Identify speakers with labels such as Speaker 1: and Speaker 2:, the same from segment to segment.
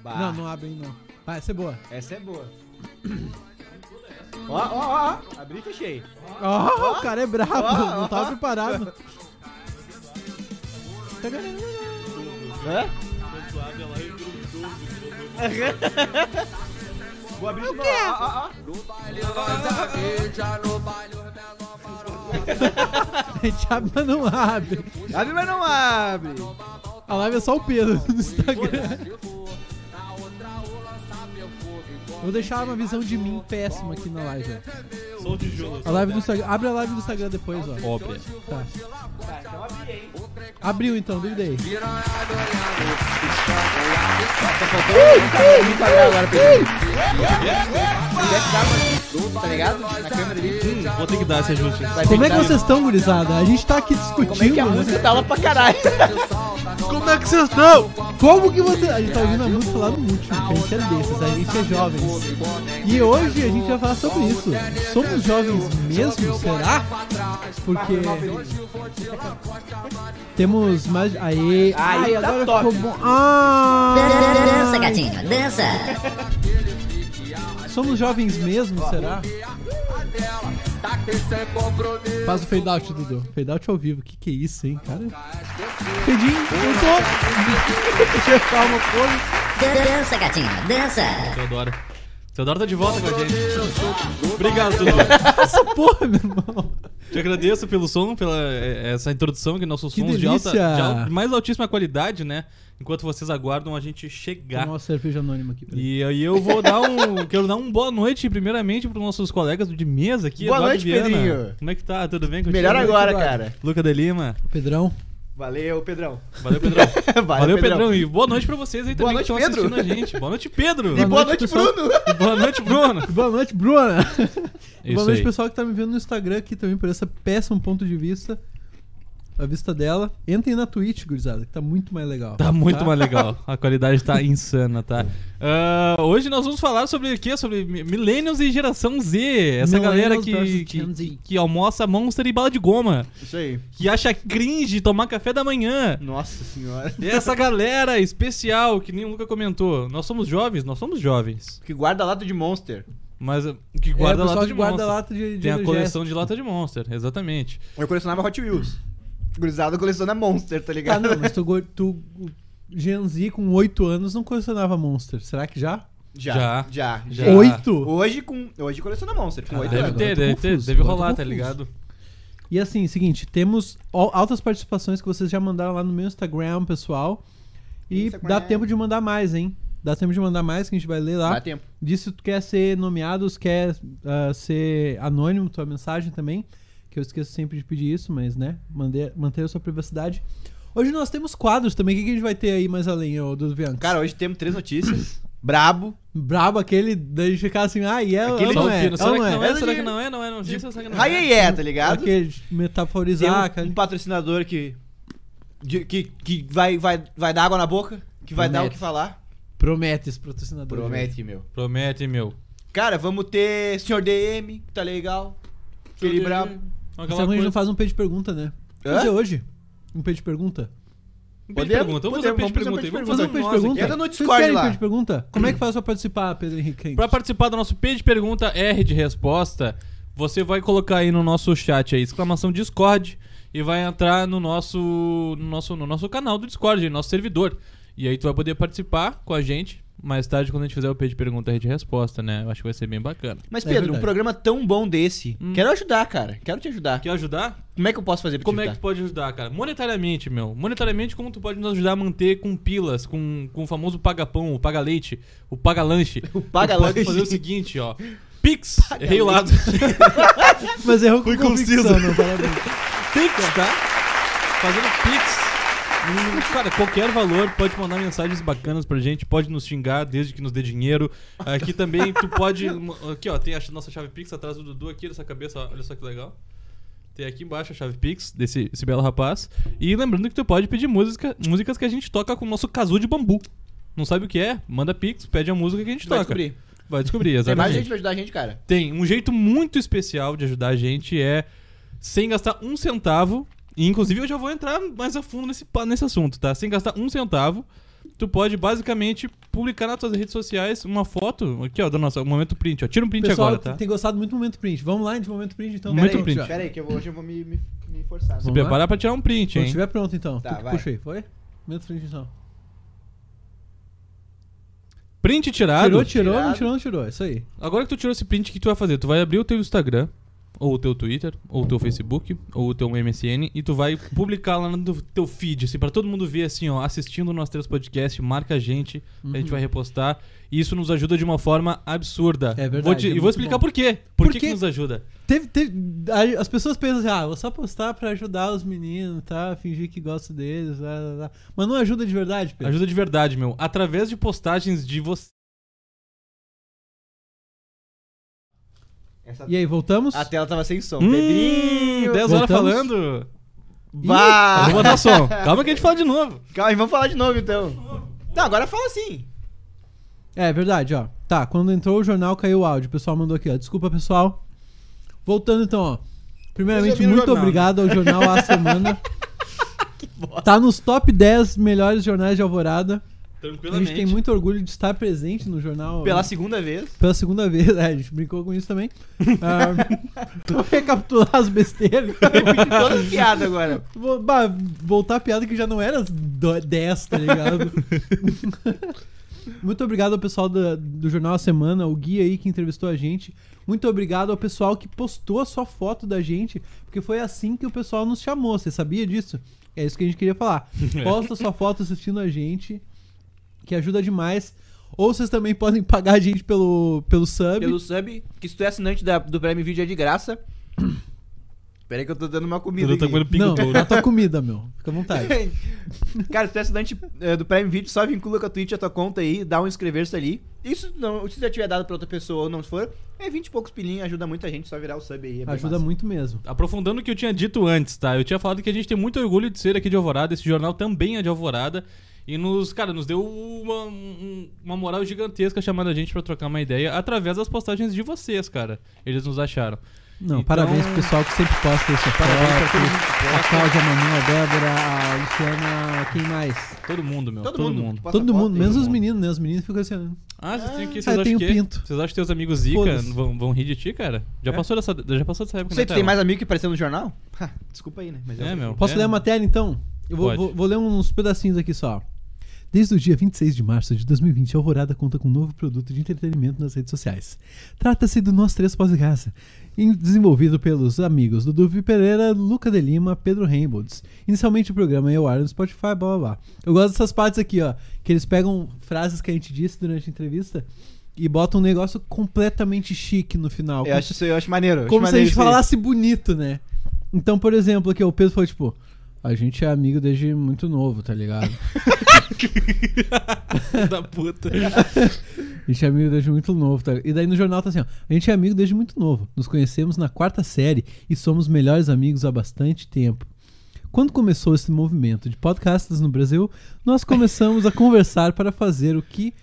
Speaker 1: Bah,
Speaker 2: Não, não abre ainda não. Vai ser boa.
Speaker 1: Essa é boa. ó, ó, ó. Abri e fechei.
Speaker 2: Ó, o cara é brabo,
Speaker 1: Ó,
Speaker 2: não tava
Speaker 1: ó.
Speaker 2: preparado.
Speaker 1: Hã? Vou abrir de novo. Ó, ó, ó.
Speaker 2: A gente abre, mas não abre.
Speaker 1: Abre, mas não abre.
Speaker 2: A live é só o Pedro no Instagram. Vou deixar uma visão de mim péssima aqui na live. ó.
Speaker 3: Sou de Jonas.
Speaker 2: A live do Instagram. Abre a live do Instagram depois, ó.
Speaker 3: Óbvio.
Speaker 2: Tá.
Speaker 1: Tá, então abri, hein.
Speaker 2: Abriu então, duvida
Speaker 1: é
Speaker 2: aí.
Speaker 1: Cara, me pagar agora, Pedro. Tá ligado? Na câmera ali. Hum,
Speaker 3: Vou ter que dar esse ajuste.
Speaker 1: vai ter
Speaker 2: Como é que
Speaker 1: dar-
Speaker 2: vocês estão, gurizada? A gente tá aqui
Speaker 1: Como é que a
Speaker 2: discutindo.
Speaker 1: música
Speaker 2: né?
Speaker 1: tá lá pra caralho?
Speaker 3: Como é que vocês estão?
Speaker 2: Como que você. A gente tá ouvindo a música lá no último, que a gente é desses, a gente é jovens. E hoje a gente vai falar sobre isso. Somos jovens mesmo, será? Porque. Temos mais. Aí.
Speaker 1: Aí
Speaker 2: Ai,
Speaker 1: tá top.
Speaker 2: bom. Ah!
Speaker 4: Dança, gatinho, dança.
Speaker 2: Somos jovens mesmo, será? Faz o fade out, Dudu. Fade out ao vivo. Que que é isso, hein, cara? Fadinho, eu tô. Deixa eu ficar uma coisa.
Speaker 4: Dança, gatinho, dança.
Speaker 3: Teodoro. Teodoro tá de volta com a gente. Obrigado, Teodoro.
Speaker 2: Essa porra, meu irmão.
Speaker 3: Te agradeço pelo som, pela eh, essa introdução, que nossos
Speaker 2: Que
Speaker 3: sons de alta, de
Speaker 2: delícia!
Speaker 3: al- de mais altíssima qualidade, né? Enquanto vocês aguardam a gente chegar.
Speaker 2: Nossa, cerveja anônima aqui. peraí.
Speaker 3: E aí eu vou dar um. quero dar um boa noite, primeiramente, pros nossos colegas de mesa aqui.
Speaker 1: Boa
Speaker 3: Eduardo
Speaker 1: noite,
Speaker 3: Viana.
Speaker 1: Pedrinho.
Speaker 3: Como é que tá? Tudo bem? contigo?
Speaker 1: Melhor agora,
Speaker 2: Eduardo.
Speaker 1: cara.
Speaker 3: Luca de Lima.
Speaker 2: Pedrão.
Speaker 1: Valeu, Pedrão.
Speaker 3: Valeu, Pedrão.
Speaker 1: Valeu,
Speaker 3: Valeu, Pedrão. E boa noite pra vocês aí
Speaker 1: Boa
Speaker 3: também que
Speaker 1: noite,
Speaker 3: estão
Speaker 1: Pedro.
Speaker 3: assistindo a gente. Boa noite, Pedro.
Speaker 1: E boa
Speaker 2: noite,
Speaker 1: noite,
Speaker 2: pessoal.
Speaker 1: Bruno.
Speaker 3: E boa noite, Bruno.
Speaker 2: Boa noite, Bruna.
Speaker 3: Isso
Speaker 2: Boa noite,
Speaker 3: aí.
Speaker 2: pessoal que tá me vendo no Instagram aqui também, por esse péssimo ponto de vista. A vista dela. Entrem na Twitch, gurizada, que tá muito mais legal.
Speaker 3: Tá muito mais legal. A qualidade tá insana,
Speaker 2: É.
Speaker 3: tá? Ah, hoje nós vamos falar sobre o quê? Sobre mi- Millennials e geração Z. Essa
Speaker 2: Millennials
Speaker 3: galera que,
Speaker 2: versus
Speaker 3: que,
Speaker 2: Gen Z.
Speaker 3: que, que almoça Monster e bala de goma.
Speaker 1: Isso aí.
Speaker 3: Que acha cringe tomar café da manhã.
Speaker 1: Nossa senhora.
Speaker 3: E essa galera especial que nem o Luca comentou. Nós somos jovens, nós somos jovens.
Speaker 1: Que guarda lata de Monster.
Speaker 3: Mas ah, que
Speaker 2: Guarda é,
Speaker 3: guarda-lata
Speaker 2: lata
Speaker 3: de
Speaker 2: de
Speaker 3: monstro.
Speaker 2: guarda-lata de, de
Speaker 3: Tem a
Speaker 2: gesto.
Speaker 3: coleção de lata de Monster, exatamente.
Speaker 1: Eu colecionava Hot Wheels. Gurizada coleciona Monster, tá
Speaker 2: Tá,
Speaker 1: ligado?
Speaker 2: não, mas tu, go- tu Gen Z com 8 anos não colecionava Monster. Será que já?
Speaker 1: Já. Já.
Speaker 3: Já.
Speaker 1: já.
Speaker 2: Oito?
Speaker 1: Hoje, com... Hoje coleciona Monster, com oito
Speaker 2: Caralho,
Speaker 1: anos.
Speaker 3: Deve
Speaker 2: agora
Speaker 3: ter,
Speaker 2: Ah, eu tô
Speaker 3: deve ter,
Speaker 2: confuso,
Speaker 3: deve
Speaker 2: agora eu tô
Speaker 3: rolar, tá
Speaker 2: confuso.
Speaker 3: ligado?
Speaker 2: E assim, seguinte, temos al- altas participações que vocês já mandaram lá no meu Instagram, pessoal. E
Speaker 1: Instagram.
Speaker 2: dá tempo de mandar mais, hein? Dá tempo de mandar mais, que a gente vai ler
Speaker 3: tá?
Speaker 2: lá.
Speaker 1: Dá tempo.
Speaker 2: Diz se tu quer ser nomeado, se quer ah, ser anônimo, tua mensagem também. Que eu esqueço sempre de pedir isso, mas né? Manter, manter a sua privacidade. Hoje nós temos quadros também. O que, que a gente vai ter aí mais além, ô Dudu Bianco?
Speaker 1: Cara, hoje temos três notícias. Brabo.
Speaker 2: brabo aquele da gente ficar assim, ah, e é,
Speaker 1: Aquele
Speaker 2: ou não
Speaker 3: Só
Speaker 2: é,
Speaker 3: o fino.
Speaker 2: ou
Speaker 3: Será que não é?
Speaker 1: Ela
Speaker 3: Será
Speaker 1: de-
Speaker 3: que não é? Não é notícia? Será que não é?
Speaker 1: Aí é, tá ligado?
Speaker 2: Aquele de
Speaker 1: Tem um,
Speaker 2: metaforizar, cara.
Speaker 1: um patrocinador que. de- que, que vai, vai, vai dar água na boca, que vai dar o
Speaker 2: Promete.
Speaker 1: que falar.
Speaker 2: Promete esse patrocinador.
Speaker 1: Promete, meu.
Speaker 3: Promete, meu.
Speaker 1: Cara, vamos ter Sr. DM, que tá legal. Aquele brabo.
Speaker 2: Essa
Speaker 3: é, Aquela
Speaker 2: semana a gente
Speaker 3: coisa.
Speaker 2: não faz um peixe de pergunta, né?
Speaker 1: Hã?
Speaker 2: Fazer hoje. Um peixe de pergunta.
Speaker 3: Um peixe de
Speaker 1: Podemos?
Speaker 3: pergunta. Vamos fazer um
Speaker 1: Podemos,
Speaker 3: peixe de pergunta. aí.
Speaker 1: vamos
Speaker 2: Fazer
Speaker 3: Vamos
Speaker 2: um peixe
Speaker 3: fazer um
Speaker 2: de
Speaker 3: nós
Speaker 2: pergunta?
Speaker 3: aqui.
Speaker 1: Entra no
Speaker 2: Vocês
Speaker 1: Discord
Speaker 2: querem
Speaker 1: lá.
Speaker 2: peixe de pergunta? Como é que faz pra participar, Pedro Henrique? Henrique?
Speaker 3: Pra participar do nosso peixe de pergunta R de resposta, você vai colocar aí no nosso chat aí, exclamação Discord, e vai entrar no nosso, no nosso, no nosso canal do Discord, aí, nosso servidor. E aí tu vai poder participar com a gente mais tarde quando a gente fizer o peixe de pergunta R de resposta, né? Eu acho que vai ser bem bacana.
Speaker 1: Mas,
Speaker 2: É
Speaker 1: Pedro, um
Speaker 2: verdade.
Speaker 1: programa tão bom desse.
Speaker 3: Hum.
Speaker 1: Quero ajudar, cara. Quero te ajudar.
Speaker 3: Quer ajudar?
Speaker 1: Como é que eu posso fazer pra
Speaker 3: Como
Speaker 1: te
Speaker 3: é que
Speaker 1: ajudar?
Speaker 3: tu pode ajudar, cara? Monetariamente, meu. Monetariamente, como tu pode nos ajudar a manter com pilas, com, com o famoso paga-pão, o paga-leite, o paga-lanche?
Speaker 1: O paga
Speaker 3: Tu pode
Speaker 1: lanche.
Speaker 3: fazer o seguinte, ó. Pix, errei o lado.
Speaker 2: Mas errou com
Speaker 3: Fui conciso.
Speaker 2: convicção, não, parabéns.
Speaker 3: Pix, tá? Fazendo Pix. Hum, Cara, qualquer valor, pode mandar mensagens bacanas pra gente, pode nos xingar desde que nos dê dinheiro. Aqui também tu pode. Aqui, ó, tem a nossa chave Pix atrás do Dudu aqui, nessa cabeça, ó, olha só que legal. Tem aqui embaixo a chave Pix desse esse belo rapaz. E lembrando que tu pode pedir música, músicas que a gente toca com o nosso casu de bambu. Não sabe o que é? Manda Pix, pede a música que a gente
Speaker 1: Vai
Speaker 3: toca.
Speaker 1: descobrir.
Speaker 3: Vai descobrir,
Speaker 1: Tem mais gente
Speaker 3: exatamente.
Speaker 1: pra ajudar a gente, cara.
Speaker 3: Tem. Um jeito muito especial de ajudar a gente é sem gastar um centavo. E inclusive eu já vou entrar mais a fundo nesse, pa- nesse assunto, tá? Sem gastar um centavo. tu pode basicamente publicar nas tuas redes sociais uma foto, aqui ó, da nossa, o momento print, ó. Tira um print
Speaker 2: Pessoal,
Speaker 3: agora, tá?
Speaker 2: tem gostado muito do momento print. Vamos lá de momento print, então.
Speaker 3: Momento
Speaker 2: Pera aí.
Speaker 3: print.
Speaker 2: Tiago.
Speaker 1: Pera aí, que eu vou- hoje eu vou me, me, me forçar.
Speaker 3: Se
Speaker 2: Vamos lá?
Speaker 3: prepara pra tirar um print,
Speaker 2: Quando
Speaker 3: hein?
Speaker 2: estiver pronto, então.
Speaker 1: Tá,
Speaker 2: tu que
Speaker 1: vai.
Speaker 2: puxa aí, foi? Momento print, então.
Speaker 3: Print tirado.
Speaker 2: tirou, tirou, não
Speaker 1: Tirado.
Speaker 2: tirou, não tirou. É Isso aí.
Speaker 3: Agora que tu tirou esse print, o que tu vai fazer? Tu vai abrir o teu Instagram, ou o teu Twitter, ou o teu Facebook, ou o teu MSN, e tu vai publicar lá no teu feed, assim, pra todo mundo ver, assim, ó, assistindo o nosso três podcast, marca a gente, a
Speaker 2: Uhum.
Speaker 3: gente vai repostar, e isso nos ajuda de uma forma absurda.
Speaker 2: É verdade,
Speaker 3: Vou te-
Speaker 2: é
Speaker 3: e
Speaker 2: muito
Speaker 3: vou explicar
Speaker 2: bom.
Speaker 3: por quê. Por,
Speaker 2: Por
Speaker 3: que,
Speaker 2: quê?
Speaker 3: que nos ajuda?
Speaker 2: Teve, teve, a- as pessoas pensam assim, ah, vou só postar pra ajudar os meninos, tá? Fingir que gosto deles, lá, lá, lá. Mas não ajuda de verdade, Pedro.
Speaker 3: Ajuda de verdade, meu. Através de postagens de você.
Speaker 1: Essa-
Speaker 2: E aí, voltamos?
Speaker 1: A tela tava sem som.
Speaker 3: Hum,
Speaker 1: Pedrinho!
Speaker 3: 10 horas
Speaker 2: Voltamos? Ah.
Speaker 3: falando.
Speaker 1: Bah!
Speaker 3: Vou botar som. Calma que a gente fala de novo.
Speaker 1: Calma, e vamos falar de novo então. Não, agora fala assim.
Speaker 2: É verdade, ó. Tá, quando entrou o jornal, caiu o áudio. O pessoal mandou aqui, ó. Desculpa, pessoal. Voltando então, ó.
Speaker 1: Vocês
Speaker 2: Primeiramente,
Speaker 1: já viram o
Speaker 2: muito
Speaker 1: jornal, né?
Speaker 2: obrigado ao Jornal A Semana. Tá nos top 10 melhores jornais de Alvorada. A
Speaker 3: Tranquilamente.
Speaker 2: gente tem muito orgulho de estar presente no jornal.
Speaker 1: Pela segunda vez.
Speaker 2: Pela segunda vez, é, a gente brincou com isso também. Ah, vou recapitular as besteiras.
Speaker 1: Repeti toda a piada agora.
Speaker 2: Vou- bah, voltar a piada que já não era as do- 10, tá ligado? Muito obrigado ao pessoal da- do Jornal A Semana, o Gui aí que entrevistou a gente. Muito obrigado ao pessoal que postou a sua foto da gente, porque foi assim que o pessoal nos chamou. Você sabia disso? É isso que a gente queria falar. Posta sua foto assistindo a gente, que ajuda demais. Ou vocês também podem pagar a gente pelo, pelo sub.
Speaker 1: Pelo sub, que se tu é assinante da- do Prime Video é de graça. Pera aí que eu tô dando uma comida.
Speaker 3: Eu tô
Speaker 1: aqui.
Speaker 3: comendo
Speaker 2: Não,
Speaker 3: pingo
Speaker 2: na tua comida, meu. Fica à vontade.
Speaker 1: É, Cara, se tu é assinante eh, do Prime Video, só vincula com a Twitch a tua conta aí, dá um inscrever-se ali. Isso não, se já tiver dado pra outra pessoa ou não for, é 20 e poucos pilinhos, ajuda muita gente, só virar o sub aí. é bem
Speaker 2: Ajuda
Speaker 1: massa.
Speaker 2: muito mesmo.
Speaker 3: Aprofundando o que eu tinha dito antes, tá? Eu tinha falado que a gente tem muito orgulho de ser aqui de Alvorada, esse jornal também é de Alvorada. E nos, cara, nos deu uma, um- uma moral gigantesca chamando a gente pra trocar uma ideia através das postagens de vocês, cara. Eles nos acharam.
Speaker 2: Não,
Speaker 3: Então-
Speaker 2: parabéns pro pessoal que sempre posta isso.
Speaker 3: Parabéns pra todo
Speaker 2: foto,
Speaker 3: mundo que
Speaker 2: A
Speaker 3: posta.
Speaker 2: Cláudia, a Manu, a Débora, a Luciana, quem mais?
Speaker 3: Todo mundo, meu.
Speaker 1: Todo,
Speaker 3: Todo,
Speaker 1: mundo.
Speaker 3: mundo.
Speaker 1: posta
Speaker 2: todo
Speaker 1: foto
Speaker 2: mundo,
Speaker 1: aí.
Speaker 2: menos os meninos, né? Os meninos ficam assim. né?
Speaker 3: Ah, vocês têm que.
Speaker 2: Ah,
Speaker 3: Vocês
Speaker 2: eu
Speaker 3: acham
Speaker 2: tenho
Speaker 3: que.
Speaker 2: pinto.
Speaker 3: Vocês acham que teus amigos zica
Speaker 2: Foda-se.
Speaker 3: vão, vão rir de ti, cara? Já, passou, dessa, já passou dessa
Speaker 1: É. Não
Speaker 3: época,
Speaker 1: sei,
Speaker 3: né,
Speaker 1: tu tem
Speaker 3: Telo?
Speaker 1: mais amigo que apareceu no jornal? Ha, Desculpa aí, né? Mas
Speaker 3: É, meu.
Speaker 2: Posso
Speaker 3: É.
Speaker 2: ler a matéria então? Eu vou,
Speaker 3: Pode.
Speaker 2: vou- vou ler uns pedacinhos aqui só. Desde o dia 26 de março de 2020, a Alvorada conta com um novo produto de entretenimento nas redes sociais. Trata-se do Nós Três Pós-Graça, em- desenvolvido pelos amigos do Duvi Pereira, Luca de Lima, Pedro Reynolds. Inicialmente o programa é ao ar no Spotify, blá blá blá. Eu gosto dessas partes aqui, ó, que eles pegam frases que a gente disse durante a entrevista e botam um negócio completamente chique no final.
Speaker 1: Eu acho, isso- eu acho maneiro. eu
Speaker 3: Então,
Speaker 2: Como
Speaker 1: acho
Speaker 2: se a
Speaker 1: maneiro
Speaker 2: gente
Speaker 1: isso aí.
Speaker 2: falasse bonito, né? Então, por exemplo, aqui, ó, o Pedro foi tipo. A gente é amigo desde muito novo, tá ligado?
Speaker 3: da puta.
Speaker 2: A gente é amigo desde muito novo, tá ligado? E daí no jornal tá assim, ó. A gente é amigo desde muito novo. Nos conhecemos na quarta série e somos melhores amigos há bastante tempo. Quando começou esse movimento de podcasts no Brasil, nós começamos a conversar para fazer o que.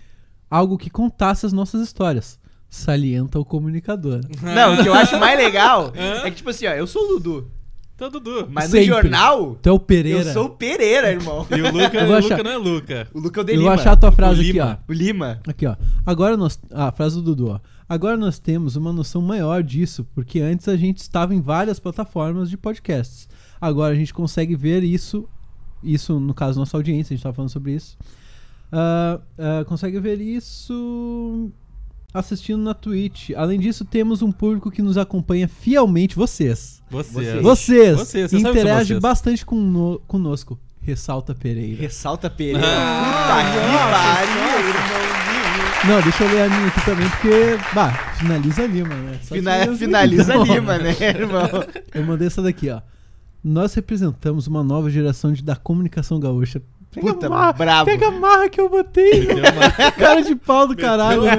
Speaker 2: algo que contasse as nossas histórias. Salienta o comunicador.
Speaker 1: Não, o que eu acho mais legal é que, tipo assim, ó, eu sou o Dudu,
Speaker 3: Então, Dudu.
Speaker 1: mas
Speaker 2: Sempre.
Speaker 1: no jornal,
Speaker 2: Tu é o Pereira.
Speaker 1: eu sou o Pereira, irmão.
Speaker 3: E o Luca,
Speaker 2: Eu
Speaker 3: o
Speaker 2: vou
Speaker 3: Luca
Speaker 2: achar-
Speaker 3: não é Luca.
Speaker 1: O Luca é o de
Speaker 2: Eu vou
Speaker 1: Lima.
Speaker 2: achar a tua frase aqui,
Speaker 3: Lima.
Speaker 2: ó.
Speaker 1: O Lima.
Speaker 2: Aqui, ó. Agora nós. ah, A frase do Dudu, ó. Agora nós temos uma noção maior disso, porque antes a gente estava em várias plataformas de podcasts. Agora a gente consegue ver isso. Isso, no caso, nossa audiência, a gente estava falando sobre isso. Ah, ah, consegue ver isso assistindo na Twitch. Além disso, temos um público que nos acompanha fielmente, vocês.
Speaker 3: Você. é.
Speaker 2: Vocês!
Speaker 3: Vocês, vocês sabem que são
Speaker 2: interage
Speaker 3: vocês.
Speaker 2: bastante cono- conosco. Ressalta Pereira.
Speaker 1: Ressalta Pereira.
Speaker 3: Ah,
Speaker 1: Puta que pariu, irmãozinho.
Speaker 2: Não, deixa eu ler a minha aqui também, porque. Bah, finaliza a Lima, né? Só
Speaker 1: Fina-
Speaker 2: que-
Speaker 1: finaliza
Speaker 2: Não.
Speaker 1: Lima, né, irmão?
Speaker 2: Eu mandei essa daqui, ó. Nós representamos uma nova geração de, da comunicação gaúcha. Pega
Speaker 1: Puta,
Speaker 2: a marra,
Speaker 1: brabo.
Speaker 2: Pega a marra que eu botei. Cara de pau do caralho, né?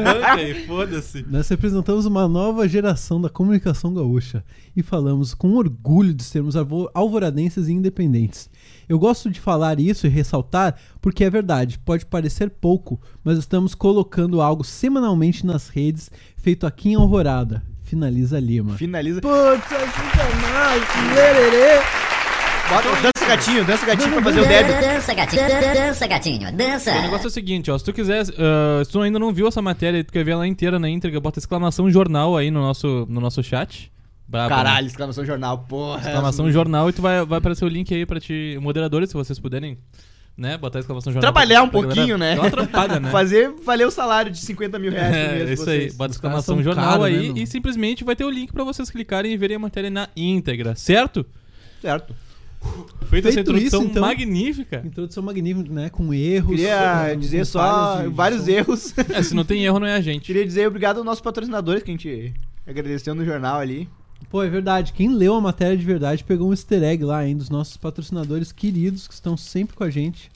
Speaker 3: Foda-se.
Speaker 2: Nós representamos uma nova geração da comunicação gaúcha e falamos com orgulho de sermos alvo- alvoradenses e independentes. Eu gosto de falar isso e ressaltar porque é verdade, pode parecer pouco, mas estamos colocando algo semanalmente nas redes feito aqui em Alvorada. Finaliza Lima.
Speaker 1: Finaliza.
Speaker 2: Putz, é sacanagem, lererê.
Speaker 1: Bota o dança gatinho, dança gatinho pra fazer o débito.
Speaker 4: Dança, gatinho. Dan- Dança, gatinho. Dança.
Speaker 3: O negócio é o seguinte, ó. Se tu quiser, ah, se tu ainda não viu essa matéria e tu quer ver ela inteira na íntegra, bota exclamação jornal aí no nosso, no nosso chat. Brabo, né?
Speaker 1: Caralho, exclamação jornal, porra.
Speaker 3: Exclamação jornal e tu vai, vai aparecer o link aí pra te. Moderadores, se vocês puderem, né? Botar exclamação jornal.
Speaker 1: Trabalhar
Speaker 3: pra-
Speaker 1: um
Speaker 3: pra galera
Speaker 1: pouquinho, né?
Speaker 3: Dar uma trampada, né?
Speaker 1: Fazer valer o salário de 50 mil reais por mês
Speaker 3: É,
Speaker 1: pra
Speaker 3: isso aí.
Speaker 1: vocês.
Speaker 3: Bota
Speaker 2: são
Speaker 3: exclamação jornal
Speaker 2: caros, né,
Speaker 3: aí
Speaker 2: meu?
Speaker 3: e simplesmente vai ter o link pra vocês clicarem e verem a matéria na íntegra, certo?
Speaker 1: Certo.
Speaker 3: Feita essa
Speaker 2: Feito isso,
Speaker 3: introdução
Speaker 2: então.
Speaker 3: magnífica.
Speaker 2: Introdução magnífica, né? Com erros.
Speaker 1: Queria
Speaker 2: com-
Speaker 1: dizer
Speaker 2: com
Speaker 1: só
Speaker 2: falhas de
Speaker 1: vários
Speaker 2: som.
Speaker 1: erros.
Speaker 3: É, se não tem erro, não é a gente.
Speaker 1: Queria dizer obrigado aos nossos patrocinadores que a gente agradeceu no jornal ali.
Speaker 2: Pô, é verdade. Quem leu a matéria de verdade pegou um easter egg lá, hein? Dos nossos patrocinadores queridos que estão sempre com a gente.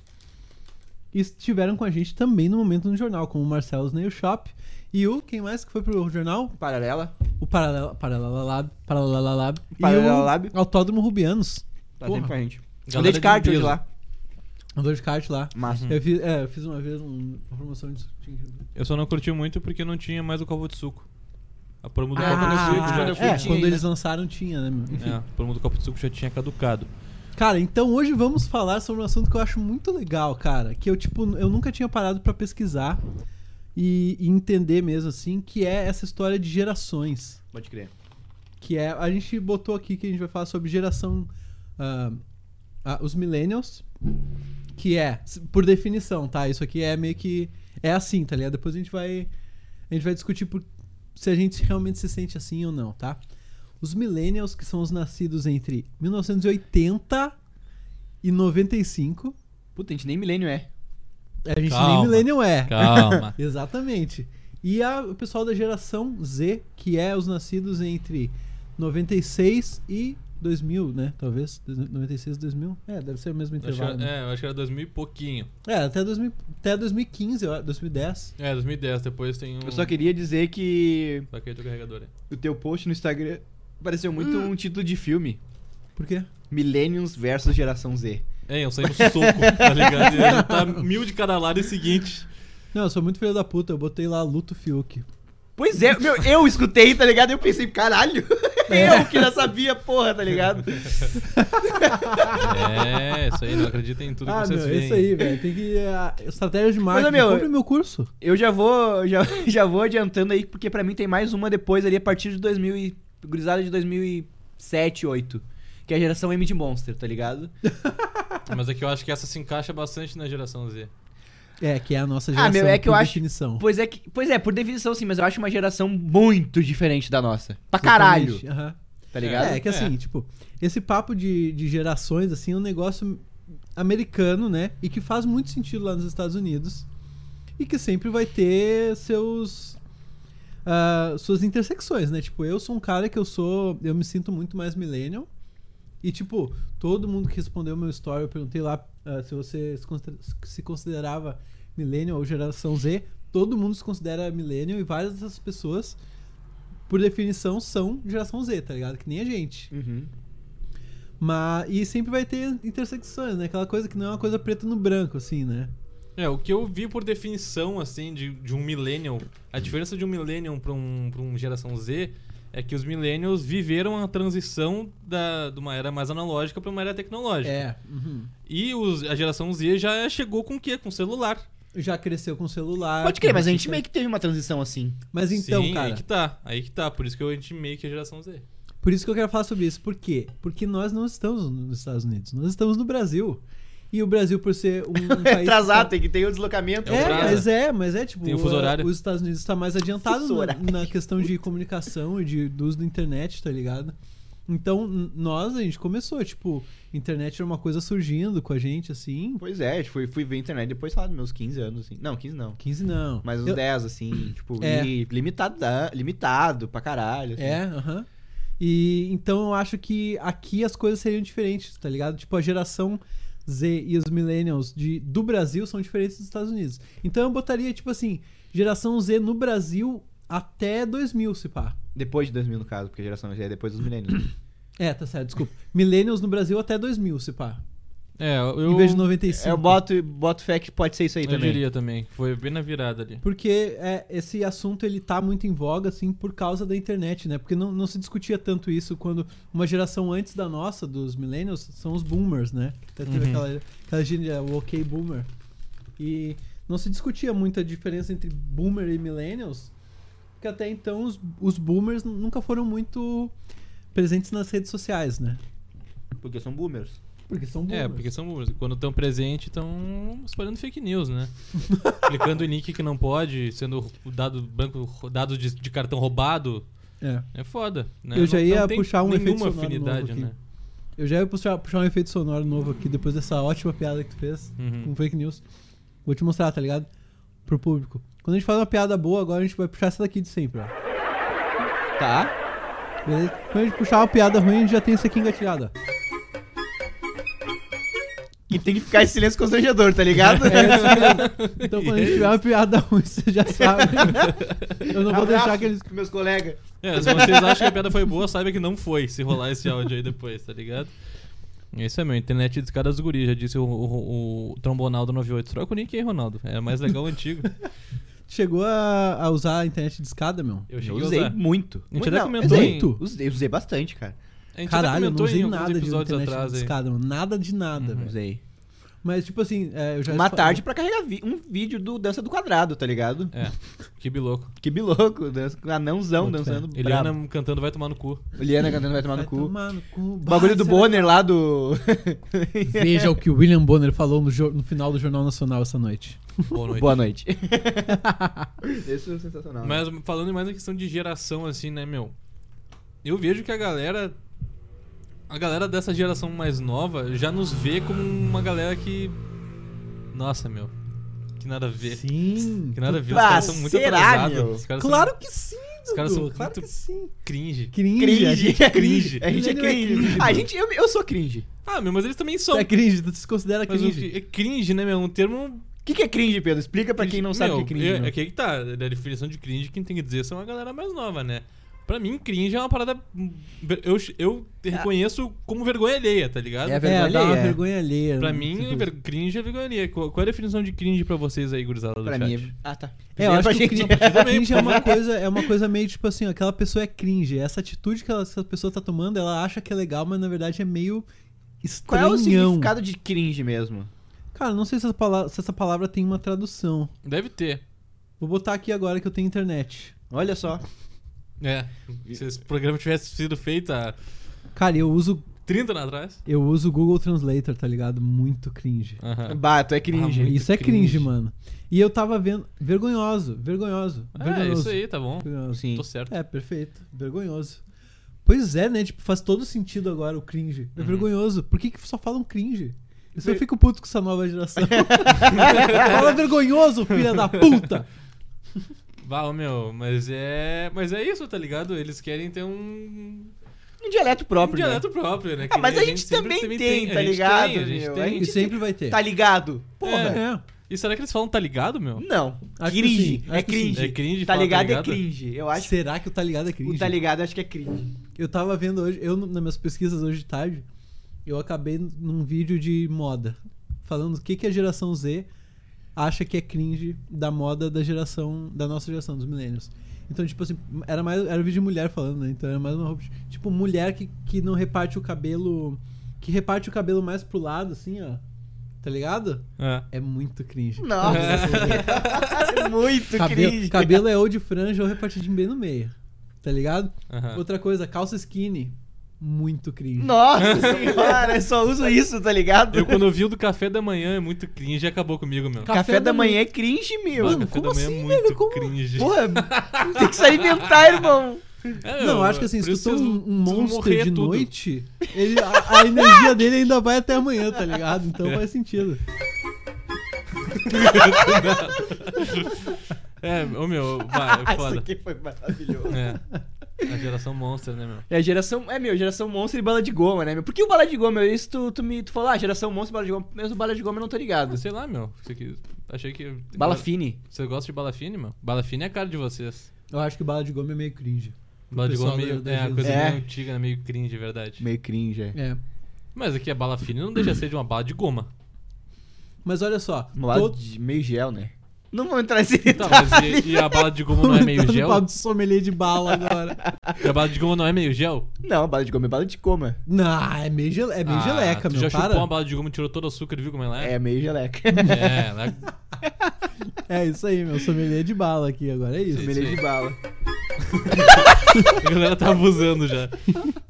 Speaker 2: E estiveram com a gente também no momento no jornal, como o Marcelo's Nail Shop. E o, quem mais que foi pro jornal?
Speaker 1: Paralela.
Speaker 2: O Paralela Paralela Lab. Paralela Lab.
Speaker 1: Paralela
Speaker 2: e o
Speaker 1: Lab.
Speaker 2: Autódromo Rubianos.
Speaker 1: Tá
Speaker 2: Porra.
Speaker 1: sempre com a gente.
Speaker 3: Galera
Speaker 1: Andei de
Speaker 3: de
Speaker 1: kart hoje
Speaker 3: peso.
Speaker 1: lá.
Speaker 2: Andou Um de kart lá.
Speaker 1: Massa.
Speaker 2: Eu fiz, é, eu fiz uma vez um- uma promoção de.
Speaker 3: Eu só não curti muito porque não tinha mais o copo de suco. A promo do copo de suco já
Speaker 1: Ah, quando eu fui,
Speaker 2: Ah, é,
Speaker 1: tinha
Speaker 2: quando
Speaker 1: ainda.
Speaker 2: eles lançaram tinha, né, meu? Enfim.
Speaker 3: É, o promo do copo de suco já tinha caducado.
Speaker 2: Cara, então hoje vamos falar sobre um assunto que eu acho muito legal, cara. Que eu, tipo, eu nunca tinha parado pra pesquisar e, e entender mesmo, assim, que é essa história de gerações.
Speaker 1: Pode crer.
Speaker 2: Que é. A gente botou aqui que a gente vai falar sobre geração. ah, ah, os millennials. Que é, s- por definição, tá? Isso aqui é meio que. É assim, tá ligado? Depois a gente vai. A gente vai discutir por- se a gente realmente se sente assim ou não, tá? Os millennials, que são os nascidos entre 1980 e 95.
Speaker 1: Puta, a gente nem milênio é.
Speaker 2: A gente nem
Speaker 3: Calma,
Speaker 2: millennial é.
Speaker 3: Calma.
Speaker 2: Exatamente. E a- o pessoal da geração Z, que é os nascidos entre 96 e 2000, né? Talvez. 96 e 2000. É, deve ser o mesmo
Speaker 3: Eu acho que era-
Speaker 2: intervalo. né?
Speaker 3: é, eu acho que era 2000 e pouquinho.
Speaker 2: É, até, 2000, até 2015, eu acho, 2010.
Speaker 3: É, 2010, depois tem um.
Speaker 1: Eu só queria dizer que
Speaker 3: Só que aí teu carregador. é.
Speaker 1: o teu post no Instagram pareceu muito um título de filme.
Speaker 2: Por quê?
Speaker 1: Millennials versus geração Z.
Speaker 3: É, eu saí no soco, tá ligado? E aí tá mil de cada lado e seguinte.
Speaker 2: Não, eu sou muito filho da puta, eu botei lá Luto Fiuk.
Speaker 1: Pois é, meu, eu escutei, tá ligado? Eu pensei, caralho, eu que já sabia, porra, tá ligado?
Speaker 3: É, isso aí, não acredita em tudo que
Speaker 2: ah,
Speaker 3: vocês
Speaker 2: meu, é
Speaker 3: veem.
Speaker 2: isso aí, velho. Tem que. ah, estratégia de marketing.
Speaker 1: meu,
Speaker 2: Compre meu curso.
Speaker 1: Eu já vou, já, já vou adiantando aí, porque pra mim tem mais uma depois ali a partir de 2000 e gurizada de 2007, 8, que é a geração M de Monster, tá ligado?
Speaker 3: Mas é que eu acho que essa se encaixa bastante na geração Z.
Speaker 2: É, que é a nossa
Speaker 1: Ah,
Speaker 2: geração.
Speaker 1: meu, é que
Speaker 2: por
Speaker 1: eu acho-
Speaker 2: definição.
Speaker 1: Pois é, que, pois é, por definição sim, mas eu acho uma geração muito diferente da nossa. Pra caralho,
Speaker 2: Exatamente, Aham.
Speaker 1: tá ligado?
Speaker 2: É, é que assim, tipo, esse papo de, de gerações, assim, é um negócio americano, né? E que faz muito sentido lá nos Estados Unidos. E que sempre vai ter seus. ah, suas intersecções, né? Tipo, eu sou um cara que eu sou. Eu me sinto muito mais millennial. E, tipo, todo mundo que respondeu meu story, eu perguntei lá ah, se você se consider- se considerava millennial ou geração Z. Todo mundo se considera millennial e várias dessas pessoas, por definição, são geração Z, tá ligado? Que nem a gente.
Speaker 1: Uhum.
Speaker 2: Mas, e sempre vai ter intersecções, né? Aquela coisa que não é uma coisa preta no branco, assim, né?
Speaker 3: É, o que eu vi por definição, assim, de, de um millennial, a diferença de um millennial pra um, pra um geração Z é que os millennials viveram a transição da, de uma era mais analógica pra uma era tecnológica.
Speaker 2: É. uhum.
Speaker 3: E os- a geração Z já chegou com o quê? Com celular.
Speaker 2: Já cresceu com celular.
Speaker 1: Pode crer,
Speaker 2: com
Speaker 1: mas a gente
Speaker 2: rede
Speaker 1: meio é que teve uma transição assim.
Speaker 2: Mas então,
Speaker 3: Sim,
Speaker 2: cara,
Speaker 3: aí que tá. Aí que tá. Por isso que eu gente meio que a geração Z.
Speaker 2: por isso que eu quero falar sobre isso. Por quê? Porque nós não estamos nos Estados Unidos, nós estamos no Brasil. E o Brasil, por ser um, um
Speaker 1: É
Speaker 2: país.
Speaker 1: atrasado, um tem que ter o deslocamento.
Speaker 3: É
Speaker 2: É,
Speaker 3: o Brasa.
Speaker 2: mas é, mas é tipo,
Speaker 3: Tem o fuso
Speaker 2: a-
Speaker 3: horário.
Speaker 2: os Estados Unidos está mais adiantado
Speaker 1: um Fuso
Speaker 2: na,
Speaker 1: horário.
Speaker 2: na questão de comunicação e de, do uso da internet, tá ligado? Então, n- nós, a gente começou, tipo, internet era uma coisa surgindo com a gente, assim.
Speaker 1: Pois é, fui, fui ver internet depois, sei lá, dos meus 15 anos, assim. Não, 15 não.
Speaker 2: 15 não.
Speaker 1: Mas uns
Speaker 2: Eu-
Speaker 1: 10, assim, tipo,
Speaker 2: É.
Speaker 1: li- limitado, limitado pra caralho. assim.
Speaker 2: É, aham. E então eu acho que aqui as coisas seriam diferentes, tá ligado? Tipo, a geração Z e os millennials de, do Brasil são diferentes dos Estados Unidos. Então eu botaria, tipo assim, geração Z no Brasil até 2000, se pá.
Speaker 1: Depois de 2000, no caso, porque a geração Z é depois dos milênios.
Speaker 2: É, tá certo, desculpa. Millennials no Brasil até 2000, se pá.
Speaker 3: É, eu.
Speaker 2: em vez de 95.
Speaker 1: Eu é boto, boto fé que pode ser isso aí
Speaker 3: eu
Speaker 1: também.
Speaker 3: diria também. Foi bem na virada ali.
Speaker 2: Porque é, esse assunto ele tá muito em voga, assim, por causa da internet, né? Porque não, não se discutia tanto isso quando uma geração antes da nossa, dos millennials, são os boomers, né? Até teve
Speaker 3: Uhum.
Speaker 2: aquela, aquela gíria, é, o ok boomer. E não se discutia muito a diferença entre boomer e millennials, porque até então os, os boomers nu- nunca foram muito presentes nas redes sociais, né?
Speaker 1: Porque são boomers.
Speaker 2: Porque são boomers.
Speaker 3: É, porque são boomers. Quando estão presentes, estão espalhando fake news, né? Clicando em link que não pode, sendo o dado banco, dados de, de cartão roubado.
Speaker 2: É.
Speaker 3: É foda, né?
Speaker 2: Eu já
Speaker 3: Não-
Speaker 2: ia
Speaker 3: não tem
Speaker 2: puxar um efeito
Speaker 3: nenhuma
Speaker 2: sonoro
Speaker 3: afinidade,
Speaker 2: novo aqui.
Speaker 3: né?
Speaker 2: Eu já ia puxar, puxar um efeito sonoro novo aqui, depois dessa ótima piada que tu fez.
Speaker 3: Uhum.
Speaker 2: com fake news. Vou te mostrar, tá ligado? Pro público. Quando a gente faz uma piada boa, agora a gente vai puxar essa daqui de sempre, ó.
Speaker 1: Tá?
Speaker 2: Beleza? Quando a gente puxar uma piada ruim, a gente já tem isso aqui engatilhado, ó.
Speaker 1: E tem que ficar em silêncio constrangedor, tá ligado?
Speaker 2: Então quando a gente tiver uma piada ruim, você já sabe. Eu não vou deixar que eles.
Speaker 1: Meus colegas.
Speaker 3: É, se vocês acham que a piada foi boa, saiba que não foi, se rolar esse áudio aí depois, tá ligado? Esse é meu, internet de dos guris, já disse o, o, o Trombonaldo 98. Troca o link aí, Ronaldo. É mais legal o antigo.
Speaker 2: Chegou a, a usar a internet de escada, meu?
Speaker 3: Eu
Speaker 1: Eu
Speaker 3: cheguei a
Speaker 1: usei
Speaker 3: usar.
Speaker 1: muito.
Speaker 3: A
Speaker 1: Muito
Speaker 3: gente até
Speaker 1: não,
Speaker 3: comentou
Speaker 1: usei.
Speaker 3: em-
Speaker 2: Muito?
Speaker 1: Usei, usei bastante, cara.
Speaker 3: A gente até
Speaker 2: Caralho, eu não
Speaker 3: comentou
Speaker 2: usei
Speaker 3: em alguns
Speaker 2: nada de
Speaker 3: episódios
Speaker 2: internet
Speaker 3: atrás Uhum.
Speaker 2: de
Speaker 3: aí.
Speaker 2: escada, mano. Nada de nada, velho.
Speaker 1: Usei.
Speaker 2: Mas, tipo assim, é, eu já.
Speaker 1: Uma tarde pra carregar vi- um vídeo do Dança do Quadrado, tá ligado?
Speaker 3: É, que biloco.
Speaker 1: Que biloco, dança, anãozão
Speaker 2: Muito
Speaker 1: dançando.
Speaker 3: Eliana
Speaker 1: brabo.
Speaker 3: cantando vai tomar no cu.
Speaker 1: Eliana cantando vai tomar
Speaker 2: Vai
Speaker 1: no cu.
Speaker 2: tomar no cu.
Speaker 1: O bagulho do
Speaker 2: Bah, será-
Speaker 1: Bonner lá do.
Speaker 2: Veja o que o William Bonner falou no jo- no final do Jornal Nacional essa noite.
Speaker 3: Boa noite.
Speaker 1: Boa noite. Isso é sensacional.
Speaker 3: Mas falando mais na questão de geração, assim, né, meu? Eu vejo que a galera. A galera dessa geração mais nova já nos vê como uma galera que. Nossa, meu. Que nada a ver.
Speaker 2: Sim.
Speaker 3: Que nada a ver. Os
Speaker 1: Ah,
Speaker 3: caras são muito
Speaker 1: será, meu?
Speaker 3: atrasados. Os caras
Speaker 2: Claro que sim, Dudu.
Speaker 3: caras são
Speaker 2: claro
Speaker 3: muito-
Speaker 2: que sim.
Speaker 3: são cringe.
Speaker 2: Cringe.
Speaker 1: Cringe.
Speaker 2: A gente é cringe.
Speaker 1: A gente é
Speaker 2: Ele não
Speaker 1: cringe. a gente, eu, eu sou cringe.
Speaker 3: Ah, meu, mas eles também são.
Speaker 2: Tu é cringe, tu se considera
Speaker 3: mas
Speaker 2: cringe.
Speaker 3: O que, é cringe, né, meu? Um termo.
Speaker 1: O que, que é cringe, Pedro? Explica pra quem não sabe o
Speaker 3: meu,
Speaker 1: que é cringe.
Speaker 3: É,
Speaker 1: meu.
Speaker 3: é que aí que tá. A definição de cringe, quem tem que dizer são a galera mais nova, né? Pra mim, cringe é uma parada. Eu, eu reconheço como vergonha alheia, tá ligado?
Speaker 1: É
Speaker 2: É, dá uma
Speaker 1: Vergonha alheia.
Speaker 2: vergonha alheia.
Speaker 3: Pra
Speaker 2: né?
Speaker 3: mim,
Speaker 2: Tipo,
Speaker 3: ver- cringe é vergonha. Qual qual é a definição de cringe pra vocês aí, gurizada do
Speaker 1: Pra
Speaker 3: chat?
Speaker 1: mim. é- Ah, tá.
Speaker 2: É, eu
Speaker 1: Era
Speaker 2: acho
Speaker 1: pra
Speaker 2: que-
Speaker 1: gente.
Speaker 2: Cringe é uma, coisa, é uma coisa meio tipo assim, ó, aquela pessoa é cringe. Essa atitude que ela- essa pessoa tá tomando, ela acha que é legal, mas na verdade é meio
Speaker 1: Qual é
Speaker 2: estranhão.
Speaker 1: o significado de cringe mesmo?
Speaker 2: Cara, não sei se essa, palavra, se essa palavra tem uma tradução.
Speaker 3: Deve ter.
Speaker 2: Vou botar aqui agora que eu tenho internet.
Speaker 1: Olha só.
Speaker 3: É. Se esse programa tivesse sido feito há
Speaker 2: Cara, eu uso
Speaker 3: 30 anos atrás.
Speaker 2: eu uso o Google Translator, tá ligado? Muito cringe.
Speaker 3: Aham.
Speaker 1: Bato, é cringe.
Speaker 3: muito
Speaker 2: Isso é cringe,
Speaker 3: cringe.
Speaker 2: mano. E eu tava vendo. Vergonhoso, vergonhoso.
Speaker 3: É,
Speaker 2: vergonhoso.
Speaker 3: isso aí, tá bom.
Speaker 2: Vergonhoso.
Speaker 1: Sim.
Speaker 3: Tô certo.
Speaker 2: É, perfeito. Vergonhoso. Pois é, né? Tipo, faz todo sentido agora o cringe.
Speaker 3: Uhum.
Speaker 2: É vergonhoso. Por que, que só falam cringe? Isso eu fico puto com essa nova geração. Fala vergonhoso, filha da puta!
Speaker 3: Bah, ô, meu, mas é. Mas é isso, tá ligado? Eles querem ter um.
Speaker 1: Um dialeto
Speaker 3: um
Speaker 1: próprio. né?
Speaker 3: dialeto próprio, né?
Speaker 1: Ah,
Speaker 3: Que
Speaker 1: mas
Speaker 3: nem
Speaker 1: a gente
Speaker 3: sempre
Speaker 1: também tem, tá
Speaker 3: a gente
Speaker 1: ligado,
Speaker 3: Tem, a gente
Speaker 1: meu?
Speaker 3: tem.
Speaker 1: A gente-
Speaker 2: E sempre vai ter.
Speaker 1: Tá ligado? Porra.
Speaker 2: É.
Speaker 3: E será que eles falam tá ligado, meu?
Speaker 1: Não.
Speaker 2: Acho que
Speaker 1: cringe.
Speaker 2: sim,
Speaker 1: É
Speaker 2: acho que sim.
Speaker 1: cringe.
Speaker 3: É cringe,
Speaker 1: Tá
Speaker 3: fala, tá
Speaker 1: ligado, é
Speaker 3: ligado?
Speaker 1: cringe. Eu acho
Speaker 2: Será que o tá ligado é
Speaker 1: que
Speaker 2: cringe?
Speaker 1: o tá ligado acho que é cringe.
Speaker 2: Eu tava vendo hoje, eu nas minhas pesquisas hoje de tarde, eu acabei num vídeo de moda, falando o que, que a geração Z acha que é cringe da moda da geração, da nossa geração, dos milênios. Então, tipo assim, era mais era um vídeo de mulher falando, né? Então era mais uma roupa. de- Tipo, mulher que, que não reparte o cabelo. Que reparte o cabelo mais pro lado, assim, ó. Tá ligado?
Speaker 3: É.
Speaker 2: É muito cringe.
Speaker 1: Nossa. Muito
Speaker 2: Cabelo,
Speaker 1: cringe.
Speaker 2: cabelo é ou de franja ou repartidinho bem no meio. Tá ligado?
Speaker 3: Aham.
Speaker 2: Outra coisa, calça skinny. Muito cringe.
Speaker 1: Nossa senhora, eu só uso isso, tá ligado?
Speaker 3: Eu, quando eu vi o do café da manhã, é muito cringe e acabou comigo, meu.
Speaker 1: Café, da manhã é cringe, meu.
Speaker 3: Bah, café
Speaker 2: como
Speaker 3: da manhã
Speaker 2: assim,
Speaker 3: é muito
Speaker 2: velho? Como-
Speaker 3: cringe.
Speaker 1: Porra, tem que sair inventar, irmão.
Speaker 3: É,
Speaker 2: Não,
Speaker 3: eu-
Speaker 2: eu acho que assim,
Speaker 3: por
Speaker 2: se tu
Speaker 3: isso
Speaker 2: toma
Speaker 3: vocês-
Speaker 2: um, um
Speaker 3: vocês vão
Speaker 2: monster
Speaker 3: morrer
Speaker 2: de
Speaker 3: tudo.
Speaker 2: noite, ele- a, a energia dele ainda vai até amanhã, tá ligado? Então faz sentido.
Speaker 3: É, ô meu, vai, é
Speaker 1: Ah, Isso
Speaker 3: foda.
Speaker 1: aqui foi maravilhoso.
Speaker 3: É. A geração monster, né, meu?
Speaker 1: É, geração. É, meu, geração monstro e bala de goma, né, meu? Por que o bala de goma? Isso tu, tu me tu falou, ah, geração monstro e bala de goma. Mesmo bala de goma eu não tô ligado.
Speaker 3: Ah, Sei lá, meu. Isso aqui- achei que.
Speaker 1: Bala fine.
Speaker 3: Você gosta de bala fine, meu? Bala fine é a cara de vocês.
Speaker 2: Eu acho que bala de goma é meio cringe.
Speaker 3: Bala de
Speaker 2: pessoal
Speaker 3: goma é meio.
Speaker 2: da- da
Speaker 3: É, a coisa
Speaker 1: geração.
Speaker 3: meio antiga, né? Meio cringe, é verdade.
Speaker 1: Meio cringe, é.
Speaker 2: É.
Speaker 3: Mas aqui a bala fina não deixa de ser de uma bala de goma.
Speaker 2: Mas olha só,
Speaker 1: Uma lado
Speaker 2: todo-
Speaker 1: de meio gel, né? Não vou entrar nesse
Speaker 3: Tá,
Speaker 1: detalhe.
Speaker 3: mas e, e a bala de goma não é meio
Speaker 2: Todo
Speaker 3: gel?
Speaker 2: tá papo de sommelier de bala agora.
Speaker 3: E a bala de goma não é meio gel?
Speaker 1: Não, bala de goma é bala de coma.
Speaker 2: não, é meio, gele... é meio
Speaker 3: Ah,
Speaker 2: geleca,
Speaker 3: tu
Speaker 2: meu,
Speaker 3: já
Speaker 2: para.
Speaker 3: chupou uma bala de goma e tirou todo o açúcar e viu como ela é?
Speaker 1: É meio geleca.
Speaker 3: É, ela é...
Speaker 2: É isso aí, meu, sommelier de bala aqui agora, é isso.
Speaker 3: Sim.
Speaker 1: Sommelier de bala.
Speaker 3: a galera tá abusando já.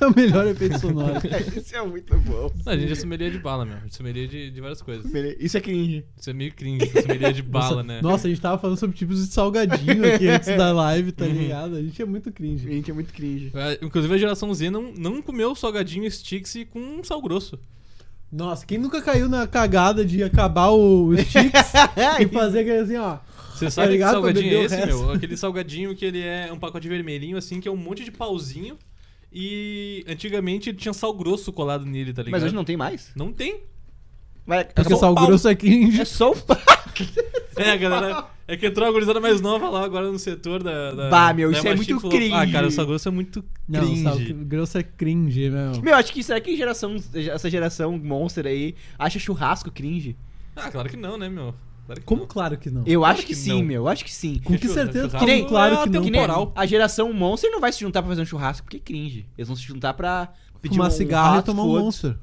Speaker 2: É o melhor efeito sonoro.
Speaker 1: Isso é muito bom.
Speaker 3: Não, a gente é sommelier de bala, meu. A gente é sommelier de, de várias coisas.
Speaker 1: Sommelier- Isso é cringe.
Speaker 3: Isso é meio cringe, sommelier de bala,
Speaker 2: nossa,
Speaker 3: né?
Speaker 2: nossa, a gente tava falando sobre tipos de salgadinho aqui antes da live,
Speaker 3: Uhum.
Speaker 2: tá ligado? A gente é muito cringe.
Speaker 1: Gente, é muito cringe.
Speaker 3: É, Inclusive a geração Z não, não comeu salgadinho Sticks e com sal grosso.
Speaker 2: Nossa, quem nunca caiu na cagada de acabar o, o Sticks e fazer aquele assim, ó.
Speaker 3: Você sabe
Speaker 2: ligado?
Speaker 3: que
Speaker 2: Pra
Speaker 3: salgadinho é
Speaker 2: beber o
Speaker 3: esse,
Speaker 2: resto.
Speaker 3: meu? Aquele salgadinho que ele é um pacote vermelhinho, assim, que é um monte de pauzinho. E antigamente ele tinha sal grosso colado nele, tá ligado?
Speaker 1: Mas hoje não tem mais?
Speaker 3: Não tem.
Speaker 1: Vai,
Speaker 2: Porque
Speaker 1: acabou
Speaker 2: sal
Speaker 1: o pau.
Speaker 2: grosso é cringe.
Speaker 1: É só o pau.
Speaker 3: É, a galera. É que entrou a gurizada mais nova lá agora no setor da. da
Speaker 1: Bah, meu,
Speaker 3: da
Speaker 1: isso é
Speaker 3: Machine
Speaker 1: muito
Speaker 3: falou, Ah, cara, o
Speaker 1: cringe."
Speaker 3: sal grosso é muito
Speaker 2: Não,
Speaker 3: cringe.
Speaker 2: sal grosso é cringe, meu.
Speaker 1: Meu, acho que será que geração, essa geração monster aí acha churrasco cringe?
Speaker 3: Ah, claro que não, né, meu? Claro que
Speaker 2: Como
Speaker 3: não.
Speaker 2: claro que não?
Speaker 1: Eu
Speaker 3: Claro
Speaker 1: acho que,
Speaker 3: que
Speaker 1: sim,
Speaker 3: não.
Speaker 1: meu. Eu acho que sim.
Speaker 2: Com que
Speaker 3: Fechou,
Speaker 2: certeza?
Speaker 3: fechou.
Speaker 2: Como
Speaker 1: Que nem-
Speaker 2: claro que
Speaker 3: Ah,
Speaker 2: não.
Speaker 1: Que nem
Speaker 3: Temporal.
Speaker 1: a geração monster não vai se juntar pra fazer um churrasco porque é cringe. Eles vão se juntar pra pedir
Speaker 2: Fumar
Speaker 1: um
Speaker 2: cigarro e
Speaker 1: rato,
Speaker 2: tomar um
Speaker 1: foda-se.
Speaker 2: monstro.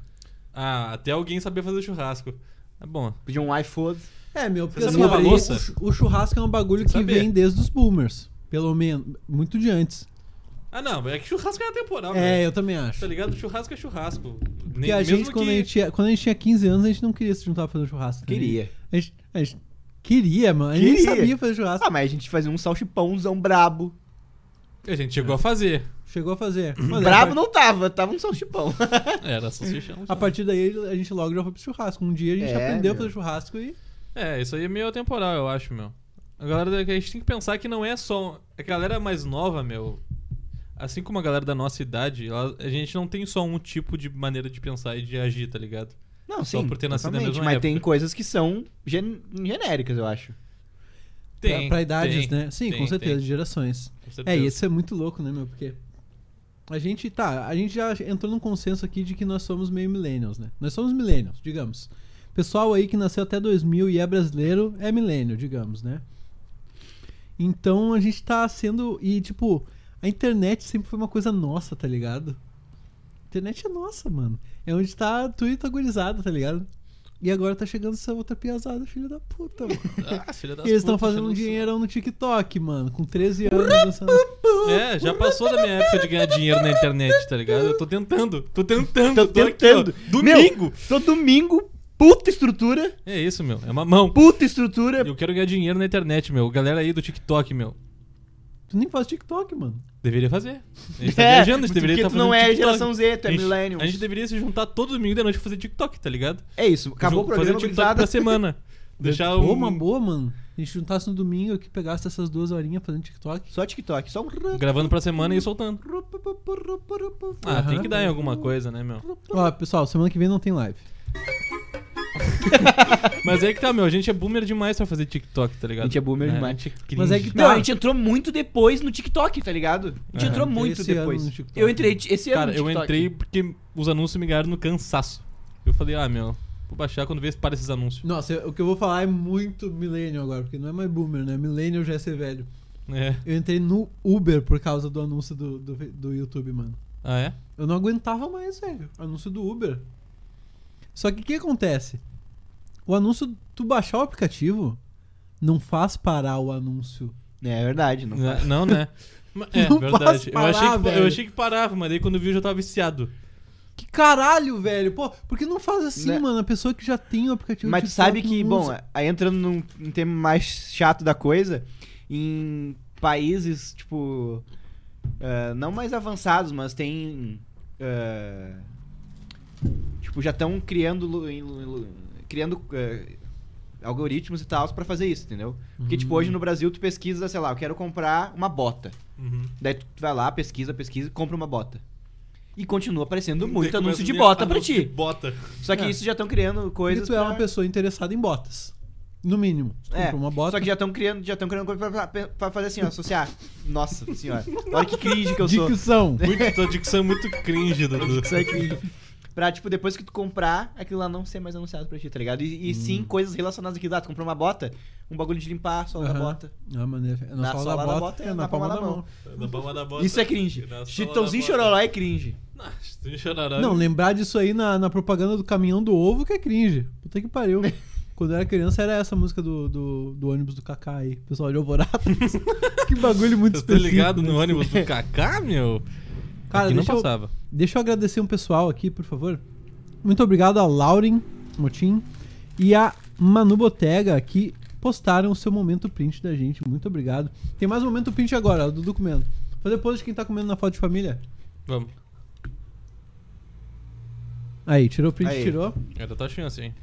Speaker 3: Ah, até alguém sabia fazer churrasco. Tá bom.
Speaker 1: Pedir um iPhone.
Speaker 2: É, meu, porque
Speaker 3: Você
Speaker 2: assim,
Speaker 3: sabe lavar
Speaker 2: aí,
Speaker 3: louça?
Speaker 2: o, o churrasco é um bagulho que
Speaker 3: Tem que saber.
Speaker 2: vem desde os boomers. Pelo menos. Muito de antes.
Speaker 3: Ah, não, é que churrasco é atemporal,
Speaker 2: É,
Speaker 3: né?
Speaker 2: eu também acho.
Speaker 3: Tá ligado? Churrasco é churrasco.
Speaker 2: Porque
Speaker 3: Nem,
Speaker 2: a gente,
Speaker 3: mesmo
Speaker 2: quando, a
Speaker 3: que-
Speaker 2: gente tinha, quando a gente tinha 15 anos, a gente não queria se juntar pra fazer um churrasco. também.
Speaker 1: Queria.
Speaker 2: A gente, a gente queria, mano. A gente nem
Speaker 1: Queria.
Speaker 2: sabia fazer churrasco.
Speaker 1: Ah, mas a gente fazia um salchipãozão brabo.
Speaker 3: A gente chegou a fazer.
Speaker 2: Chegou a fazer. Mas
Speaker 1: brabo
Speaker 2: a, par-
Speaker 1: não tava, tava um salchipão.
Speaker 3: Era salsichão.
Speaker 2: a partir daí, a gente logo já foi pro churrasco. Um dia a gente
Speaker 1: É,
Speaker 2: aprendeu a
Speaker 1: meu.
Speaker 2: fazer churrasco e...
Speaker 3: É, isso aí é meio atemporal, eu acho, meu. Agora a gente tem que pensar que não é só. A galera mais nova, meu. Assim como a galera da nossa idade, ela- a gente não tem só um tipo de maneira de pensar e de agir, tá ligado?
Speaker 1: Não,
Speaker 3: Só
Speaker 1: sim,
Speaker 3: por ter nascido na
Speaker 1: totalmente,
Speaker 3: mesma
Speaker 1: Mas
Speaker 3: época.
Speaker 1: tem coisas que são gen- genéricas, eu acho.
Speaker 3: Tem.
Speaker 2: pra, pra idades,
Speaker 3: tem,
Speaker 2: né? Sim,
Speaker 3: tem,
Speaker 2: com certeza,
Speaker 3: tem,
Speaker 2: gerações.
Speaker 3: com certeza.
Speaker 2: É, e isso é muito louco, né, meu? Porque a gente, tá, a gente já entrou num consenso aqui de que nós somos meio millennials, né? Nós somos millennials, digamos. Pessoal aí que nasceu até 2000 e é brasileiro é millennial, digamos, né? Então a gente tá sendo e tipo, a internet sempre foi uma coisa nossa, tá ligado? Internet é nossa, mano. É onde tá tudo agorizado, tá ligado? E agora tá chegando essa outra piazada, filho da puta, mano.
Speaker 3: Ah, filha das
Speaker 2: E eles estão
Speaker 3: putas,
Speaker 2: fazendo um
Speaker 3: eu não Uhum. sou-
Speaker 2: dinheirão no TikTok, mano, com 13 anos dançando.
Speaker 3: É, já passou da minha época de ganhar dinheiro na internet, tá ligado? Eu tô tentando, tô tentando,
Speaker 1: Tô
Speaker 3: aqui,
Speaker 1: tentando.
Speaker 3: ó, domingo!
Speaker 1: Meu, tô domingo, puta estrutura,
Speaker 3: É isso, meu. É mamão.
Speaker 1: puta estrutura.
Speaker 3: Eu quero ganhar dinheiro na internet, meu. Galera aí do TikTok, meu.
Speaker 2: Tu nem faz TikTok, mano.
Speaker 3: Deveria fazer. A gente tá
Speaker 1: É,
Speaker 3: viajando, a gente deveria
Speaker 1: porque
Speaker 3: estar
Speaker 1: tu não é
Speaker 3: TikTok.
Speaker 1: geração Z, tu é
Speaker 3: A gente-
Speaker 1: millennial.
Speaker 3: A gente deveria se juntar todo domingo de noite pra fazer TikTok, tá ligado?
Speaker 1: É isso, acabou o
Speaker 3: Jun-
Speaker 1: programa,
Speaker 3: Fazer TikTok
Speaker 1: gurizada.
Speaker 3: pra semana. Deixar
Speaker 2: Pô,
Speaker 3: um...
Speaker 2: uma boa, mano. A gente juntasse no domingo aqui, pegasse essas duas horinhas fazendo TikTok.
Speaker 1: Só TikTok, só um...
Speaker 3: Gravando pra semana e ir soltando. Ah, tem que dar em alguma coisa, né, meu?
Speaker 2: Ó, pessoal, semana que vem não tem live.
Speaker 3: Mas é que tá, meu. A gente é boomer demais pra fazer TikTok, tá ligado?
Speaker 1: A gente é boomer demais.
Speaker 3: a gente é
Speaker 2: Mas é
Speaker 3: cringe.
Speaker 2: que
Speaker 1: Não,
Speaker 2: tá.
Speaker 1: a gente entrou muito depois no TikTok, tá ligado? A gente
Speaker 3: Aham.
Speaker 1: entrou muito
Speaker 2: Esse ano
Speaker 1: depois.
Speaker 2: no TikTok.
Speaker 1: Eu entrei t- esse ano
Speaker 3: Cara,
Speaker 1: no
Speaker 3: eu
Speaker 1: um TikTok.
Speaker 3: entrei porque os anúncios me ganharam no cansaço. Eu falei, ah, meu, vou baixar quando ver se para esses anúncios.
Speaker 2: Nossa, eu- o que eu vou falar é muito millennial agora, porque não é mais boomer, né? Millennial já é ser velho.
Speaker 3: É.
Speaker 2: Eu entrei no Uber por causa do anúncio do, do, do YouTube, mano.
Speaker 3: Ah, é?
Speaker 2: Eu não aguentava mais, velho. Anúncio do Uber. Só que o que acontece? O anúncio, tu baixar o aplicativo, não faz parar o anúncio.
Speaker 1: É verdade, não.
Speaker 3: Não, não, né? Ma- É,
Speaker 2: Não faço
Speaker 3: verdade. Eu
Speaker 2: parar,
Speaker 3: achei, que, eu
Speaker 2: velho.
Speaker 3: achei que parava, mas daí quando viu eu já tava viciado.
Speaker 2: Que caralho, velho. Pô, por que não faz assim,
Speaker 1: Né?
Speaker 2: mano? A pessoa que já tem o aplicativo.
Speaker 1: Mas tu
Speaker 2: TikTok
Speaker 1: sabe que,
Speaker 2: não
Speaker 1: bom,
Speaker 2: Tipo,
Speaker 1: é
Speaker 2: usa.
Speaker 1: aí entrando num, num tema mais chato da coisa, em países, tipo, eh, não mais avançados, mas tem. eh, tipo, já estão criando, lu- em lu- em lu- criando eh, algoritmos e tal pra fazer isso, entendeu? Porque, tipo, hoje no
Speaker 2: Hum.
Speaker 1: Brasil tu pesquisa, sei lá, eu quero comprar uma bota. Daí tu vai lá, pesquisa, pesquisa e compra uma bota. E continua aparecendo muito anúncio de bota pra ti.
Speaker 3: bota.
Speaker 1: Só que
Speaker 2: É.
Speaker 1: isso já estão criando
Speaker 2: Porque
Speaker 1: coisas.
Speaker 2: tu é uma
Speaker 1: pra-
Speaker 2: pessoa interessada em botas. No mínimo. Tu
Speaker 1: É,
Speaker 2: comprou uma bota.
Speaker 1: Só que já estão criando, já estão criando coisa pra, pra- pra fazer assim, ó, associar. Nossa senhora. Olha que cringe que eu sou.
Speaker 2: Dicção.
Speaker 3: Muito, tua dicção é muito cringe, Dudu.
Speaker 1: Isso é cringe. Pra Pra, tipo, depois que tu comprar, aquilo lá não ser mais anunciado pra ti, tá ligado? E, e sim, coisas relacionadas àquilo lá. Tu comprou uma bota, um bagulho de limpar a sola da
Speaker 2: Aham.
Speaker 1: bota.
Speaker 2: Ah, maneiro. É
Speaker 1: Na
Speaker 2: Na sola
Speaker 1: sola
Speaker 2: da
Speaker 1: da
Speaker 2: bota,
Speaker 1: botão,
Speaker 2: é na palma da mão.
Speaker 3: Na palma da bota.
Speaker 1: Isso é cringe.
Speaker 3: Na sola da
Speaker 1: Chitãozinho
Speaker 3: bota.
Speaker 1: Chororó é cringe.
Speaker 3: Não, Chitãozinho Chororó.
Speaker 2: Não, lembrar disso aí na, na propaganda do caminhão do ovo que é cringe. Puta que pariu. Quando eu era criança era essa música do, do, do ônibus do Kaká aí. Pessoal de Alvorada. que bagulho muito
Speaker 3: Você tá
Speaker 2: específico.
Speaker 3: ligado
Speaker 2: né?
Speaker 3: no ônibus do Kaká, meu?
Speaker 2: Cara,
Speaker 3: Aqui não
Speaker 2: deixa eu-
Speaker 3: passava.
Speaker 2: Deixa eu agradecer um pessoal aqui, por favor. Muito obrigado a Lauren Motim e a Manu Botega que postaram o seu momento print da gente. Muito obrigado. Tem mais um momento print agora, do documento. Fazer pose de quem tá comendo na foto de família.
Speaker 3: Vamos.
Speaker 2: Aí, tirou o print,
Speaker 1: Aí.
Speaker 2: tirou.
Speaker 3: Era É tua chance, hein?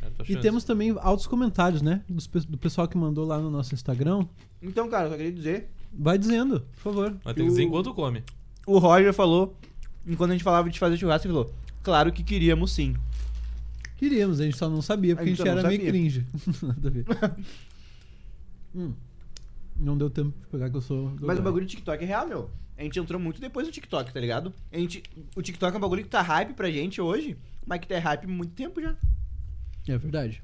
Speaker 3: Era tua
Speaker 2: E
Speaker 3: chance.
Speaker 2: temos também altos comentários, né? Dos pe- do pessoal que mandou lá no nosso Instagram.
Speaker 1: Então, cara, eu só queria dizer.
Speaker 2: Vai dizendo, por favor.
Speaker 3: Mas tem que dizer
Speaker 1: o-
Speaker 3: enquanto come.
Speaker 1: O Roger falou, enquanto a gente falava de fazer churrasco, ele falou: Claro que queríamos sim.
Speaker 2: Queríamos, a gente só não sabia, porque a
Speaker 1: A
Speaker 2: gente,
Speaker 1: gente só não
Speaker 2: era meio
Speaker 1: sabia.
Speaker 2: cringe. Nada a ver. Hum. Não deu tempo de pegar que eu sou.
Speaker 1: Mas
Speaker 2: Godoy.
Speaker 1: o bagulho do TikTok é real, meu. A gente entrou muito depois do TikTok, tá ligado? A gente, o TikTok é um bagulho que tá hype pra gente hoje, mas que tá hype há muito tempo já.
Speaker 2: É verdade.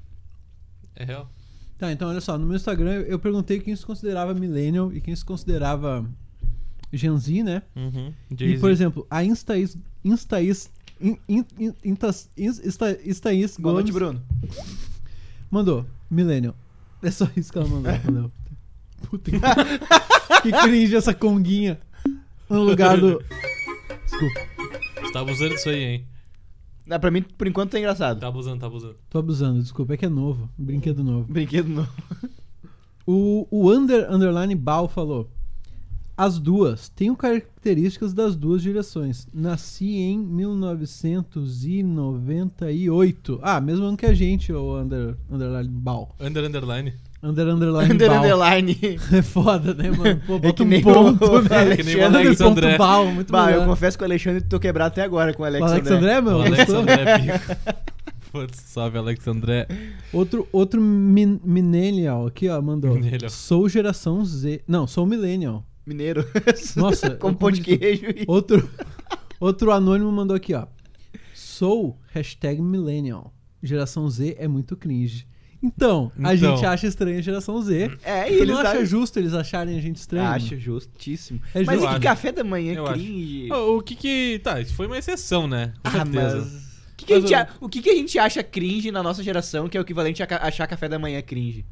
Speaker 3: É real.
Speaker 2: Tá, então olha só, no meu Instagram eu- eu perguntei quem se considerava millennial e quem se considerava Gen Z, né?
Speaker 3: Uhum.
Speaker 2: E, por exemplo, a Instaís. Instaís. In, in, in, Intas- Ins- Insta- Instaís
Speaker 1: Boa noite,
Speaker 2: Gomes
Speaker 1: Bruno.
Speaker 2: mandou. Millennial. É só isso que ela mandou. Valeu. Puta que. que cringe essa conguinha. No lugar do. Desculpa,
Speaker 3: Você tá abusando disso aí, hein?
Speaker 1: Ah, pra mim, por enquanto, tá engraçado.
Speaker 3: Tá abusando, tá abusando.
Speaker 2: tô abusando, desculpa, é que é novo. Brinquedo novo.
Speaker 1: Brinquedo novo.
Speaker 2: O, o Under Underline Bal falou: As duas. Tenho características das duas direções. Nasci em 1998. Ah, mesmo ano que a gente, o Under Underline Bal.
Speaker 3: Under, underline.
Speaker 2: Under Underline
Speaker 1: Under
Speaker 2: Bal.
Speaker 1: underline. É
Speaker 2: É foda, né, mano? Pô, bota
Speaker 1: que
Speaker 2: um
Speaker 1: nem
Speaker 2: ponto,
Speaker 1: o
Speaker 2: né?
Speaker 1: Alex-
Speaker 3: que nem o
Speaker 2: Under
Speaker 3: Alex
Speaker 2: ponto
Speaker 3: André.
Speaker 2: Bal, muito
Speaker 1: Bah, eu
Speaker 2: melhor.
Speaker 1: confesso que o Alexandre tô quebrado até agora com o né?
Speaker 2: O
Speaker 1: Alex,
Speaker 2: Alex
Speaker 1: André.
Speaker 2: André, meu?
Speaker 3: Alex
Speaker 2: gostou?
Speaker 3: André Pico. Putz, salve, Alex André.
Speaker 2: Outro, outro min millennial aqui, ó, mandou.
Speaker 3: Millennial.
Speaker 2: Sou geração Z. Não, sou millennial.
Speaker 1: Mineiro.
Speaker 2: é- Nossa, eu
Speaker 1: Com pão de
Speaker 2: confundi
Speaker 1: queijo e...
Speaker 2: Outro, outro anônimo mandou aqui, ó. Sou hashtag millennial. Geração Z é muito cringe. Então, a
Speaker 3: Então.
Speaker 2: gente acha estranho a geração Z.
Speaker 1: É,
Speaker 2: Tu
Speaker 1: e ele
Speaker 2: não
Speaker 1: tá...
Speaker 2: acha justo eles acharem a gente estranho?
Speaker 1: Acho justíssimo.
Speaker 2: É
Speaker 1: mas
Speaker 2: justo.
Speaker 1: é que café da manhã
Speaker 3: Eu acho.
Speaker 1: cringe.
Speaker 3: Ô, o que que... Tá, isso foi uma exceção, né? Com
Speaker 1: Ah,
Speaker 3: certeza.
Speaker 1: mas... O, que, que a
Speaker 3: Mas
Speaker 1: gente
Speaker 3: eu-
Speaker 1: a- o que, que a gente acha cringe na nossa geração que é o equivalente a ca- achar café da manhã cringe?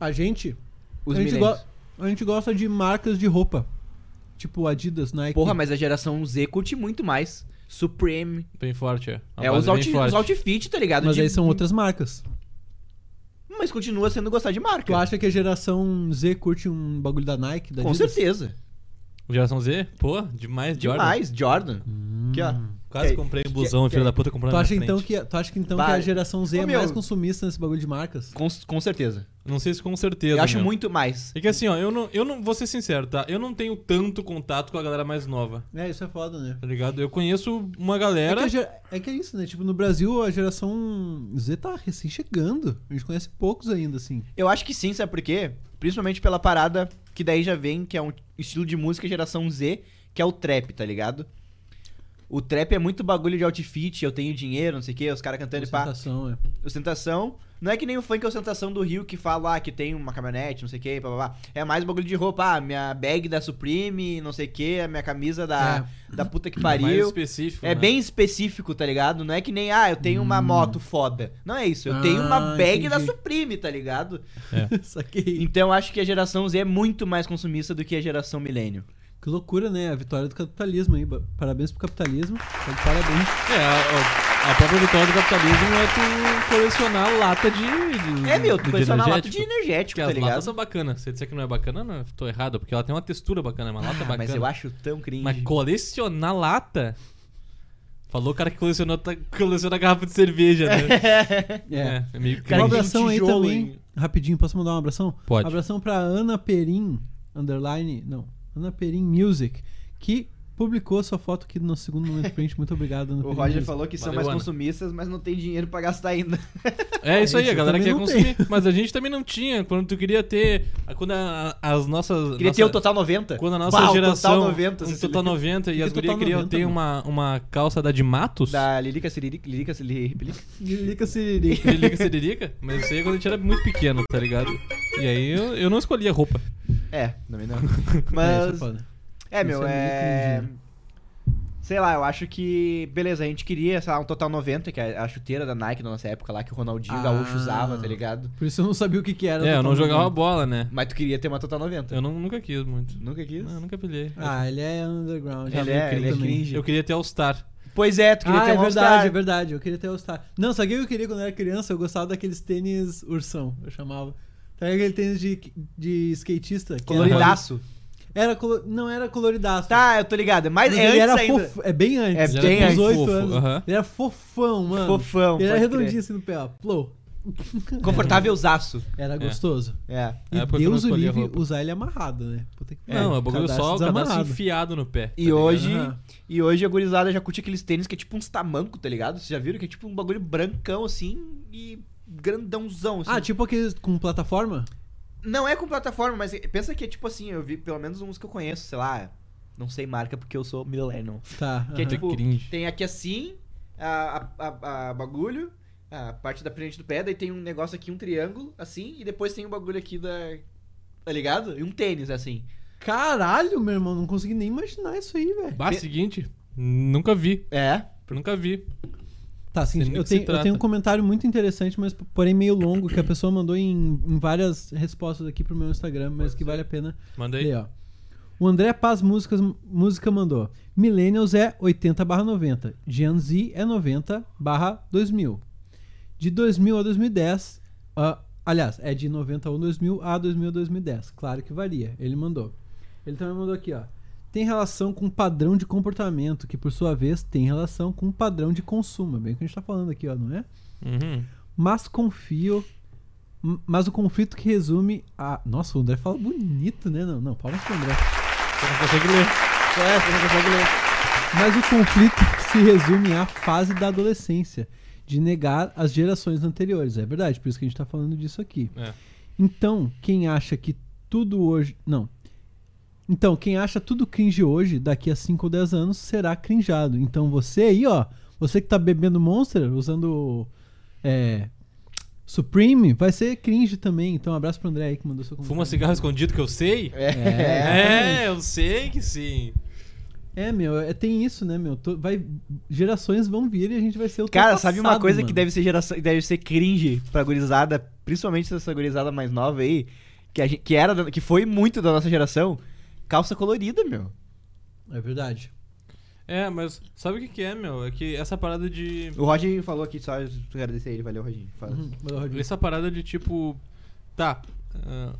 Speaker 2: A gente,
Speaker 1: Os
Speaker 2: a, gente
Speaker 1: millennials.
Speaker 2: go- a gente gosta de marcas de roupa. Tipo Adidas, Nike.
Speaker 1: Porra, mas a geração Z curte muito mais. Supreme.
Speaker 3: Bem forte, é.
Speaker 2: Ah,
Speaker 3: A
Speaker 1: é
Speaker 3: base
Speaker 1: os,
Speaker 3: bem
Speaker 1: out,
Speaker 3: forte.
Speaker 1: os outfit, tá ligado?
Speaker 2: Mas
Speaker 1: De-
Speaker 2: aí são outras marcas.
Speaker 1: Mas continua sendo gostar de marca.
Speaker 2: Tu acha que a geração Z curte um bagulho da Nike, da
Speaker 1: Com
Speaker 2: Adidas?
Speaker 1: certeza.
Speaker 3: Geração Z? Pô, demais, Jordan.
Speaker 1: Demais, Jordan. Aqui, ó.
Speaker 2: Hum.
Speaker 3: Quase
Speaker 1: Que-
Speaker 3: comprei um
Speaker 1: que-
Speaker 3: blusão,
Speaker 1: que-
Speaker 3: filho da puta, comprando
Speaker 2: Tu
Speaker 3: na
Speaker 2: acha,
Speaker 3: minha
Speaker 2: então
Speaker 3: frente.
Speaker 2: que, tu acha que, então que
Speaker 1: Vai.
Speaker 2: a geração Z
Speaker 1: Ô,
Speaker 2: é
Speaker 1: meu.
Speaker 2: mais consumista nesse bagulho de marcas?
Speaker 1: Com, com certeza.
Speaker 3: Não sei se com certeza,
Speaker 1: Eu acho
Speaker 3: meu.
Speaker 1: muito mais.
Speaker 3: É que assim, ó, eu não, eu não vou ser sincero, tá? Eu não tenho tanto contato com a galera mais nova,
Speaker 2: É, isso é foda, né?
Speaker 3: tá ligado? Eu conheço uma
Speaker 2: É que,
Speaker 3: galera.
Speaker 2: a gera- é que é isso, né? Tipo, no Brasil a geração Z tá recém chegando. A gente conhece poucos ainda, assim.
Speaker 1: Eu acho que sim, sabe por quê? Principalmente pela parada que daí já vem, que é um estilo de música geração Z, que é o trap, tá ligado? O trap é muito bagulho de outfit, eu tenho dinheiro, não sei o quê, os caras cantando e pá.
Speaker 2: Ostentação, é.
Speaker 1: Ostentação. Não é que nem o funk ostentação do Rio que fala ah, que tem uma caminhonete, não sei o que, blá, blá, blá. É mais bagulho de roupa. Ah, minha bag da Supreme, não sei o que, a minha camisa da, da puta que
Speaker 3: mais
Speaker 1: pariu.
Speaker 3: específico.
Speaker 1: É
Speaker 3: né?
Speaker 1: bem específico, tá ligado? Não é que nem, ah, eu tenho uma moto foda. Não é isso, eu tenho uma
Speaker 2: Ah,
Speaker 1: bag
Speaker 2: entendi.
Speaker 1: da Supreme, tá ligado?
Speaker 2: Saquei.
Speaker 1: Então eu acho que a geração Z é muito mais consumista do que a geração milênio.
Speaker 2: Que loucura, né? A vitória do capitalismo aí. Ba- Parabéns pro capitalismo. Tá de Parabéns.
Speaker 3: É, a, a- a própria vitória do capitalismo é tu colecionar lata de. de-
Speaker 1: É, meu, tu
Speaker 3: de
Speaker 1: coleciona lata
Speaker 3: Hum, energético.
Speaker 1: de energético, tá
Speaker 3: Porque as latas
Speaker 1: ligado?
Speaker 3: são bacanas. Se você disser que não é bacana, não, eu tô errado, porque ela tem uma textura bacana, é uma lata
Speaker 1: Ah,
Speaker 3: bacana.
Speaker 1: mas eu acho tão cringe.
Speaker 3: Mas colecionar lata? Falou o cara que colecionou, ta- coleciona garrafa de cerveja, né?
Speaker 2: É.
Speaker 3: é meio
Speaker 1: Cara,
Speaker 2: Um
Speaker 1: de
Speaker 3: cringe.
Speaker 2: abração aí
Speaker 1: tijolo,
Speaker 2: também.
Speaker 1: hein?
Speaker 2: Rapidinho, posso mandar um abração?
Speaker 3: Pode.
Speaker 2: Abração pra Ana Perim, underline. Não, Ana Perim Music. Que publicou sua foto aqui no segundo momento print. Muito obrigado. Ana
Speaker 1: O Roger
Speaker 2: Fernandes.
Speaker 1: falou que são
Speaker 3: Valeu,
Speaker 1: mais
Speaker 3: Ana.
Speaker 1: consumistas, mas não tem dinheiro pra gastar ainda.
Speaker 3: É isso aí,
Speaker 2: gente,
Speaker 3: a
Speaker 2: eu
Speaker 3: galera
Speaker 2: também
Speaker 3: quer
Speaker 2: não tenho.
Speaker 3: consumir. Mas a gente também não tinha. Quando tu queria ter. Quando a- as nossas.
Speaker 1: Queria
Speaker 3: nossa-
Speaker 1: ter o Total 90.
Speaker 3: Quando a nossa
Speaker 1: Bah, o
Speaker 3: geração.
Speaker 1: Total 90,
Speaker 3: um
Speaker 1: Cecília.
Speaker 3: total 90 e
Speaker 2: que
Speaker 3: as
Speaker 2: Total
Speaker 3: gurias queriam
Speaker 2: 90,
Speaker 3: ter
Speaker 2: mano?
Speaker 3: uma, uma calça da de Matos.
Speaker 1: Da Lirica Siririca, Lirica Siririca.
Speaker 2: Lilica
Speaker 1: É,
Speaker 2: Siririca.
Speaker 3: Lilica Siririca. Mas isso aí é quando a gente era muito pequeno, tá ligado? E aí eu, eu não escolhia roupa.
Speaker 1: É, também não.
Speaker 2: É, isso
Speaker 1: Mas.
Speaker 2: foda.
Speaker 1: É, meu,
Speaker 2: Isso é
Speaker 1: é.
Speaker 2: muito
Speaker 1: Sei lá, eu acho que. Beleza, a gente queria, sei lá, um Total 90, que é a chuteira da Nike na nossa época lá, que o Ronaldinho
Speaker 2: Ah.
Speaker 1: Gaúcho usava, tá ligado?
Speaker 2: Por isso eu não sabia o que, que era.
Speaker 3: É, eu não
Speaker 2: totalmente.
Speaker 3: jogava bola, né?
Speaker 1: Mas tu queria ter uma Total 90.
Speaker 3: Eu não- nunca quis muito.
Speaker 1: Nunca quis?
Speaker 3: Não, eu nunca pilhei.
Speaker 2: Ah, ele é underground.
Speaker 1: Ele
Speaker 2: já
Speaker 1: é,
Speaker 2: vi
Speaker 1: ele é
Speaker 2: também.
Speaker 1: cringe.
Speaker 3: Eu queria ter All Star.
Speaker 1: Pois é, tu queria
Speaker 2: Ah,
Speaker 1: ter
Speaker 2: é
Speaker 1: uma
Speaker 2: verdade, é
Speaker 1: All-Star.
Speaker 2: verdade. Eu queria ter All-Star. Não, sabia o que eu queria quando eu era criança? Eu gostava daqueles tênis ursão, eu chamava. Então, era aquele tênis de, de skatista. que era-
Speaker 1: Coloridaço.
Speaker 2: Era colo- Não era coloridaço.
Speaker 1: Tá, eu tô ligado. É mais
Speaker 2: Mas
Speaker 1: é
Speaker 2: ele
Speaker 1: antes
Speaker 2: era
Speaker 1: ainda.
Speaker 2: fofo. É bem antes.
Speaker 1: É
Speaker 2: Ele
Speaker 1: bem
Speaker 2: era
Speaker 1: antes.
Speaker 2: 18
Speaker 3: Fofo,
Speaker 2: anos.
Speaker 3: aham.
Speaker 2: Ele era fofão, mano.
Speaker 1: Fofão,
Speaker 2: Ele era
Speaker 1: pode
Speaker 2: redondinho
Speaker 1: crer.
Speaker 2: assim no pé, ó. Plô.
Speaker 1: Confortávelzaço.
Speaker 2: Era gostoso.
Speaker 1: É.
Speaker 2: E
Speaker 3: É, porque eu não
Speaker 2: Deus o
Speaker 3: escolhi a
Speaker 2: livre
Speaker 3: roupa.
Speaker 2: usar ele amarrado, né? Puta que
Speaker 3: Não, é bagulho
Speaker 2: Cadastro
Speaker 3: só o cadastro
Speaker 2: desamarrado.
Speaker 3: enfiado no pé.
Speaker 1: E hoje,
Speaker 2: Aham.
Speaker 1: e hoje a gurizada já curte aqueles tênis que é tipo uns tamancos, tá ligado? Vocês já viram? Que é tipo um bagulho brancão, assim, e grandãozão, assim.
Speaker 2: Ah, tipo aqueles com plataforma?
Speaker 1: Não é com plataforma, mas pensa que é tipo assim, eu vi pelo menos uns que eu conheço, sei lá, não sei marca porque eu sou millennial.
Speaker 2: Tá.
Speaker 1: Que é
Speaker 2: aham.
Speaker 1: tipo,
Speaker 3: Cringe.
Speaker 1: tem aqui assim, a, a, a- a bagulho, a parte da frente do pé, daí tem um negócio aqui, um triângulo, assim, e depois tem um bagulho aqui da... Tá ligado? E um tênis, assim.
Speaker 2: Caralho, meu irmão, não consegui nem imaginar isso aí, velho.
Speaker 3: Bah, seguinte, nunca vi.
Speaker 1: É.
Speaker 3: Nunca vi.
Speaker 2: Tá, sim,
Speaker 3: Sei nem
Speaker 2: eu,
Speaker 3: do que se
Speaker 2: tenho, eu
Speaker 3: trata.
Speaker 2: tenho um comentário muito interessante, mas porém meio longo, que a pessoa mandou em, em várias respostas aqui pro meu Instagram, mas que vale a pena
Speaker 3: Manda aí.
Speaker 2: ler, ó. O André Paz Músicas, Música mandou. Millennials é 80 barra 90. Gen Z é 90 barra 2000. De 2000 a 2010... ah, aliás, é de 91 2000 a 2000 2010. Claro que varia. Ele mandou. Ele também mandou aqui, ó. Tem relação com padrão de comportamento, que por sua vez tem relação com padrão de consumo. É bem o que a gente tá falando aqui, ó, não é?
Speaker 3: Uhum.
Speaker 2: Mas confio. m- Mas o conflito que resume a. Nossa, o André fala bonito, né? Não, não, palmas pro André.
Speaker 3: Você não consegue ler.
Speaker 1: É, você não consegue ler.
Speaker 2: Mas o conflito se resume à fase da adolescência, de negar as gerações anteriores. É verdade, por isso que a gente tá falando disso aqui.
Speaker 3: É.
Speaker 2: Então, quem acha que tudo hoje. Não. Então, quem acha tudo cringe hoje, daqui a 5 ou 10 anos, será cringeado. Então você aí, ó, você que tá bebendo Monster, usando. É. Supreme, vai ser cringe também. Então, um abraço pro André aí que mandou seu comentário.
Speaker 3: Fuma cigarro escondido que eu sei?
Speaker 2: É.
Speaker 3: É, eu sei que sim.
Speaker 2: É, meu, é, tem isso, né, meu? To- vai, gerações vão vir e a gente vai ser o
Speaker 1: Cara, sabe uma coisa que deve ser geração, deve ser cringe pra gurizada, principalmente essa gurizada mais nova aí, que, a gente- que era, da- que foi muito da nossa geração, calça colorida, meu.
Speaker 2: É verdade.
Speaker 3: É, mas sabe o que, que é, meu? É que essa parada de.
Speaker 1: O Roger falou aqui, só eu agradecer a ele, valeu, Roginho. Fala.
Speaker 2: Uhum, valeu, Rodrigo.
Speaker 3: Essa parada de tipo. Tá. ah,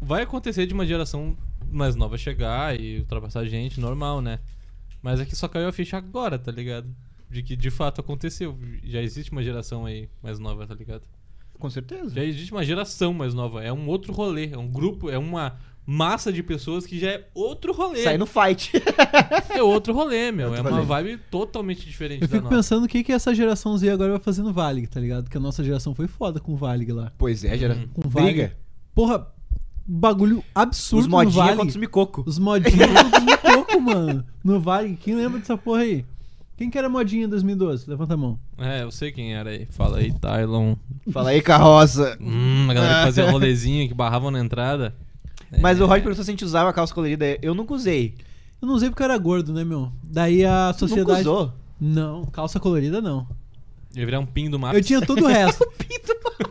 Speaker 3: vai acontecer de uma geração mais nova chegar e ultrapassar a gente, normal, né? Mas é que só caiu a ficha agora, tá ligado? De que de fato aconteceu. Já existe uma geração aí mais nova, tá ligado?
Speaker 1: Com certeza.
Speaker 3: Já existe uma geração mais nova. É um outro rolê. É um grupo, é uma massa de pessoas que já é outro rolê.
Speaker 1: Sai no fight.
Speaker 3: É outro rolê, meu.
Speaker 1: Outro
Speaker 3: é uma
Speaker 1: rolê.
Speaker 3: vibe totalmente diferente
Speaker 2: Eu
Speaker 3: da
Speaker 2: fico
Speaker 3: nossa.
Speaker 2: pensando o que, que essa geração Z agora vai fazer no Valig, tá ligado? Que a nossa geração foi foda com o Valig lá.
Speaker 1: pois é, gera.
Speaker 3: Hum.
Speaker 2: Com o Valig.
Speaker 1: Briga.
Speaker 2: Porra, bagulho absurdo
Speaker 1: Os modinha
Speaker 2: no Valig.
Speaker 1: contra os micoco.
Speaker 2: Os modinhos contra os micoco, mano. No Valig. Quem lembra dessa porra aí? Quem que era modinha em 2012? Levanta a mão.
Speaker 3: É, eu sei quem era aí. Fala aí, Tylon.
Speaker 1: Fala aí, carroça.
Speaker 3: Hum, a
Speaker 2: É.
Speaker 3: galera que fazia rolezinho, que barravam na entrada. É,
Speaker 1: Mas o Roger perguntou se a gente usava calça colorida. Eu nunca usei.
Speaker 2: Eu não usei porque eu era gordo, né, meu? Daí a sociedade.
Speaker 1: Nunca usou.
Speaker 2: Não, calça colorida não.
Speaker 3: Ia virar um pin do mapa.
Speaker 2: Eu tinha todo o resto.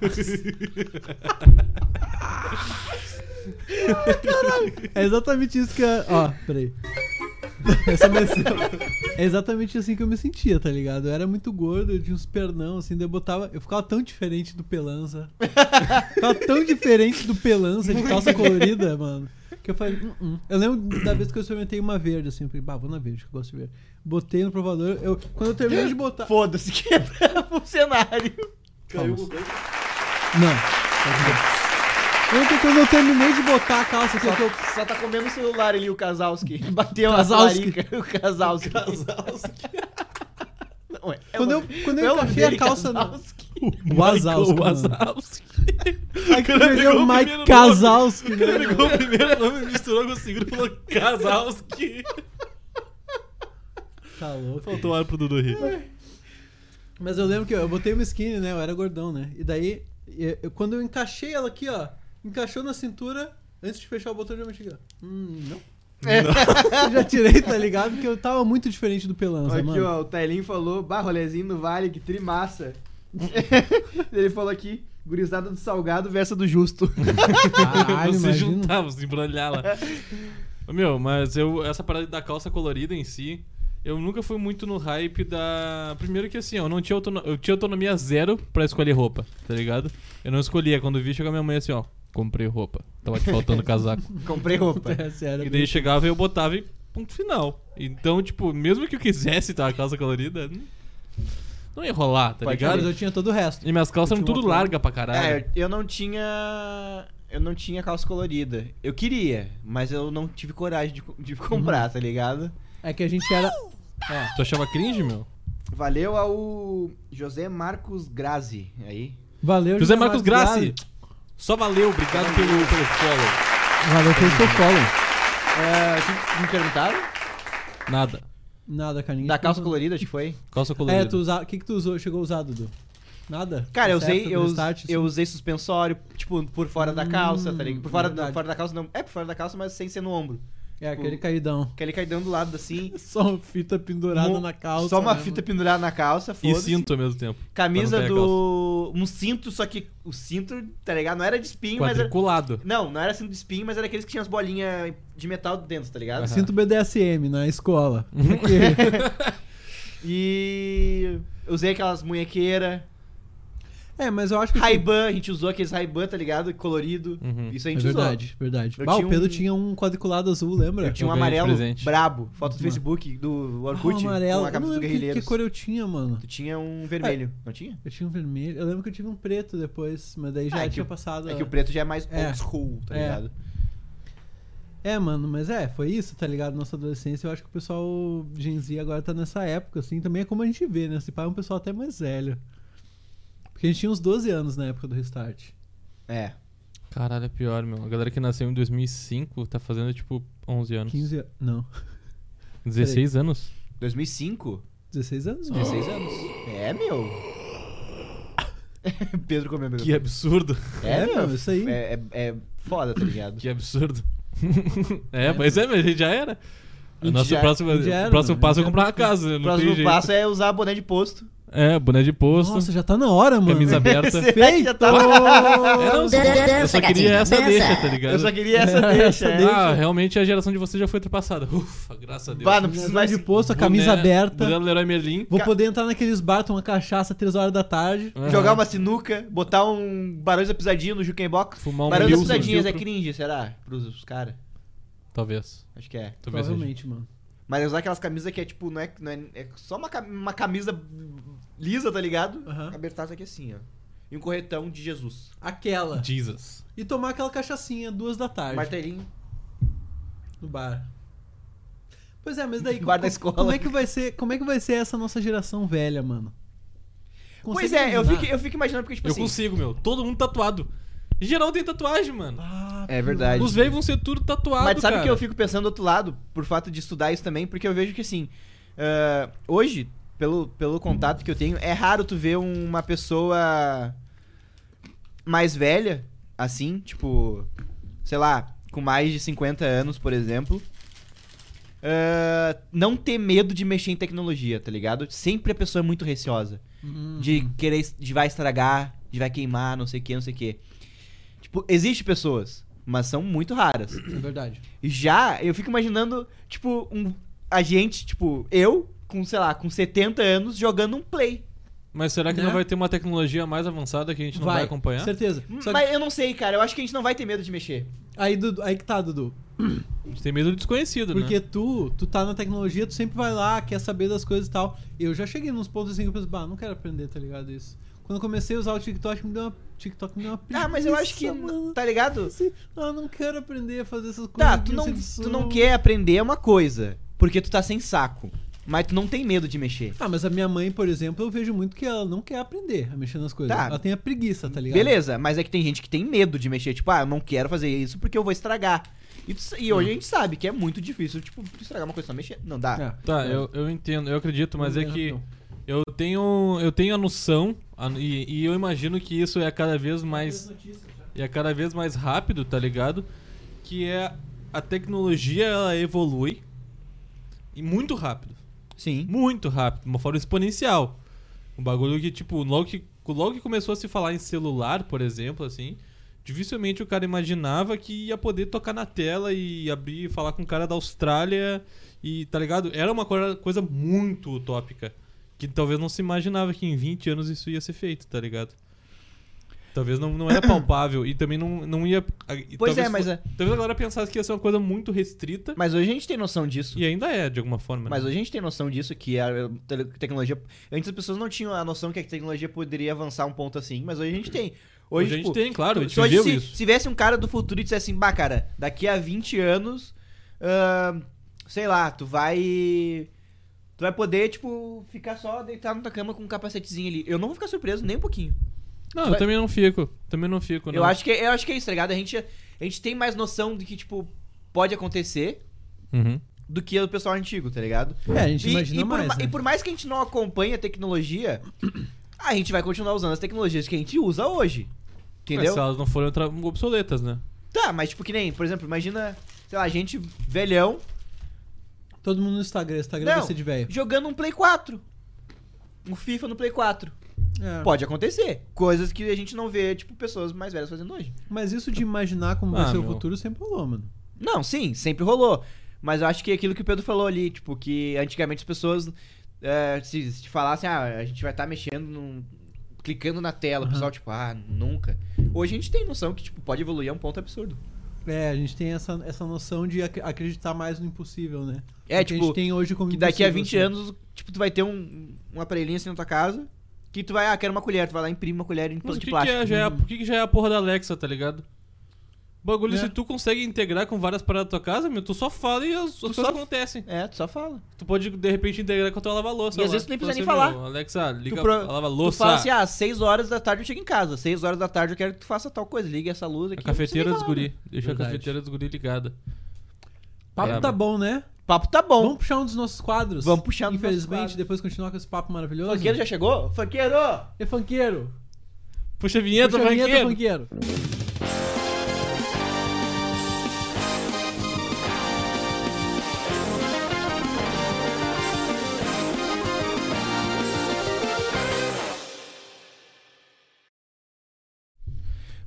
Speaker 2: É exatamente isso que a. Ó, peraí. Essa é a minha cena. É exatamente assim que eu me sentia, tá ligado? Eu era muito gordo, eu tinha uns pernão, assim, daí eu botava. Eu ficava tão diferente do Pelanza. ficava tão diferente do Pelanza de calça colorida, mano. Que eu falei, "Hum, hum." Eu lembro da vez que eu experimentei uma verde, assim, eu falei, bah, vou na verde, que eu gosto de verde. Botei no provador, eu, quando eu terminei de botar.
Speaker 1: Foda-se, quebra o cenário.
Speaker 2: Não. Ontem, quando eu terminei de botar a calça aqui, eu tô...
Speaker 1: Só, só tá comendo o celular ali, o Kazalski. Bateu
Speaker 2: Kazalski.
Speaker 1: a larica, o Kazalski. Não, é,
Speaker 2: Quando eu, quando eu encaixei a calça no... O
Speaker 3: Wazowski.
Speaker 2: Wazowski, mano. Aí que perdeu o Mike
Speaker 3: Casal.
Speaker 2: Kazalski,
Speaker 3: O
Speaker 2: né?
Speaker 3: cara
Speaker 2: mano?
Speaker 3: pegou o primeiro nome, misturou com o segundo e falou Kazalski.
Speaker 2: Tá louco.
Speaker 3: Faltou ar pro Dudu
Speaker 2: É.
Speaker 3: rir.
Speaker 2: Mas eu lembro que eu, eu botei uma skinny, né? Eu era gordão, né? E daí, eu- eu- quando eu encaixei ela aqui, ó, encaixou na cintura, antes de fechar o botão, eu já mexi aqui, ó. Hum, não.
Speaker 3: É.
Speaker 2: Eu já tirei, tá ligado? Porque eu tava muito diferente do Pelanza,
Speaker 1: Aqui,
Speaker 2: mano.
Speaker 1: ó, o Tailinho falou, bah, rolezinho no vale, que trimassa. Ele falou aqui, gurizada do salgado versa do justo.
Speaker 2: Caralho,
Speaker 3: você
Speaker 2: imagina.
Speaker 3: juntava, se embrulhar lá. Meu, mas eu, essa parada da calça colorida em si, eu nunca fui muito no hype da. Primeiro que assim, ó, eu não tinha autonomia, eu tinha autonomia zero pra escolher roupa, tá ligado? Eu não escolhia. Quando vi, chegou minha mãe assim, ó, comprei roupa. Tava te faltando casaco.
Speaker 1: Comprei roupa.
Speaker 2: É, sério.
Speaker 3: E daí chegava e eu botava e ponto final. Então, tipo, mesmo que eu quisesse tá, a calça colorida, não- não ia rolar, tá
Speaker 1: Pode
Speaker 2: Mas
Speaker 3: ligado?
Speaker 2: eu tinha todo o resto.
Speaker 3: E minhas calças eram
Speaker 2: Continua
Speaker 3: tudo
Speaker 2: falando.
Speaker 3: larga pra
Speaker 1: É,
Speaker 3: caralho.
Speaker 1: eu- eu não tinha. Eu não tinha calça colorida. Eu queria, mas eu não tive coragem de, co- de comprar, tá ligado?
Speaker 2: É que a gente era...
Speaker 3: Tu achava cringe, meu?
Speaker 1: Valeu ao José Marcos Grazi aí.
Speaker 2: Valeu,
Speaker 3: José Marcos Grassi. Só valeu, obrigado pelo, pelo follow.
Speaker 2: Valeu pelo seu follow.
Speaker 1: Ah, o que me perguntaram?
Speaker 3: Nada.
Speaker 2: Nada, cara. ninguém
Speaker 1: Da
Speaker 2: te
Speaker 1: calça
Speaker 2: perguntou.
Speaker 1: colorida, acho que foi.
Speaker 3: Calça colorida.
Speaker 2: É, tu usa... O que que tu usou? Chegou a usar, Dudu? Nada?
Speaker 1: Cara, eu
Speaker 2: Nessa
Speaker 1: usei,
Speaker 2: época
Speaker 1: eu,
Speaker 2: do
Speaker 1: us-
Speaker 2: start,
Speaker 1: eu
Speaker 2: assim?
Speaker 1: usei suspensório, tipo, por fora da
Speaker 2: Hum,
Speaker 1: calça, tá ligado? Por fora, da,
Speaker 2: verdade.
Speaker 1: fora da calça, não. É, por fora da calça, mas sem ser no ombro.
Speaker 2: É,
Speaker 1: tipo
Speaker 2: aquele caidão.
Speaker 1: Que ele cai dando do lado assim.
Speaker 2: Só uma fita pendurada
Speaker 1: mo-
Speaker 2: na calça.
Speaker 1: Só uma
Speaker 2: né,
Speaker 1: fita pendurada na calça,
Speaker 3: E
Speaker 1: foda-se.
Speaker 3: cinto ao mesmo tempo.
Speaker 1: Camisa
Speaker 3: Pra não cair a
Speaker 1: do. Um cinto, só que o cinto, tá ligado? Não era de espinho, mas é- era.
Speaker 3: Quadriculado.
Speaker 1: Não, não era cinto de espinho, mas era aqueles que tinham as bolinhas de metal dentro, tá ligado?
Speaker 2: mano? Cinto BDSM na é escola.
Speaker 1: Uhum. E eu usei aquelas munhequeiras.
Speaker 2: é, mas eu acho que.
Speaker 1: Ray-Ban, a gente usou aqueles Ray-Ban, tá ligado? Colorido.
Speaker 3: Uhum.
Speaker 1: Isso a
Speaker 2: É
Speaker 1: gente
Speaker 2: verdade, verdade.
Speaker 1: Eu
Speaker 2: Bah,
Speaker 1: tinha
Speaker 2: o Pedro
Speaker 1: um-
Speaker 2: tinha um quadriculado azul, lembra?
Speaker 1: usou. Eu tinha um
Speaker 3: Eu ganhei de
Speaker 1: amarelo
Speaker 3: presente.
Speaker 1: brabo, foto do
Speaker 2: Mano.
Speaker 1: Facebook, do
Speaker 2: Uhum. Ah,
Speaker 1: Orkut,
Speaker 2: um
Speaker 1: com
Speaker 2: amarelo.
Speaker 1: a
Speaker 2: Eu não
Speaker 1: camisa do
Speaker 2: lembro que,
Speaker 1: Guerrilheiros.
Speaker 2: que cor eu tinha, mano.
Speaker 1: Tu tinha um vermelho, não tinha?
Speaker 2: Eu tinha um vermelho. Eu lembro que eu tive um preto depois, mas daí já
Speaker 1: Ah, é que
Speaker 2: tinha
Speaker 1: o-
Speaker 2: passado.
Speaker 1: É
Speaker 2: a-
Speaker 1: que o preto já é mais
Speaker 2: É.
Speaker 1: old school, tá
Speaker 2: É.
Speaker 1: ligado?
Speaker 2: É, mano, mas é, foi isso, tá ligado? Nossa adolescência, eu acho que o pessoal Gen Z agora tá nessa época, assim, também é como a gente vê, né? Esse pai é um pessoal até mais velho. Porque a gente tinha uns 12 anos na época do restart.
Speaker 1: É.
Speaker 3: Caralho, é pior, meu. A galera que nasceu em 2005 tá fazendo, tipo, 11 anos.
Speaker 2: 15 anos. Não.
Speaker 3: 16 anos?
Speaker 1: 2005?
Speaker 2: 16 anos, mano.
Speaker 1: 16 anos. É, meu. Pedro comeu meu.
Speaker 3: Que absurdo.
Speaker 1: É,
Speaker 2: É,
Speaker 1: meu.
Speaker 2: meu, isso aí.
Speaker 1: É, é- é foda, tá ligado?
Speaker 3: Que absurdo. é, pois é, mas a gente já era.
Speaker 1: A gente
Speaker 3: O nosso
Speaker 1: já-
Speaker 3: próximo,
Speaker 2: a gente já era,
Speaker 3: o próximo
Speaker 2: mano.
Speaker 3: passo é
Speaker 2: Já-
Speaker 3: comprar uma casa. Não tem
Speaker 1: próximo
Speaker 3: jeito.
Speaker 1: passo é usar boné de posto.
Speaker 3: É, boné de posto,
Speaker 2: Nossa, já tá na hora, mano.
Speaker 3: camisa aberta.
Speaker 1: Será que já tá
Speaker 3: É, não, só- eu só
Speaker 4: Dança,
Speaker 3: queria
Speaker 4: gatinho,
Speaker 3: essa deixa, tá
Speaker 4: dança.
Speaker 3: ligado?
Speaker 1: Eu só queria essa deixa. é.
Speaker 3: Ah, realmente a geração de vocês já foi ultrapassada. Ufa, graças a Deus.
Speaker 1: Bah, não
Speaker 2: Camisa
Speaker 1: precisa mais
Speaker 2: Né, de posto, a camisa
Speaker 3: Boné-
Speaker 2: aberta.
Speaker 3: Boné do Leroy Merlin.
Speaker 2: Vou poder entrar naqueles bar, tomar cachaça 3 horas da tarde.
Speaker 3: Aham.
Speaker 1: Jogar uma sinuca, botar um Barões da Pisadinha no Jukenbox.
Speaker 3: Fumar um
Speaker 1: Barões da
Speaker 3: Wilson.
Speaker 1: Pisadinhas é
Speaker 3: filtro.
Speaker 1: cringe, será? Pros caras?
Speaker 3: Talvez.
Speaker 1: Acho que é.
Speaker 3: Talvez seja.
Speaker 2: Provavelmente, mano.
Speaker 1: Mas usar aquelas camisas que é tipo, não é. Não é, é só uma, cam- uma camisa lisa, tá ligado?
Speaker 2: Aham.
Speaker 1: Abertada aqui assim, ó. E um corretão de Jesus.
Speaker 2: Aquela.
Speaker 3: Jesus.
Speaker 2: E tomar aquela cachaçinha duas da tarde
Speaker 1: Martelinho.
Speaker 2: no bar. Pois é, mas daí
Speaker 1: Bar da
Speaker 2: co-
Speaker 1: escola.
Speaker 2: Como é que vai ser, como é que vai ser essa nossa geração velha, mano?
Speaker 1: Pois
Speaker 2: Consegue
Speaker 1: é, eu
Speaker 2: imaginar?
Speaker 1: fico, eu fico imaginando porque, tipo
Speaker 3: eu
Speaker 1: assim.
Speaker 3: consigo, meu. Todo mundo tatuado. Em geral tem tatuagem, mano.
Speaker 2: Ah,
Speaker 1: É verdade.
Speaker 3: Os velhos vão ser tudo tatuado,
Speaker 1: Mas sabe
Speaker 3: cara.
Speaker 1: que eu fico pensando do outro lado, por fato de estudar isso também, porque eu vejo que assim, ah, hoje, pelo, pelo contato que eu tenho, é raro tu ver uma pessoa mais velha, assim, tipo, sei lá, com mais de 50 anos, por exemplo. ah, não ter medo de mexer em tecnologia, tá ligado? Sempre a pessoa é muito receosa
Speaker 2: Hum.
Speaker 1: de querer es- de vai estragar, de vai queimar, não sei o que, não sei o que. Tipo, existe pessoas, mas são muito raras.
Speaker 2: É verdade.
Speaker 1: Já eu fico imaginando, tipo, um a gente, tipo, eu com, sei lá, com 70 anos jogando um play.
Speaker 3: Mas será que
Speaker 2: Né?
Speaker 3: não vai ter uma tecnologia mais avançada que a gente não vai, acompanhar?
Speaker 2: Certeza. Hum, Só que-
Speaker 1: Hum, Mas eu não sei, cara, eu acho que a gente não vai ter medo de mexer.
Speaker 2: aí, Dudu, aí que tá, Dudu.
Speaker 3: A gente tem medo do desconhecido, né?
Speaker 2: Porque tu, tu tá na tecnologia, tu sempre vai lá, quer saber das coisas e tal. Eu já cheguei nos pontos assim que eu penso, bah, não quero aprender, tá ligado? Isso. Quando eu comecei a usar o TikTok, me deu uma. TikTok me deu uma
Speaker 1: Ah, mas eu acho que.
Speaker 2: preguiça, mano.
Speaker 1: Tá ligado?
Speaker 2: Ah, não quero aprender a fazer essas coisas.
Speaker 1: Tá, tu
Speaker 2: que
Speaker 1: não,
Speaker 2: sei
Speaker 1: tu
Speaker 2: que
Speaker 1: não
Speaker 2: são.
Speaker 1: quer aprender é uma coisa, porque tu tá sem saco. Mas tu não tem medo de mexer.
Speaker 2: Ah, mas a minha mãe, por exemplo, eu vejo muito que ela não quer aprender a mexer nas coisas.
Speaker 1: Tá.
Speaker 2: Ela tem a preguiça, tá ligado?
Speaker 1: Beleza, mas é que tem gente que tem medo de mexer. Tipo, ah, eu não quero fazer isso porque eu vou estragar. E, tu sa- e
Speaker 3: Hum.
Speaker 1: hoje a gente sabe que é muito difícil, tipo, tu estragar uma coisa só mexer. Não dá.
Speaker 2: É.
Speaker 3: Tá, eu, eu entendo, eu acredito, mas é
Speaker 2: Não,
Speaker 3: que
Speaker 2: não.
Speaker 3: eu tenho, eu tenho a noção a- e, e eu imagino que isso é cada vez mais e é cada vez mais rápido, tá ligado? Que é a tecnologia ela evolui e muito rápido,
Speaker 1: Sim.
Speaker 3: muito rápido, de uma forma exponencial. Um bagulho que tipo logo que logo que começou a se falar em celular, por exemplo, assim, dificilmente o cara imaginava que ia poder tocar na tela e abrir e falar com um cara da Austrália e tá ligado? Era uma coisa coisa muito utópica. Que talvez não se imaginava que em 20 anos isso ia ser feito, tá ligado? Talvez não, não era palpável e também não, não ia. e
Speaker 1: Pois
Speaker 3: talvez
Speaker 1: é, mas
Speaker 3: fo-
Speaker 1: é-
Speaker 3: Talvez a galera pensasse que ia ser uma coisa muito restrita.
Speaker 1: Mas hoje a gente tem noção disso.
Speaker 3: E ainda é, de alguma forma. né?
Speaker 1: Mas hoje a gente tem noção disso, que a tele- tecnologia. Antes as pessoas não tinham a noção que a tecnologia poderia avançar um ponto assim, mas hoje a gente tem. Hoje,
Speaker 3: Hoje a gente
Speaker 1: tipo,
Speaker 3: tem, claro, a gente
Speaker 1: se hoje
Speaker 3: viu
Speaker 1: se,
Speaker 3: isso.
Speaker 1: se viesse um cara do futuro e dissesse assim, bah, cara, daqui a 20 anos, ahn, sei lá, tu vai. Tu vai poder, tipo, ficar só deitado na tua cama com um capacetezinho ali. Eu não vou ficar surpreso nem um pouquinho.
Speaker 3: Não,
Speaker 1: Vai-
Speaker 3: eu também não fico. Também não fico, não.
Speaker 1: Eu acho, que, eu acho que é isso, tá ligado? A gente, a gente tem mais noção do que, tipo, pode acontecer
Speaker 3: Uhum.
Speaker 1: do que o pessoal antigo, tá ligado?
Speaker 2: É, a gente
Speaker 1: E-
Speaker 2: imagina
Speaker 1: e por
Speaker 2: mais.
Speaker 1: ma-
Speaker 2: né?
Speaker 1: e por mais que a gente não acompanhe a tecnologia, a gente vai continuar usando as tecnologias que a gente usa hoje.
Speaker 3: Mas
Speaker 1: Entendeu?
Speaker 3: se elas não forem outra- obsoletas, né?
Speaker 1: Tá, mas tipo que nem, por exemplo, imagina, sei lá, gente velhão
Speaker 2: Todo mundo no Instagram. Instagram
Speaker 1: Não.
Speaker 2: vai ser de velho.
Speaker 1: jogando um Play 4. Um FIFA no Play 4.
Speaker 2: É.
Speaker 1: Pode acontecer. Coisas que a gente não vê, tipo, pessoas mais velhas fazendo hoje.
Speaker 2: Mas isso de imaginar como
Speaker 3: Ah,
Speaker 2: vai ser o
Speaker 3: meu.
Speaker 2: futuro sempre rolou, mano.
Speaker 1: Não, sim, sempre rolou. Mas eu acho que aquilo que o Pedro falou ali, tipo, que antigamente as pessoas é, se, se falassem, ah, a gente vai estar mexendo num- clicando na tela, o
Speaker 2: Aham.
Speaker 1: pessoal, tipo, ah, nunca. Hoje a gente tem noção que, tipo, pode evoluir a um ponto absurdo.
Speaker 2: É, a gente tem essa, essa noção de ac- acreditar mais no impossível, né?
Speaker 1: É,
Speaker 2: O que a
Speaker 1: tipo,
Speaker 2: gente tem hoje como
Speaker 1: Que daqui a
Speaker 2: impossível,
Speaker 1: 20
Speaker 2: assim.
Speaker 1: anos, tipo, tu vai ter um, um aparelhinho assim na tua casa, que tu vai, ah, quero uma colher, tu vai lá e imprime uma colher em
Speaker 3: Mas o
Speaker 1: de
Speaker 3: que, que,
Speaker 1: plástico. né?
Speaker 3: é, já é a, o que, que já é a porra da Alexa, tá ligado? Bagulho,
Speaker 2: É.
Speaker 3: se tu consegue integrar com várias paradas da tua casa, meu, tu só fala e as, as coisas
Speaker 1: só-
Speaker 3: acontecem.
Speaker 1: É, tu só fala.
Speaker 3: Tu pode, de repente, integrar com a tua lava-louça.
Speaker 1: E às
Speaker 3: lá.
Speaker 1: vezes tu nem precisa nem
Speaker 3: assim,
Speaker 1: falar.
Speaker 3: meu, Alexa, liga
Speaker 1: pro-
Speaker 3: a
Speaker 1: Tu
Speaker 3: lava-louça.
Speaker 1: fala assim, ah, 6 horas da tarde eu chego em casa, 6 horas da tarde eu quero que tu faça tal coisa, liga essa luz
Speaker 3: a
Speaker 1: aqui. não precisa
Speaker 3: cafeteira
Speaker 1: nem
Speaker 3: dos
Speaker 1: falar,
Speaker 3: guri.
Speaker 1: né?
Speaker 3: Deixa
Speaker 2: Verdade.
Speaker 3: a cafeteira dos guri ligada.
Speaker 2: Papo
Speaker 3: É,
Speaker 2: tá
Speaker 3: mano.
Speaker 2: bom, né?
Speaker 1: Papo tá bom.
Speaker 2: Vamos puxar um dos nossos quadros.
Speaker 1: Vamos puxar um dos nossos
Speaker 2: Infelizmente,
Speaker 1: quadros.
Speaker 2: depois continuar com esse papo
Speaker 1: O
Speaker 2: maravilhoso.
Speaker 1: Funkeiro já chegou? Funkeiro!
Speaker 2: É funkeiro.
Speaker 3: Puxa a vinheta,
Speaker 2: Puxa a vinheta,
Speaker 3: Franquinho.
Speaker 2: funkeiro.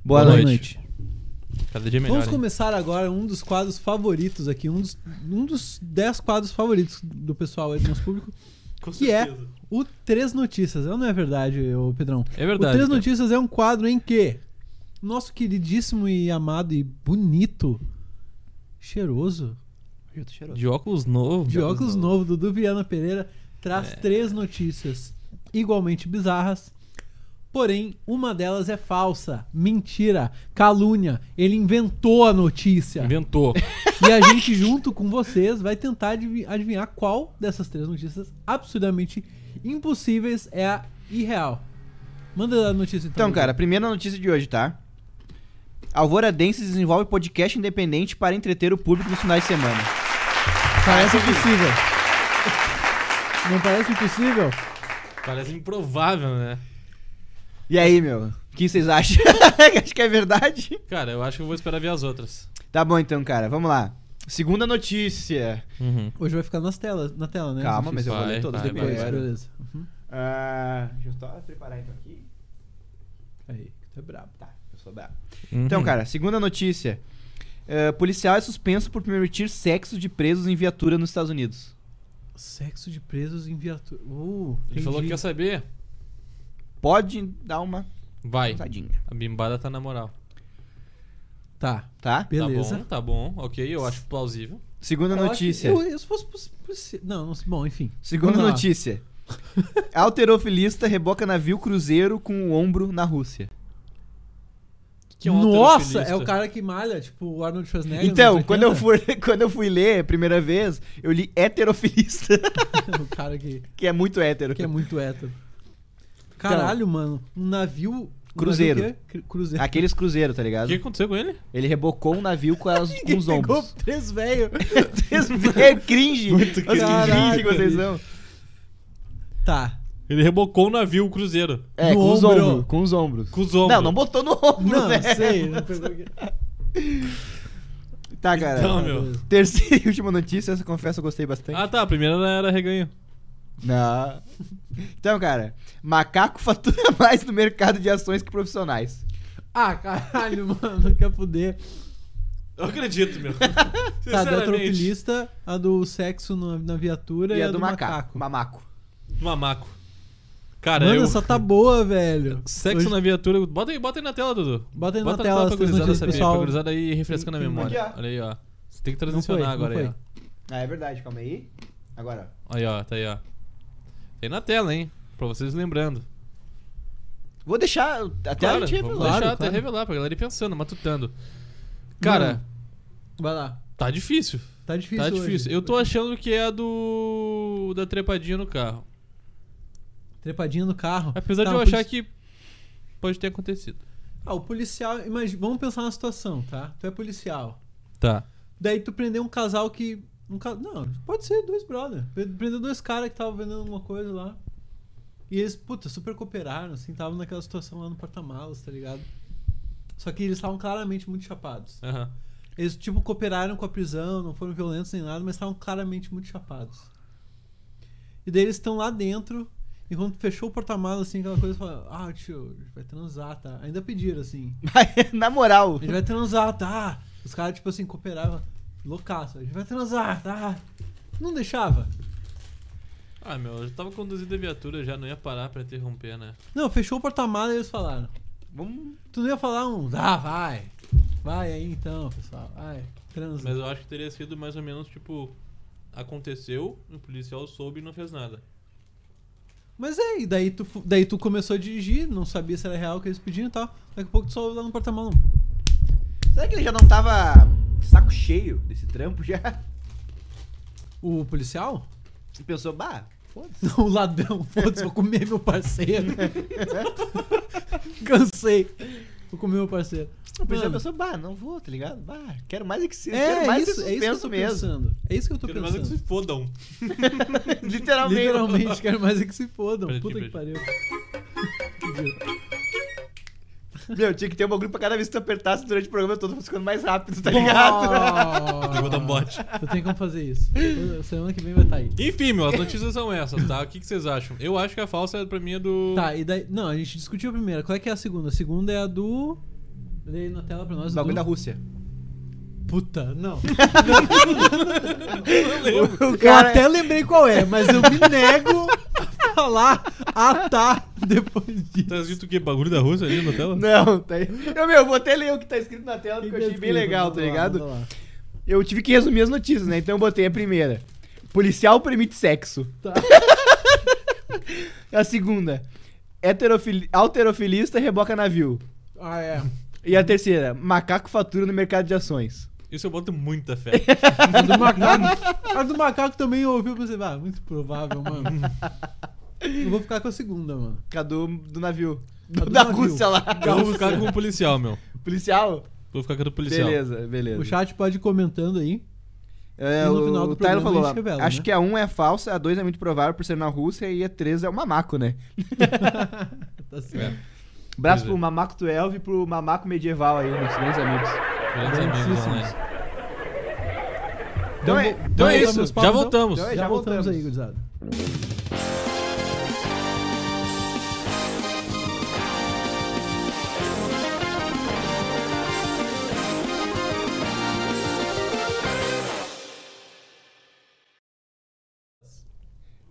Speaker 1: Boa,
Speaker 3: noite.
Speaker 2: noite.
Speaker 3: Cada dia melhor,
Speaker 2: Vamos
Speaker 3: hein?
Speaker 2: começar agora um dos quadros favoritos aqui, um dos, um dos 10 quadros favoritos do pessoal aí do nosso público,
Speaker 3: Com
Speaker 2: que é
Speaker 3: certeza.
Speaker 2: o Três Notícias. Não é verdade, ô Pedrão?
Speaker 3: É verdade,
Speaker 2: O Três
Speaker 3: cara.
Speaker 2: Notícias é um quadro em que nosso queridíssimo e amado e bonito, cheiroso,
Speaker 3: De óculos novo.
Speaker 2: de óculos novo, Dudu Viana Pereira, traz três notícias igualmente bizarras. Porém, uma delas é falsa, mentira, calúnia. Ele inventou a notícia.
Speaker 3: Inventou.
Speaker 2: E a gente, junto com vocês, vai tentar adivi- adivinhar qual dessas três notícias absurdamente impossíveis é a irreal. Manda a notícia então.
Speaker 1: Então,
Speaker 2: Dudu.
Speaker 1: cara, primeira notícia de hoje, tá? Alvoradense desenvolve podcast independente para entreter o público nos finais de semana.
Speaker 2: Parece impossível. Não parece impossível?
Speaker 3: Parece improvável, né?
Speaker 1: E aí, meu? O que vocês acham? Acho que é verdade.
Speaker 3: Cara, eu acho que eu vou esperar ver as outras.
Speaker 1: Tá bom, então, cara, vamos lá. Segunda notícia.
Speaker 3: Uhum.
Speaker 2: Hoje vai ficar nas telas, na tela, né?
Speaker 1: Calma, mas é eu vou
Speaker 3: Vai,
Speaker 1: ler todas
Speaker 3: vai,
Speaker 1: depois.
Speaker 2: Depois,
Speaker 3: vai.
Speaker 2: beleza. Uhum.
Speaker 1: Ah, deixa eu só preparar então aqui.
Speaker 2: Aí, que tu é brabo.
Speaker 1: Tá, eu sou brabo.
Speaker 3: Uhum.
Speaker 1: Então, cara, segunda notícia. Ah, policial é suspenso por permitir sexo de presos em viatura nos Estados Unidos.
Speaker 2: Sexo de presos em viatura. Uh,
Speaker 3: Ele falou que
Speaker 2: entendi.
Speaker 3: quer saber.
Speaker 1: Pode dar uma
Speaker 3: Vai.
Speaker 1: pensadinha,
Speaker 3: A bimbada tá na moral.
Speaker 2: Tá,
Speaker 1: tá?
Speaker 2: beleza.
Speaker 3: Tá bom, tá bom. Ok, eu acho plausível.
Speaker 1: Segunda
Speaker 2: Eu acho-
Speaker 1: notícia.
Speaker 2: eu- eu se fosse possi- possi- Não, não, bom, enfim.
Speaker 1: Segunda
Speaker 2: Vamos lá.
Speaker 1: notícia. Alterofilista reboca navio cruzeiro com o ombro na Rússia.
Speaker 3: Que é um
Speaker 2: Nossa, é
Speaker 3: alterofilista.
Speaker 2: o cara que malha, tipo o Arnold Schwarzenegger.
Speaker 1: Então,
Speaker 2: nos 80.
Speaker 1: quando eu, for, quando eu fui ler a primeira vez, eu li heterofilista,
Speaker 2: o cara que,
Speaker 1: que é muito hétero.
Speaker 2: que é muito hétero. Caralho, mano. Um navio. um
Speaker 1: Então, Cruzeiro.
Speaker 2: navio o quê? Cru- cruzeiro.
Speaker 1: Aqueles cruzeiros, tá
Speaker 3: O
Speaker 1: ligado?
Speaker 3: que aconteceu com ele?
Speaker 1: Ele rebocou um navio com, as, com
Speaker 2: Ninguém
Speaker 1: os
Speaker 2: pegou
Speaker 1: ombros.
Speaker 2: três velho.
Speaker 1: é cringe. Muito
Speaker 2: cringe.
Speaker 1: cringe que vocês
Speaker 2: Caraca,
Speaker 1: são.
Speaker 2: Tá.
Speaker 3: Ele rebocou o navio, o cruzeiro.
Speaker 1: É,
Speaker 2: No
Speaker 1: com os
Speaker 2: ombro.
Speaker 1: ombros. Com os ombros.
Speaker 3: Com os ombros.
Speaker 1: Não, não botou no ombro,
Speaker 2: Não,
Speaker 1: né?
Speaker 2: sei. Não pegou... aqui.
Speaker 1: Tá, cara.
Speaker 3: Então, meu.
Speaker 1: Terceira e última notícia, essa confesso eu gostei bastante.
Speaker 3: Ah, tá. A primeira era reganho.
Speaker 1: Não. Então, cara, macaco fatura mais no mercado de ações que profissionais.
Speaker 2: Ah, caralho, mano. Quer fuder.
Speaker 3: Eu acredito, meu.
Speaker 2: Tá, da
Speaker 3: Sinceramente.
Speaker 2: tropilista, a do sexo na, na viatura e,
Speaker 1: E
Speaker 2: a
Speaker 1: a do macaco. Mamaco.
Speaker 3: Mamaco. Cara,
Speaker 2: Mano,
Speaker 3: eu...
Speaker 2: essa tá boa, velho.
Speaker 3: Sexo é
Speaker 2: Hoje-
Speaker 3: na viatura. Bota aí, bota aí na tela, Dudu.
Speaker 2: Bota aí na
Speaker 3: Bota
Speaker 2: tela,
Speaker 3: pra
Speaker 2: as três
Speaker 3: gurizada
Speaker 2: notícias,
Speaker 3: saber.
Speaker 2: pessoal.
Speaker 3: Pra gurizada aí refrescando a
Speaker 2: Tem- tem-
Speaker 3: memória.
Speaker 1: aqui, ó.
Speaker 3: Olha aí, ó. Você tem que
Speaker 2: Não foi,
Speaker 3: transicionar agora
Speaker 2: não
Speaker 3: aí, ó.
Speaker 1: Ah, é verdade, calma aí. Agora.
Speaker 3: Aí, ó, tá aí, ó. Tem na tela, hein? Pra vocês lembrando.
Speaker 1: Vou deixar até
Speaker 3: Claro,
Speaker 1: a gente
Speaker 3: vamos
Speaker 1: revelar.
Speaker 3: deixar
Speaker 2: Claro,
Speaker 3: até
Speaker 2: claro.
Speaker 3: revelar pra galera ir pensando, matutando. Cara,
Speaker 2: Mano, Vai lá.
Speaker 3: tá difícil.
Speaker 2: Tá difícil.
Speaker 3: tá
Speaker 2: hoje.
Speaker 3: difícil. Eu tô achando que é a do. da trepadinha no carro.
Speaker 2: Trepadinha no carro.
Speaker 3: Apesar
Speaker 2: Tá,
Speaker 3: de eu
Speaker 2: um
Speaker 3: achar
Speaker 2: polici-
Speaker 3: que pode ter acontecido.
Speaker 2: Ah, o policial. Imagina, vamos pensar na situação, tá? Tu é policial.
Speaker 3: Tá.
Speaker 2: Daí tu prendeu um casal que. Um ca- Não, pode ser dois brother. Pre- Prendeu dois caras que estavam vendendo alguma coisa lá. E eles, puta, super cooperaram, assim, estavam naquela situação lá no porta-malas, tá ligado? Só que eles estavam claramente muito chapados.
Speaker 3: Aham.
Speaker 2: Eles, tipo, cooperaram com a prisão, não foram violentos nem nada, mas estavam claramente muito chapados. E daí eles estão lá dentro, e quando fechou o porta-malas, assim, aquela coisa, fala, ah, tio, a gente vai transar, tá? Ainda pediram, assim,
Speaker 1: Na moral.
Speaker 2: a gente vai transar, tá? Os caras, tipo assim, cooperavam, loucaço, a gente vai transar, tá? Não deixava.
Speaker 3: Ah, meu, eu já tava conduzindo a viatura, já não ia parar pra interromper, né?
Speaker 2: Não, fechou o porta-malas e eles falaram.
Speaker 1: Vamos.
Speaker 2: Tu não ia falar um, ah, vai, vai aí então, pessoal, vai, transa.
Speaker 3: Mas eu acho que teria sido mais ou menos tipo. Aconteceu, o policial soube e não fez nada.
Speaker 2: Mas é, e daí tu, fu- daí tu começou a dirigir, não sabia se era real o que eles pediam e tal. Daqui a pouco tu só ouve lá no porta-mão.
Speaker 1: Será que ele já não tava de saco cheio desse trampo já?
Speaker 2: O policial?
Speaker 1: E pensou, bah,
Speaker 2: Não, o ladrão, foda-se, vou comer meu parceiro. Cansei. Vou comer meu parceiro.
Speaker 1: o policial
Speaker 2: Mano,
Speaker 1: pensou, bah, não vou, tá ligado? Bah, quero mais é que se,
Speaker 2: é,
Speaker 1: quero mais
Speaker 2: isso, é isso que eu tô
Speaker 1: mesmo.
Speaker 2: pensando. É isso que eu tô
Speaker 3: Pelo menos é que
Speaker 2: pensando.
Speaker 3: se fodam.
Speaker 1: Literalmente.
Speaker 2: Literalmente, quero mais é que se fodam.
Speaker 3: Peraí,
Speaker 2: Puta
Speaker 3: aqui,
Speaker 2: que pariu. Idiota.
Speaker 1: Meu, tinha que ter um bagulho pra cada vez que tu apertasse durante o programa eu tô ficando mais rápido, tá ligado?
Speaker 2: Ah.
Speaker 3: Vou dar um bote.
Speaker 2: Eu tenho como fazer isso. Semana que vem vai estar aí.
Speaker 3: Enfim, meu, as notícias são essas, tá? O que, que vocês acham? Eu acho que a falsa pra mim é do.
Speaker 2: Tá, e daí. Não, a gente discutiu a primeira. Qual é que é a segunda? A segunda é a do. Lê aí na tela pra nós.
Speaker 1: O
Speaker 2: o
Speaker 1: bagulho
Speaker 2: do-
Speaker 1: da Rússia.
Speaker 2: Puta, não.
Speaker 1: O
Speaker 2: Eu até lembrei qual é, mas eu me nego a falar. Ah, tá. Depois disso.
Speaker 3: Tá escrito o quê? Bagulho da Rússia ali na tela?
Speaker 1: Não, tá aí. Eu, meu, vou até ler o que tá escrito na tela, porque eu achei bem legal, tá
Speaker 2: Manda lá,
Speaker 1: ligado?
Speaker 2: manda lá.
Speaker 1: Eu tive que resumir as notícias, né? Então eu botei a primeira. Policial permite sexo.
Speaker 2: Tá.
Speaker 1: A segunda. heterofili- Alterofilista reboca navio.
Speaker 2: Ah, é.
Speaker 1: E a terceira. Macaco fatura no mercado de ações.
Speaker 3: Isso eu boto muita fé.
Speaker 2: A do macaco. A do macaco também ouviu pra você. Ah, muito provável, mano. Eu vou ficar com a segunda, mano.
Speaker 1: Cadu do navio.
Speaker 2: A do
Speaker 1: da
Speaker 2: navio.
Speaker 1: Rússia lá.
Speaker 3: Eu vou ficar com o policial, meu.
Speaker 1: Policial?
Speaker 3: Vou ficar com a do policial.
Speaker 1: Beleza, beleza.
Speaker 2: O chat pode ir comentando aí.
Speaker 1: É,
Speaker 2: E no
Speaker 1: o
Speaker 2: final do
Speaker 1: o Tyler
Speaker 2: programa
Speaker 1: falou
Speaker 2: a
Speaker 1: lá,
Speaker 2: gente revela,
Speaker 1: acho
Speaker 2: né?
Speaker 1: que a 1 é falsa, a 2 é muito provável por ser na Rússia e a 3 é o mamaco, né?
Speaker 2: Tá certo.
Speaker 3: É,
Speaker 1: Braço
Speaker 3: Pois é.
Speaker 1: pro mamaco 12 e pro mamaco medieval aí, nossos grandes amigos.
Speaker 3: grandes amigos online.
Speaker 1: Então é-
Speaker 2: vo-
Speaker 3: Então é
Speaker 2: vamos
Speaker 3: isso,
Speaker 2: aos
Speaker 3: já
Speaker 2: papos,
Speaker 3: voltamos.
Speaker 1: Então é-
Speaker 2: Já,
Speaker 1: Já
Speaker 2: voltamos,
Speaker 1: voltamos.
Speaker 2: aí, gurizada.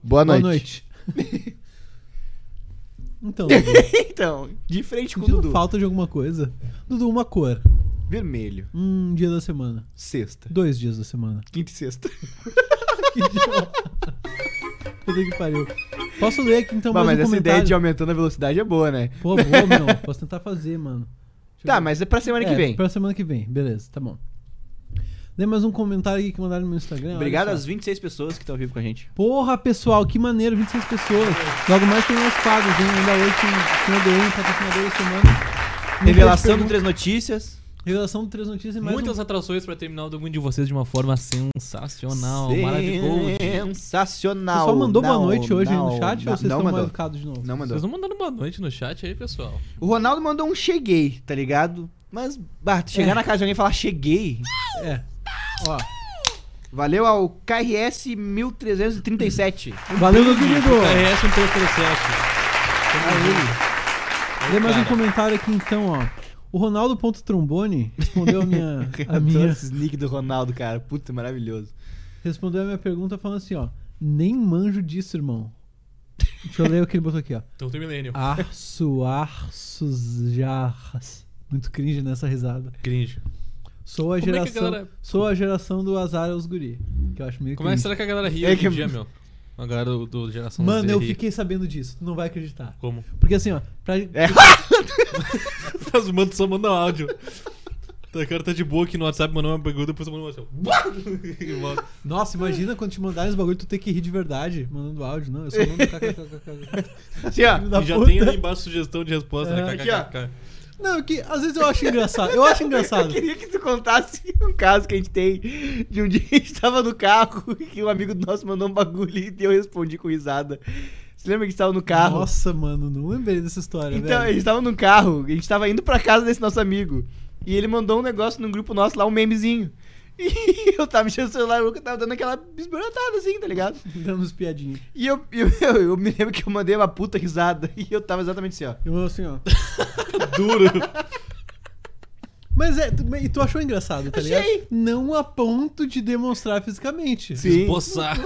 Speaker 1: Boa
Speaker 2: Boa
Speaker 1: noite.
Speaker 2: noite. então, Dudu,
Speaker 1: Então, de frente com o
Speaker 2: sentindo
Speaker 1: Dudu.
Speaker 2: falta de alguma coisa. Dudu, uma cor.
Speaker 1: Vermelho,
Speaker 2: Um dia da semana.
Speaker 1: sexta,
Speaker 2: Dois dias da semana.
Speaker 1: quinta e sexta.
Speaker 2: Puta que pariu. Posso ler aqui então
Speaker 1: Bah, mas
Speaker 2: mais um
Speaker 1: essa
Speaker 2: comentário?
Speaker 1: ideia de aumentando a velocidade é boa, né?
Speaker 2: Pô, vou, meu. Posso tentar fazer, mano. Deixa eu
Speaker 1: Tá,
Speaker 2: ver.
Speaker 1: mas é pra semana que
Speaker 2: É,
Speaker 1: vem.
Speaker 2: Pra semana que vem, beleza, tá bom. Lê mais um comentário aqui que mandaram no meu Instagram. olha
Speaker 1: Obrigado
Speaker 2: só.
Speaker 1: às 26 pessoas que estão vivo com a gente.
Speaker 2: Porra, pessoal, que maneiro, 26 pessoas. Logo mais tem mais quadros, hein? Ainda hoje tem tem o um, DM, patrocinador da semana.
Speaker 1: Revelação do
Speaker 2: Muitas pergun-
Speaker 1: Três Notícias.
Speaker 2: Revelação do Três Notícias e mais um
Speaker 3: Muitas atrações pra terminar o domingo de vocês de uma forma sensacional, maravilhosa.
Speaker 2: um. O
Speaker 1: Sensacional.
Speaker 2: pessoal mandou
Speaker 1: Não,
Speaker 2: boa noite hoje
Speaker 1: não,
Speaker 2: no chat
Speaker 1: não,
Speaker 2: ou vocês
Speaker 1: não
Speaker 2: estão mal
Speaker 1: mandou.
Speaker 2: educados de novo?
Speaker 1: Não mandou.
Speaker 3: Vocês não mandaram boa noite no chat aí, pessoal?
Speaker 1: O Ronaldo mandou um cheguei, tá ligado? Mas, bah, tu chegar
Speaker 2: É.
Speaker 1: na casa de alguém e falar cheguei.
Speaker 2: É. Ó,
Speaker 1: Valeu ao KRS 1337.
Speaker 2: valeu, meu querido.
Speaker 3: KRS 1337.
Speaker 2: Lê mais um
Speaker 3: Cara.
Speaker 2: comentário aqui então, ó. O Ronaldo Ponto Trombone respondeu a minha, a
Speaker 1: Adoro
Speaker 3: Então,
Speaker 2: minha
Speaker 1: esse nick do Ronaldo, cara. Puta, maravilhoso.
Speaker 2: respondeu a minha pergunta falando assim, ó. Nem manjo disso, irmão. Deixa eu ler o que ele botou aqui, ó.
Speaker 3: Então tem milênio.
Speaker 2: Ah, Arço, arços, jarras. Muito cringe nessa risada.
Speaker 3: Cringe.
Speaker 2: Sou a
Speaker 3: Como é que a
Speaker 2: geração.
Speaker 3: galera-
Speaker 2: Sou a geração do azar aos guri. Que eu acho meio
Speaker 3: Como é que
Speaker 2: cringe.
Speaker 3: será que a galera ri
Speaker 1: É
Speaker 3: hoje
Speaker 1: que-
Speaker 3: em dia, meu? A galera do, do geração
Speaker 2: Mano,
Speaker 3: Z
Speaker 2: eu
Speaker 3: ri.
Speaker 2: fiquei sabendo disso. Tu não vai acreditar.
Speaker 3: Como?
Speaker 2: Porque assim, ó. Pra...
Speaker 1: É.
Speaker 3: Mas o mano Tá só manda áudio. Então, O cara tá de boa aqui no WhatsApp, mandou uma pergunta, depois mandou uma assim, ó. E volta.
Speaker 2: Nossa, imagina quando te mandarem esse bagulho, tu ter que rir de verdade, mandando áudio, não. Eu só mando kkkk.
Speaker 1: Assim, ó.
Speaker 2: Da
Speaker 3: E já
Speaker 2: puta.
Speaker 3: tem ali embaixo sugestão de resposta, né?
Speaker 1: É, aqui, ó.
Speaker 3: KKKK.
Speaker 2: Não, é que às vezes eu acho engraçado. Eu acho engraçado.
Speaker 1: Eu queria que tu contasse um caso que a gente tem de um dia que a gente tava no carro e que um amigo nosso mandou um bagulho e eu respondi com risada. Você lembra que a gente tava no um carro?
Speaker 2: Nossa, mano, não lembrei dessa história,
Speaker 1: Então, a
Speaker 2: velho.
Speaker 1: gente tava num carro, a gente tava indo pra casa desse nosso amigo. E ele mandou um negócio num grupo nosso lá, um memezinho. E eu tava mexendo no celular, o Luca tava dando aquela bisborotada assim, tá ligado?
Speaker 2: Dando uns piadinhas.
Speaker 1: E eu, eu, eu, eu me lembro que eu mandei uma puta risada. E eu tava exatamente assim, ó.
Speaker 2: Eu mando assim, ó.
Speaker 3: Duro.
Speaker 2: Mas é, tu, e tu achou engraçado, tá ligado?
Speaker 1: Achei.
Speaker 2: Não a ponto de demonstrar fisicamente.
Speaker 1: Sim.
Speaker 3: Esboçar.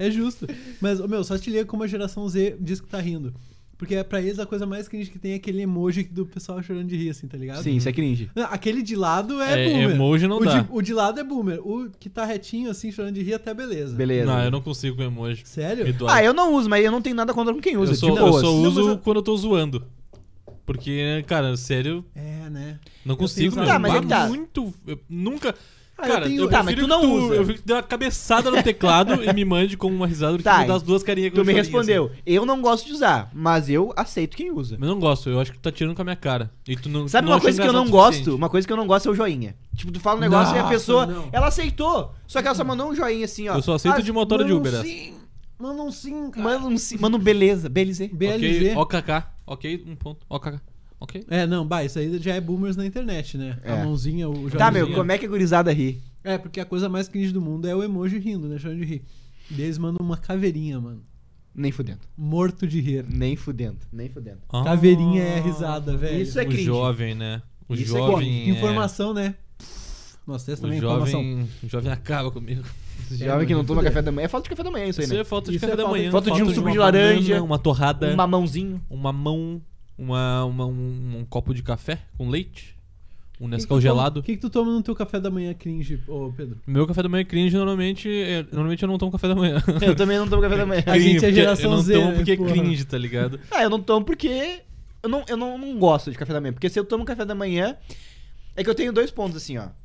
Speaker 2: É, é, é justo. Mas, ô, meu, só te liga como a geração Z diz que tá rindo. Porque pra eles a coisa mais cringe que tem é aquele emoji do pessoal chorando de rir, assim, tá ligado?
Speaker 1: Sim, isso é cringe.
Speaker 2: Não, Aquele de lado é,
Speaker 3: É,
Speaker 2: boomer.
Speaker 3: emoji não
Speaker 2: o
Speaker 3: dá.
Speaker 2: De, o de lado é boomer. O que tá retinho, assim, chorando de rir, até beleza.
Speaker 1: Beleza.
Speaker 3: Não, eu não consigo com emoji.
Speaker 2: Sério?
Speaker 3: Me dói.
Speaker 1: Ah, eu não uso, mas eu não tenho nada contra com quem usa.
Speaker 3: Eu
Speaker 1: de
Speaker 3: só, eu
Speaker 1: boas.
Speaker 3: só
Speaker 2: Não, mas
Speaker 3: uso
Speaker 2: eu-
Speaker 3: quando eu tô zoando. Porque, cara, sério,
Speaker 2: É, né?
Speaker 3: não consigo,
Speaker 2: usado
Speaker 3: meu.
Speaker 1: Tá, mas é que tá.
Speaker 3: muito. eu nunca.
Speaker 2: Ah, eu
Speaker 3: cara, eu,
Speaker 2: tenho-
Speaker 3: prefiro
Speaker 1: Tá, mas tu
Speaker 3: que
Speaker 1: não usa.
Speaker 3: Eu fico que dê uma cabeçada no teclado e me mande com uma risada do que
Speaker 1: Tá,
Speaker 3: me dá as duas carinhas que
Speaker 1: Tu
Speaker 3: eu
Speaker 1: me
Speaker 3: chorinho,
Speaker 1: respondeu. Eu não gosto de usar, mas eu aceito quem usa.
Speaker 3: assim. Mas não gosto, eu acho que tu tá tirando com a minha cara. E tu não,
Speaker 1: Sabe
Speaker 3: tu não
Speaker 1: uma
Speaker 3: acha
Speaker 1: coisa que eu não
Speaker 3: engraçado o suficiente.
Speaker 1: gosto? Uma coisa que eu não gosto é o joinha. Tipo, tu fala um negócio e a
Speaker 2: Nossa,
Speaker 1: pessoa.
Speaker 2: não.
Speaker 1: Ela aceitou. Só que ela só mandou um joinha assim, ó.
Speaker 3: Eu só aceito
Speaker 1: Ah,
Speaker 3: de motora de
Speaker 2: Manda um
Speaker 3: Uber. essa.
Speaker 2: sim. Manda um sim, cara.
Speaker 1: Manda um, si- manda um beleza, beleza.
Speaker 2: BLZ.
Speaker 3: Ok, OKK. Ok, um ponto. OKK. Ok.
Speaker 2: É, não, bah, isso aí já é boomers na internet, né?
Speaker 1: É.
Speaker 2: A mãozinha, o
Speaker 1: Tá,
Speaker 2: joinha.
Speaker 1: meu, como é que a gurizada ri?
Speaker 2: É, porque a coisa mais cringe do mundo é o emoji rindo, né? Chorando de rir. E eles mandam uma caveirinha, mano.
Speaker 1: Nem fudendo.
Speaker 2: Morto de rir.
Speaker 1: Nem fudendo, nem fudendo.
Speaker 2: Caveirinha é risada, velho.
Speaker 1: Isso é
Speaker 3: O
Speaker 1: cringe.
Speaker 3: jovem, né? O
Speaker 1: Isso é
Speaker 2: Pô,
Speaker 3: jovem. é-
Speaker 2: Informação, né? Nossa, essa
Speaker 3: O
Speaker 2: também é informação.
Speaker 3: jovem, o jovem acaba comigo.
Speaker 1: Jovem que não toma
Speaker 2: nem fudendo.
Speaker 1: café da manhã. É falta de café da manhã isso aí,
Speaker 3: Isso
Speaker 1: né?
Speaker 3: é falta de
Speaker 2: Isso é
Speaker 3: café da
Speaker 2: falta de-
Speaker 3: manhã.
Speaker 1: falta de um suco de
Speaker 3: uma banana,
Speaker 1: laranja,
Speaker 3: uma torrada,
Speaker 1: Um
Speaker 3: uma,
Speaker 1: mamãozinho.
Speaker 3: mamão, uma, uma- um, um copo de café com leite, um
Speaker 2: O que que tu
Speaker 3: Nescau
Speaker 2: toma-
Speaker 3: gelado.
Speaker 2: O que, que tu toma no teu café da manhã cringe, ô Pedro?
Speaker 3: Meu café da manhã é cringe, normalmente, é- normalmente eu não tomo café da manhã.
Speaker 1: Eu também não tomo café da manhã.
Speaker 2: A gente é
Speaker 3: Porque
Speaker 2: geração
Speaker 3: eu não
Speaker 2: Z,
Speaker 3: tomo
Speaker 2: né,
Speaker 3: porque é
Speaker 2: porra.
Speaker 3: cringe, tá ligado?
Speaker 1: Ah, eu não tomo porque eu não, eu não, não gosto de café da manhã. Porque se eu tomo café da manhã, é que eu tenho dois pontos assim, ó.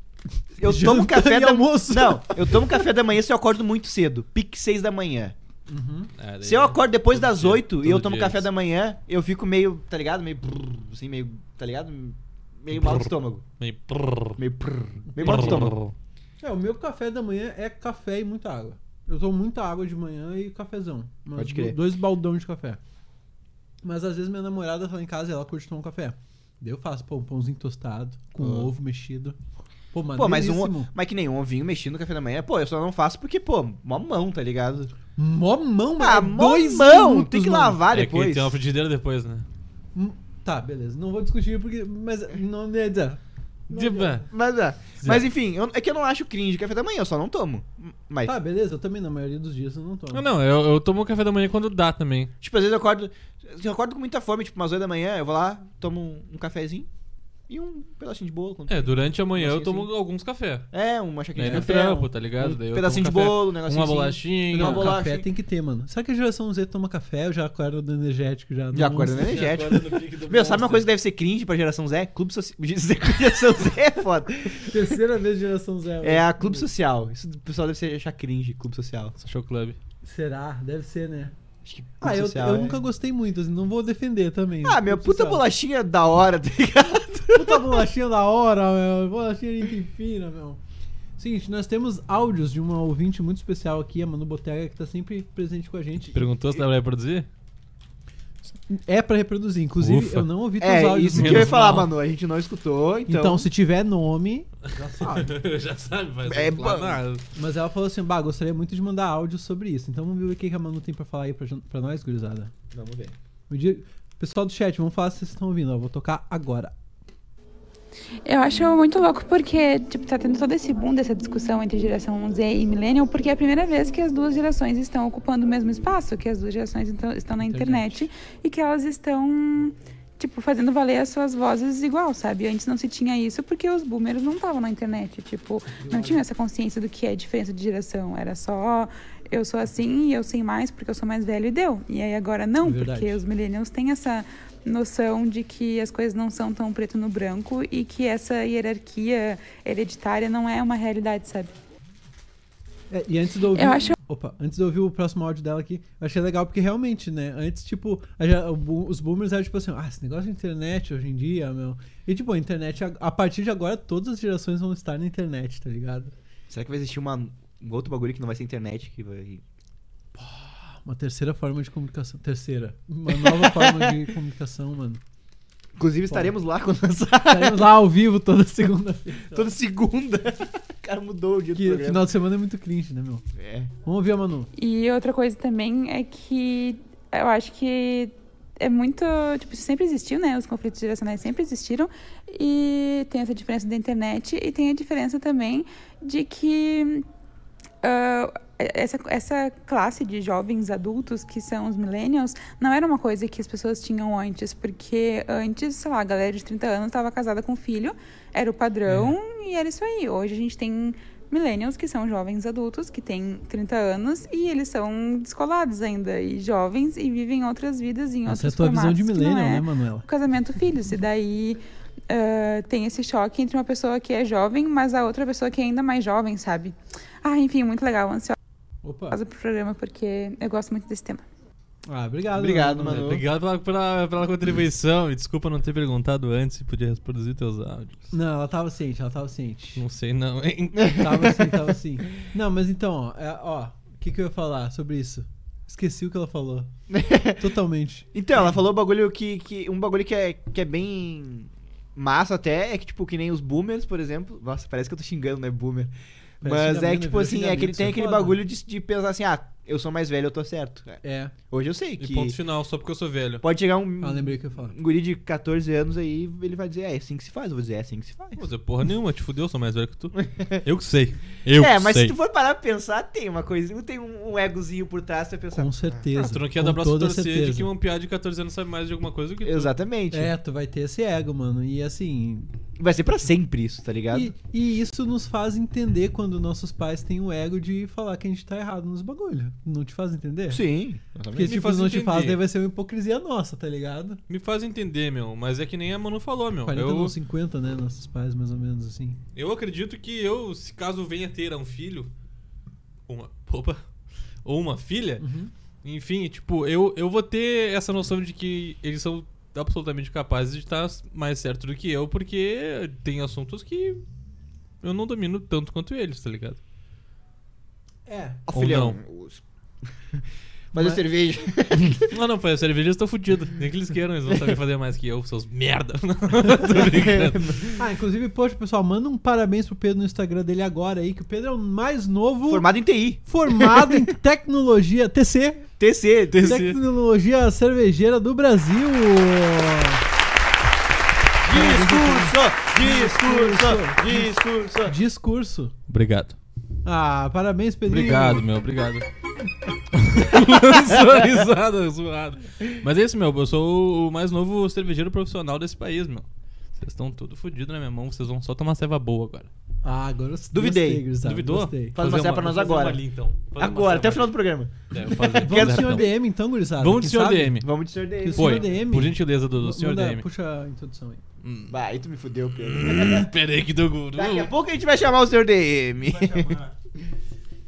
Speaker 1: Eu tomo
Speaker 2: Jantar
Speaker 1: café
Speaker 2: e
Speaker 1: da
Speaker 2: almoço.
Speaker 1: Não, eu tomo café da manhã se eu acordo muito cedo, pique seis da manhã. Uhum.
Speaker 3: É, daí-
Speaker 1: Se eu acordo depois das
Speaker 3: dia,
Speaker 1: oito e
Speaker 3: todo
Speaker 1: eu tomo
Speaker 3: dia
Speaker 1: café
Speaker 3: isso.
Speaker 1: da manhã, eu fico meio, tá ligado? Meio brrr, assim, meio, tá ligado? Meio mal de estômago.
Speaker 3: Meio prrr,
Speaker 1: Meio prrr, meio mal de estômago.
Speaker 2: É, o meu café da manhã é café e muita água. Eu tomo muita água de manhã e cafezão. Mas
Speaker 1: Pode crer.
Speaker 2: Dois baldão de café. Mas às vezes minha namorada tá lá em casa e ela curte tomar um café. Daí eu faço, pô, um pãozinho tostado, com
Speaker 1: Ah.
Speaker 2: ovo mexido. Pô, mas,
Speaker 1: Pô, mas um, mas que nem um ovinho mexendo no café da manhã. Pô, eu só não faço porque, pô, mó mão, tá ligado?
Speaker 2: Mó mão, mano.
Speaker 1: Ah,
Speaker 2: é
Speaker 1: mó
Speaker 2: dois
Speaker 1: mão,
Speaker 2: minutos,
Speaker 1: tem que
Speaker 2: mano.
Speaker 1: lavar
Speaker 3: é que
Speaker 1: Ah, depois.
Speaker 3: tem uma frigideira depois, né?
Speaker 2: Hum, Tá, beleza. Não vou discutir porque. Mas não. né, né,
Speaker 3: Diba.
Speaker 1: Mas, ah, mas enfim, eu- é que eu não acho cringe café da manhã, eu só não tomo. Mas,
Speaker 2: Tá, beleza. Eu também, na maioria dos dias, eu não tomo.
Speaker 3: Ah, não, eu, eu tomo café da manhã quando dá também.
Speaker 1: tipo, às vezes eu acordo. Se eu acordo com muita fome, tipo, umas 8 da manhã, eu vou lá, tomo um, um cafezinho. e um pedacinho de bolo. quando-
Speaker 3: É, durante a manhã eu
Speaker 1: Assim,
Speaker 3: tomo alguns café.
Speaker 1: É, uma chaquinha de
Speaker 3: Daí no
Speaker 1: café.
Speaker 3: trampo,
Speaker 1: um-
Speaker 3: tá ligado? Daí eu
Speaker 1: um pedacinho de
Speaker 3: tomo café,
Speaker 1: bolo, um negocinho
Speaker 3: Uma
Speaker 1: assim.
Speaker 3: bolachinha.
Speaker 1: Não,
Speaker 2: Não,
Speaker 1: bolacha,
Speaker 2: café
Speaker 1: hein?
Speaker 2: tem que ter, mano. Será que a geração Z toma café? Eu já acordo do energético já.
Speaker 1: Já
Speaker 2: Não-
Speaker 1: acorda no energético. Meu, sabe uma coisa que deve ser cringe pra geração Zé? Clube Social. Geração Zé é foda.
Speaker 2: Terceira vez geração Z.
Speaker 1: É a Clube Social. Isso o pessoal deve ser- achar cringe, Clube Social.
Speaker 3: Show Club.
Speaker 2: Será? Deve ser, né?
Speaker 1: Acho que Clube
Speaker 2: Ah, eu,
Speaker 1: Social
Speaker 2: eu
Speaker 1: é-
Speaker 2: nunca gostei muito, assim, não vou defender também.
Speaker 1: Ah, meu,
Speaker 2: Clube
Speaker 1: puta
Speaker 2: social.
Speaker 1: bolachinha da hora, tá ligado?
Speaker 2: Puta bolachinha da hora, meu. Bolachinha gente fina, meu. Seguinte, nós temos áudios de uma ouvinte muito especial aqui, a Manu Botega, que tá sempre presente com a gente.
Speaker 3: Perguntou se dava pra reproduzir?
Speaker 2: É pra reproduzir. Inclusive,
Speaker 3: Ufa.
Speaker 2: eu não ouvi teus
Speaker 1: É,
Speaker 2: áudios.
Speaker 1: isso que
Speaker 2: mano.
Speaker 1: eu ia falar,
Speaker 3: mal.
Speaker 1: mano. A gente não escutou, então.
Speaker 2: Então, se tiver nome,
Speaker 3: já sabe, mas.
Speaker 1: É
Speaker 3: não fala
Speaker 1: bom.
Speaker 3: nada.
Speaker 2: Mas ela falou assim, bah, gostaria muito de mandar áudio sobre isso. Então vamos ver o que que a Manu tem pra falar aí pra, jan- pra nós, gurizada.
Speaker 1: Vamos ver.
Speaker 2: Me diga- Pessoal do chat, vamos falar se vocês estão ouvindo. Ó, vou tocar agora.
Speaker 5: Eu acho muito louco porque, tipo, tá tendo todo esse boom dessa discussão entre geração Z e millennial, porque é a primeira vez que as duas gerações estão ocupando o mesmo espaço, que as duas gerações então, estão na internet. e que elas estão, tipo, fazendo valer as suas vozes igual, sabe? Antes não se tinha isso porque os boomers não estavam na internet, tipo, não tinham essa consciência do que é diferença de geração, era só eu sou assim e eu sei mais porque eu sou mais velho e deu. E aí agora não,
Speaker 2: Verdade.
Speaker 5: porque os millennials têm essa noção de que as coisas não são tão preto no branco e que essa hierarquia hereditária não é uma realidade, sabe?
Speaker 2: É, e antes de ouvir.
Speaker 5: Eu acho-
Speaker 2: Opa, antes de ouvir o próximo áudio dela aqui, eu achei legal porque realmente, né? Antes, tipo, a gera- o bo- os boomers eram tipo assim, ah, esse negócio de internet hoje em dia, meu. E tipo, a internet, a, a partir de agora, todas as gerações vão estar na internet, tá ligado?
Speaker 1: Será que vai existir uma, um outro bagulho que não vai ser internet? Que vai...
Speaker 2: Uma terceira forma de comunicação. Terceira. Uma nova forma de comunicação, mano.
Speaker 1: Inclusive, estaremos lá quando lançar
Speaker 2: Estaremos lá ao vivo toda segunda-feira.
Speaker 1: toda segunda. o cara mudou o dia
Speaker 2: Que
Speaker 1: do programa.
Speaker 2: final de semana é muito cringe, né, meu?
Speaker 1: É.
Speaker 2: Vamos ouvir a Manu.
Speaker 5: E outra coisa também é que eu acho que é muito. Tipo, isso sempre existiu, né? Os conflitos geracionais sempre existiram. E tem essa diferença da internet e tem a diferença também de que. ah, essa, essa classe de jovens adultos que são os millennials não era uma coisa que as pessoas tinham antes, porque antes, sei lá, a galera de 30 anos estava casada com um filho, era o padrão
Speaker 2: É.
Speaker 5: e era isso aí. Hoje a gente tem millennials que são jovens adultos que têm 30 anos e eles são descolados ainda e jovens e vivem outras vidas em
Speaker 2: Essa é a
Speaker 5: outros
Speaker 2: tua visão de
Speaker 5: formatos que não
Speaker 2: millennial, né,
Speaker 5: é
Speaker 2: Manuela?
Speaker 5: o casamento filhos. E daí ah, tem esse choque entre uma pessoa que é jovem, mas a outra pessoa que é ainda mais jovem, sabe? Ah, enfim, muito legal. Ansiosa
Speaker 2: Opa.
Speaker 5: pro programa porque eu gosto muito desse tema.
Speaker 2: Ah, obrigado.
Speaker 1: Obrigado,
Speaker 2: Manu.
Speaker 1: Manu.
Speaker 3: Obrigado pela, pela, pela contribuição e desculpa não ter perguntado antes se podia reproduzir teus áudios.
Speaker 2: Não, ela tava ciente, ela tava ciente.
Speaker 3: Não sei não, hein?
Speaker 2: Tava assim, tava assim. Não, mas então, ó, é, ó, o que, que eu ia falar sobre isso? Esqueci o que ela falou. Totalmente.
Speaker 1: Então, ela falou um bagulho que, que. Um bagulho que é, que é bem massa até, é que, tipo, que nem os boomers, por exemplo. Nossa, parece que eu tô xingando, né? Boomer.
Speaker 2: Parece
Speaker 1: Mas é
Speaker 2: xingamento,
Speaker 1: tipo
Speaker 2: virou
Speaker 1: assim, é que ele
Speaker 2: xingamento,
Speaker 1: tem
Speaker 2: isso é
Speaker 1: aquele
Speaker 2: foda.
Speaker 1: bagulho de, de pensar assim, ah, eu sou mais velho, eu tô certo. É,
Speaker 2: É.
Speaker 1: Hoje eu sei
Speaker 3: E
Speaker 1: que.
Speaker 3: ponto final, só porque eu sou velho.
Speaker 1: Pode chegar um,
Speaker 2: Ah, lembrei o que eu ia falar.
Speaker 1: um guri de 14 anos aí, ele vai dizer, é, é assim que se faz. Eu vou dizer, é assim que se faz.
Speaker 3: Não, Mas é porra nenhuma, te fudeu, sou mais velho que tu. Eu que sei. Eu
Speaker 1: é,
Speaker 3: que
Speaker 1: mas
Speaker 3: sei.
Speaker 1: se tu for parar pra pensar, tem uma coisa, tem um, um egozinho por trás pra pensar.
Speaker 2: Com
Speaker 3: Ah,
Speaker 2: certeza.
Speaker 3: tu não quer
Speaker 2: com
Speaker 3: dar braço a
Speaker 2: toda
Speaker 3: torcer de
Speaker 2: certeza.
Speaker 3: que um piá de 14 anos sabe mais de alguma coisa do que tu.
Speaker 1: Exatamente.
Speaker 2: É, tu vai ter esse ego, mano. E assim,
Speaker 1: Vai ser pra sempre isso, tá ligado?
Speaker 2: E, e isso nos faz entender quando nossos pais têm o ego de falar que a gente tá errado nos bagulho. Não te faz
Speaker 3: é.
Speaker 2: entender?
Speaker 1: Sim.
Speaker 2: Porque
Speaker 3: Me
Speaker 2: tipo,
Speaker 3: faz
Speaker 2: não te faz,
Speaker 3: entender.
Speaker 2: daí vai ser uma hipocrisia nossa, tá ligado?
Speaker 3: Me faz entender, meu, mas é que nem a Manu falou, meu.
Speaker 2: 40
Speaker 3: Eu,
Speaker 2: não 50, né? Nossos pais, mais ou menos assim.
Speaker 3: eu acredito que eu, se caso venha ter um filho, uma, opa, ou uma filha,
Speaker 2: Uhum.
Speaker 3: enfim, tipo, eu, eu vou ter essa noção de que eles são absolutamente capazes de estar mais certo do que eu, porque tem assuntos que eu não domino tanto quanto eles, tá ligado?
Speaker 2: É.
Speaker 1: Ó,
Speaker 3: Ou
Speaker 1: filhão. Fazer
Speaker 2: Mas-
Speaker 1: cerveja.
Speaker 3: Ah, não, foi. Os cervejeiros estão fodidos. Nem que eles queiram, eles vão saber fazer mais que eu, seus merda. Tô brincando.
Speaker 2: Ah, inclusive, poxa, pessoal, manda um parabéns pro Pedro no Instagram dele agora aí, que o Pedro é o mais novo
Speaker 1: Formado em TI.
Speaker 2: formado em tecnologia TC,
Speaker 1: TC, TC.
Speaker 2: tecnologia cervejeira do Brasil.
Speaker 1: Discurso, discurso, discurso.
Speaker 2: Discurso.
Speaker 3: Obrigado.
Speaker 2: Ah, parabéns, Pedrinho.
Speaker 3: Obrigado, meu, obrigado. Sua risada zoada. Mas é isso, meu. Eu sou o mais novo cervejeiro profissional desse país, meu. Vocês Vocês estão tudo fodido na minha mão, vocês vão só tomar ceva boa agora.
Speaker 2: Ah, agora eu s-
Speaker 1: Duvidei.
Speaker 2: gostei, gurizada,
Speaker 3: Duvidou?
Speaker 2: Gostei.
Speaker 1: Faz uma ceva pra nós agora.
Speaker 3: então.
Speaker 1: Agora, até o final do programa.
Speaker 3: É,
Speaker 2: Vamos
Speaker 3: Vamos
Speaker 2: do senhor DM, então, gurizada.
Speaker 3: Vamos do
Speaker 2: quem
Speaker 3: senhor
Speaker 2: sabe?
Speaker 3: DM.
Speaker 1: Vamos de sorteio.
Speaker 2: Que o
Speaker 3: Foi.
Speaker 2: senhor DM.
Speaker 3: Por gentileza do, do
Speaker 2: M-
Speaker 3: senhor
Speaker 2: manda-
Speaker 3: DM.
Speaker 2: Puxa a introdução aí.
Speaker 1: Bah, aí tu me fudeu, Pedro.
Speaker 3: Hum. Uhum. Peraí que do guru.
Speaker 1: Daqui a pouco a gente vai chamar o senhor DM.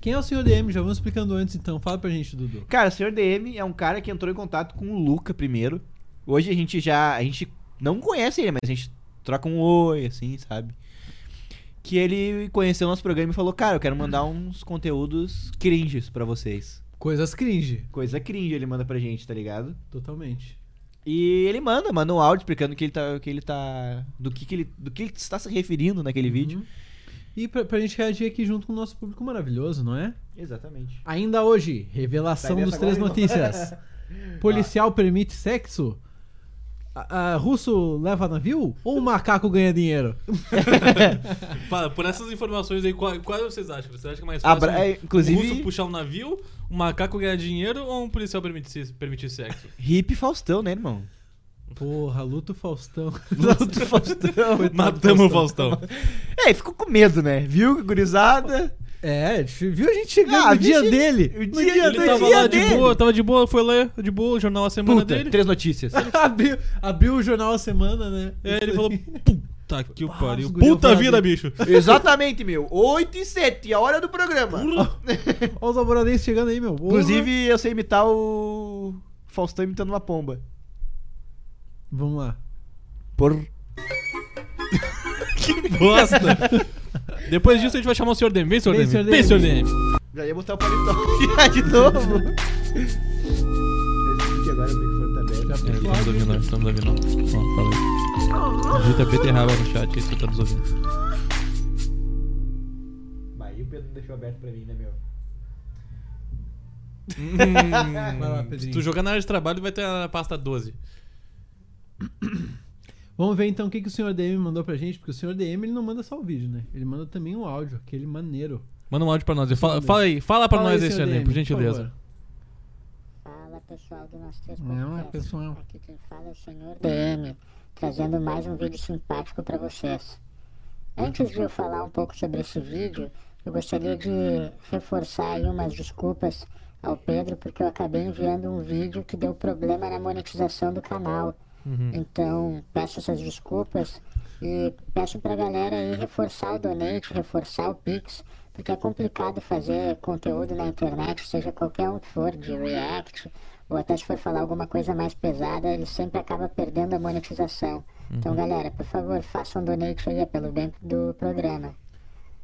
Speaker 2: Quem é o senhor DM? Já vamos explicando antes, então. Fala pra gente, Dudu.
Speaker 1: Cara, o Sr. DM é um cara que entrou em contato com o Luca primeiro. Hoje a gente já. A gente não conhece ele, mas a gente troca um oi, assim, sabe? Que ele conheceu nosso programa e falou: Cara, eu quero mandar uns conteúdos cringes pra vocês.
Speaker 2: Coisas cringe.
Speaker 1: Coisa cringe ele manda pra gente, tá ligado?
Speaker 2: Totalmente.
Speaker 1: E ele manda, manda um áudio explicando que ele tá. Que ele tá do, que, que ele, do que ele está se referindo naquele vídeo.
Speaker 2: Uhum. E pra, pra gente reagir aqui junto com o nosso público maravilhoso, não é?
Speaker 1: Exatamente.
Speaker 2: Ainda hoje,
Speaker 1: Sai
Speaker 2: revelação
Speaker 1: dessa
Speaker 2: dos Três
Speaker 1: agora,
Speaker 2: Notícias. Policial permite sexo? A- a- russo leva navio? Ou o macaco ganha dinheiro?
Speaker 3: Fala, por essas informações aí, qual, qual vocês acham? Você acha que é mais fácil
Speaker 1: Abra- é,
Speaker 3: um
Speaker 1: inclusive,
Speaker 3: russo puxar um navio, um macaco ganhar dinheiro ou um policial permitir, permitir sexo?
Speaker 1: Hip Faustão, né, irmão?
Speaker 2: Porra, Luto Faustão.
Speaker 1: Luto Faustão.
Speaker 3: Matamos o Faustão.
Speaker 1: É, ficou com medo, né? Viu, gurizada?
Speaker 2: É, a gente viu a gente chegando
Speaker 1: Ah, a
Speaker 2: no dia
Speaker 1: gente-
Speaker 2: dele.
Speaker 1: o
Speaker 2: No
Speaker 1: dia-
Speaker 2: dia
Speaker 1: ele
Speaker 2: do
Speaker 1: tava
Speaker 2: dia
Speaker 1: lá de
Speaker 2: dele.
Speaker 1: boa.
Speaker 3: tava de boa, foi ler de boa o jornal a semana
Speaker 1: Puta, três notícias.
Speaker 2: abriu, abriu o jornal a semana, né?
Speaker 3: É, ele falou, puta que
Speaker 2: Ah,
Speaker 3: pariu.
Speaker 2: os guri
Speaker 3: Puta
Speaker 2: vão
Speaker 3: vida,
Speaker 2: falar
Speaker 3: bicho.
Speaker 1: Exatamente, meu. 8 e 7, a hora do programa.
Speaker 2: Olha os alboradenses chegando aí, meu. Porra.
Speaker 1: Inclusive,
Speaker 2: né?
Speaker 1: eu sei imitar o Faustão imitando uma pomba.
Speaker 2: Vamos lá.
Speaker 1: Por...
Speaker 3: Bosta. Depois disso a gente vai chamar o senhor DM. Vem, senhor É,
Speaker 2: Vem,
Speaker 3: DM.
Speaker 2: senhor
Speaker 3: Vem, senhor
Speaker 2: DM.
Speaker 3: DM.
Speaker 1: Já ia botar o paletó de novo. Que agora o microfone tá aberto.
Speaker 2: Já
Speaker 3: É,
Speaker 2: fechou.
Speaker 3: estamos ouvindo, estamos ouvindo. Ó, fala aí. Digita beterraba no chat aí se tá nos ouvindo.
Speaker 1: Bah, e o Pedro não deixou aberto pra mim, né, meu?
Speaker 2: Vai lá,
Speaker 3: Hum. Se
Speaker 2: Pedrinho.
Speaker 3: tu jogar na área de trabalho, vai ter a pasta 12.
Speaker 2: Vamos ver então o que, que o senhor DM mandou pra gente, porque o senhor DM ele não manda só o vídeo, né? Ele manda também o áudio, aquele maneiro.
Speaker 3: Manda um áudio pra nós. Fala, fala aí, fala pra nós aí,
Speaker 2: senhor
Speaker 3: senhor DM, por gentileza.
Speaker 2: favor.
Speaker 6: Fala pessoal do nosso três
Speaker 2: Não, é
Speaker 6: Podcast.
Speaker 2: pessoal.
Speaker 6: Aqui quem fala é o senhor DM, trazendo mais um vídeo simpático para vocês. Antes de eu falar um pouco sobre esse vídeo, eu gostaria de reforçar aí umas desculpas ao Pedro, porque eu acabei enviando um vídeo que deu problema na monetização do canal. Então, peço essas desculpas e peço pra galera aí reforçar o donate, reforçar o Pix, porque é complicado fazer conteúdo na internet, seja qualquer um que for, de react, ou até se for falar alguma coisa mais pesada, ele sempre acaba perdendo a monetização. Então, galera, por favor, façam um donate aí, é pelo bem do programa.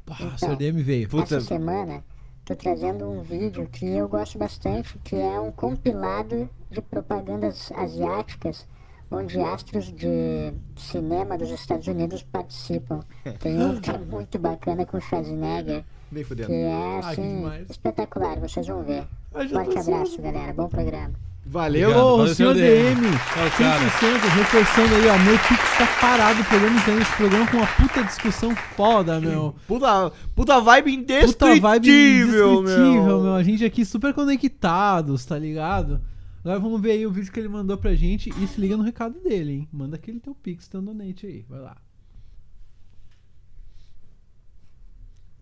Speaker 2: Pá, o senhor DM veio.
Speaker 1: Puta.
Speaker 6: Essa semana, tô trazendo um vídeo que eu gosto bastante, que é um compilado de propagandas asiáticas, onde astros de cinema dos Estados Unidos participam. Tem um que é muito bacana com Schwarzenegger,
Speaker 1: Nem
Speaker 6: que
Speaker 1: fudendo.
Speaker 6: é,
Speaker 2: que
Speaker 6: assim,
Speaker 2: demais.
Speaker 6: espetacular, vocês vão ver.
Speaker 2: Ah, já
Speaker 6: Forte
Speaker 2: tô
Speaker 6: abraço, galera, bom programa.
Speaker 1: Valeu.
Speaker 3: Obrigado.
Speaker 2: Ô,
Speaker 3: Valeu,
Speaker 2: o senhor
Speaker 3: senhor
Speaker 2: DM, 100%
Speaker 3: Fala, cara.
Speaker 2: reforçando aí, ó, meu Pix tá parado, o programa inteiro, esse programa com uma puta discussão foda, meu.
Speaker 1: Puta, puta vibe indestrutível,
Speaker 2: Puta vibe indescritível,
Speaker 1: meu.
Speaker 2: meu. A gente aqui super conectados, tá ligado? Agora vamos ver aí o vídeo que ele mandou pra gente e se liga no recado dele, hein? Manda aquele teu pix, teu donate aí, vai lá.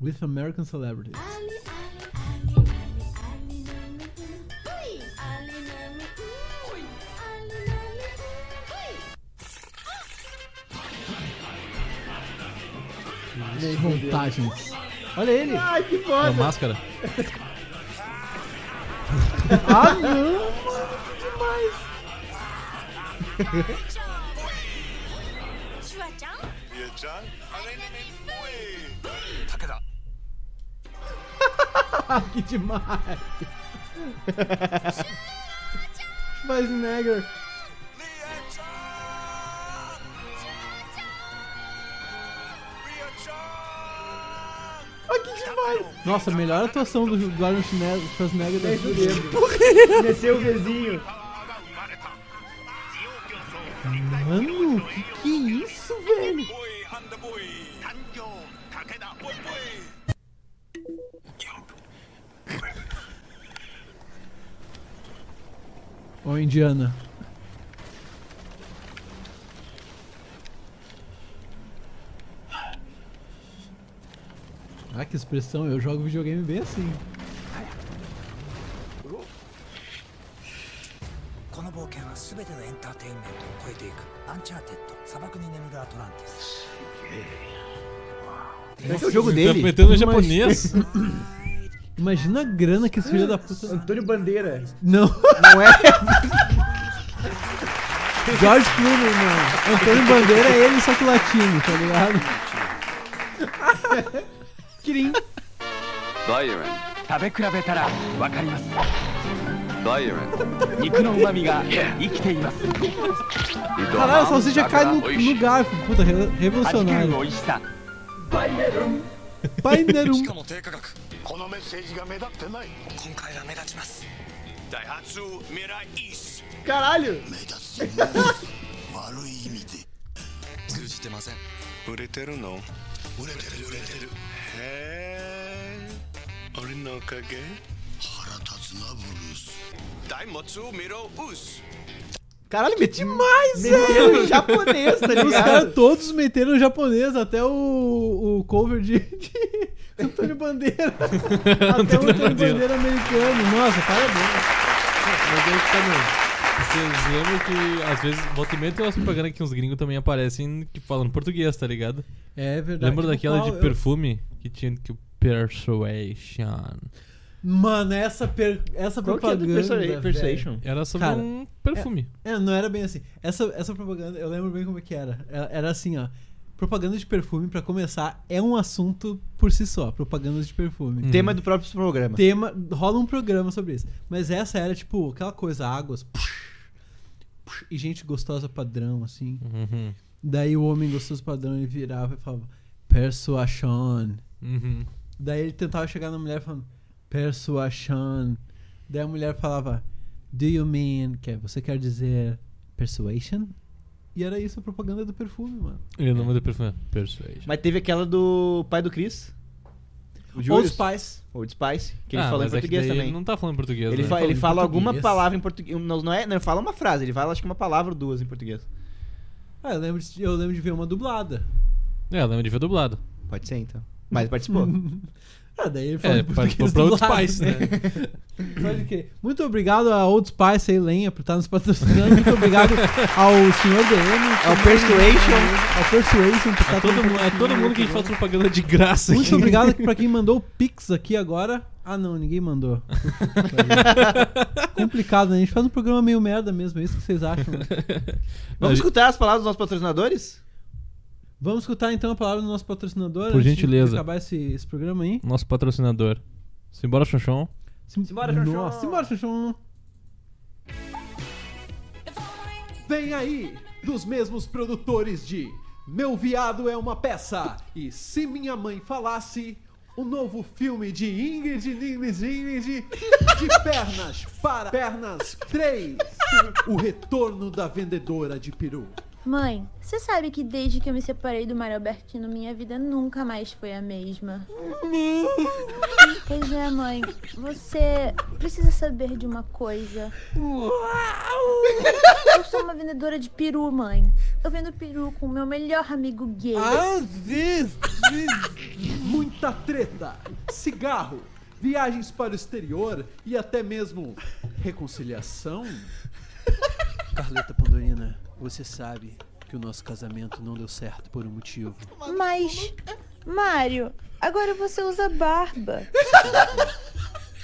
Speaker 2: With American Celebrities. Montagens. Olha ele.
Speaker 1: Ai, que
Speaker 3: É Uma
Speaker 1: foda.
Speaker 3: máscara.
Speaker 2: Ah, não, mano, que demais. Ah, que demais. Schwarzenegger. Ah, que demais. Nossa, melhor atuação do, do Arnold Schwarzenegger da história.
Speaker 1: Desceu o vizinho.
Speaker 2: Mano, que que é isso, velho? Ô, Indiana. Ah, que expressão, eu jogo videogame bem assim.
Speaker 1: Esse é o jogo
Speaker 3: Tá
Speaker 1: dele.
Speaker 3: metendo no
Speaker 2: Mas-
Speaker 3: japonês.
Speaker 2: Imagina a grana que esse filho da puta.
Speaker 7: Antônio Bandeira.
Speaker 2: Não,
Speaker 1: Não é?
Speaker 2: George Clooney, mano. Antônio Bandeira é ele, só que latino, tá ligado?
Speaker 1: Kirin.
Speaker 8: ダイエメン食べ比べたらわかりますダイエメン肉の旨味が生きています
Speaker 2: Caralho, a salsicha cai no, no garfo. Puta,
Speaker 8: 味わえ
Speaker 2: re-
Speaker 8: る
Speaker 2: revolucionário.
Speaker 8: 美味しさ
Speaker 2: Pai Nerum.
Speaker 9: も低価格このメッセージが目立ってない今回は目立ちますダイハツミライイース
Speaker 7: Caralho!
Speaker 9: 目立つ悪い意味で通じてません売れてるの売れてる売れてるへえ俺のおかげ腹立つなブルース大物を見ろウース
Speaker 1: Caralho, meti mais, velho. japonês, tá
Speaker 2: Os
Speaker 1: ligado?
Speaker 2: caras todos meteram o japonês, até o, o cover de, de Antônio Bandeira.
Speaker 1: um
Speaker 2: até o Antônio Bandeira. americano. Nossa, é parabéns.
Speaker 3: Mas aí também. Vocês lembram que às vezes, volta e meia tem umas propagandas que uns gringos também aparecem que falam português, tá ligado?
Speaker 2: É verdade.
Speaker 1: Tipo,
Speaker 3: Lembra daquela
Speaker 2: Qual
Speaker 3: de
Speaker 2: eu-
Speaker 3: perfume? Que tinha que o Persuasion.
Speaker 2: Mano, essa, per- essa
Speaker 1: Qual que é do
Speaker 2: propaganda.
Speaker 1: Persua-
Speaker 2: velho.
Speaker 1: Persuasion?
Speaker 3: Era sobre
Speaker 2: Cara,
Speaker 3: um perfume.
Speaker 2: É, não era bem assim. Essa, essa propaganda, eu lembro bem como é que era. Era- Era assim, ó. Propaganda de perfume, pra começar, é um assunto por si só. Propaganda de perfume.
Speaker 3: Uhum.
Speaker 1: Tema do próprio programa.
Speaker 2: tema. Rola um programa sobre isso. Mas essa era, tipo, aquela coisa, águas. push, push, e gente gostosa padrão, assim.
Speaker 3: Uhum.
Speaker 2: Daí o homem gostoso padrão ele virava e falava, Persuasion.
Speaker 3: Uhum.
Speaker 2: Daí ele tentava chegar na mulher falando, Persuasion. Daí a mulher falava, Do you mean? Que é, você quer dizer persuasion? E era isso a propaganda do perfume, mano.
Speaker 3: E o nome do perfume é Persuasion.
Speaker 1: Mas teve aquela do pai do Chris. O
Speaker 2: Ou os
Speaker 1: Julius.
Speaker 2: pais.
Speaker 1: Old Spice. Que ele
Speaker 3: Ah,
Speaker 1: falou em
Speaker 3: mas é que
Speaker 1: português
Speaker 3: daí
Speaker 1: também.
Speaker 3: Ele não tá falando em português.
Speaker 1: Ele,
Speaker 3: né?
Speaker 1: fa- ele
Speaker 2: Falando em
Speaker 1: fala alguma
Speaker 2: português.
Speaker 1: palavra em português. Não, não é, não, ele fala uma frase, ele fala acho que uma palavra ou duas em português.
Speaker 2: Ah, eu lembro, de- eu lembro de ver uma dublada.
Speaker 3: É, eu lembro de ver dublado.
Speaker 1: Pode ser então. Mas participou.
Speaker 2: Ah, daí ele falou
Speaker 3: É,
Speaker 2: em português
Speaker 3: participou pra outros
Speaker 2: dublado,
Speaker 3: pais, né?
Speaker 2: Pode crer. Muito obrigado a Old Spice aí, Lenha, por estar nos patrocinando. Muito obrigado ao senhor DM.
Speaker 1: Ao Persuasion.
Speaker 2: Ao Persuasion por estar
Speaker 3: A É todo,
Speaker 2: também
Speaker 3: mu- a todo
Speaker 2: patrocinando
Speaker 3: mundo que a gente
Speaker 2: aqui
Speaker 3: faz propaganda de graça
Speaker 2: agora.
Speaker 3: aqui.
Speaker 2: Muito obrigado pra quem mandou o Pix aqui agora. Ah, não, ninguém mandou. Complicado, né? A gente faz um programa meio merda mesmo, é isso que vocês acham. né?
Speaker 1: Vamos escutar as palavras dos nossos patrocinadores?
Speaker 2: Vamos escutar então a palavra do nosso patrocinador.
Speaker 3: Por
Speaker 2: antes de
Speaker 3: gentileza.
Speaker 2: acabar esse, esse programa aí.
Speaker 3: Nosso patrocinador. Simbora, Xoxon.
Speaker 2: Sim-
Speaker 1: Simbora, Xoxon.
Speaker 2: Nossa, simbora, Xoxon.
Speaker 7: Vem aí, dos mesmos produtores de Meu Viado é uma Peça e Se Minha Mãe Falasse, o novo filme de Ingrid Ingrid Ingrid de Pernas para Pernas 3, O Retorno da Vendedora de Peru.
Speaker 10: Mãe, você sabe que desde que eu me separei do Mário Albertino, minha vida é nunca mais foi a mesma. pois é, mãe. Você precisa saber de uma coisa. Eu sou uma vendedora de peru, mãe. Eu vendo peru com o meu melhor amigo gay.
Speaker 7: Ah, Muita treta, cigarro, viagens para o exterior e até mesmo reconciliação. Carleta Pandorina, você sabe que o nosso casamento não deu certo por um motivo.
Speaker 10: Mas, Mário, agora você usa barba.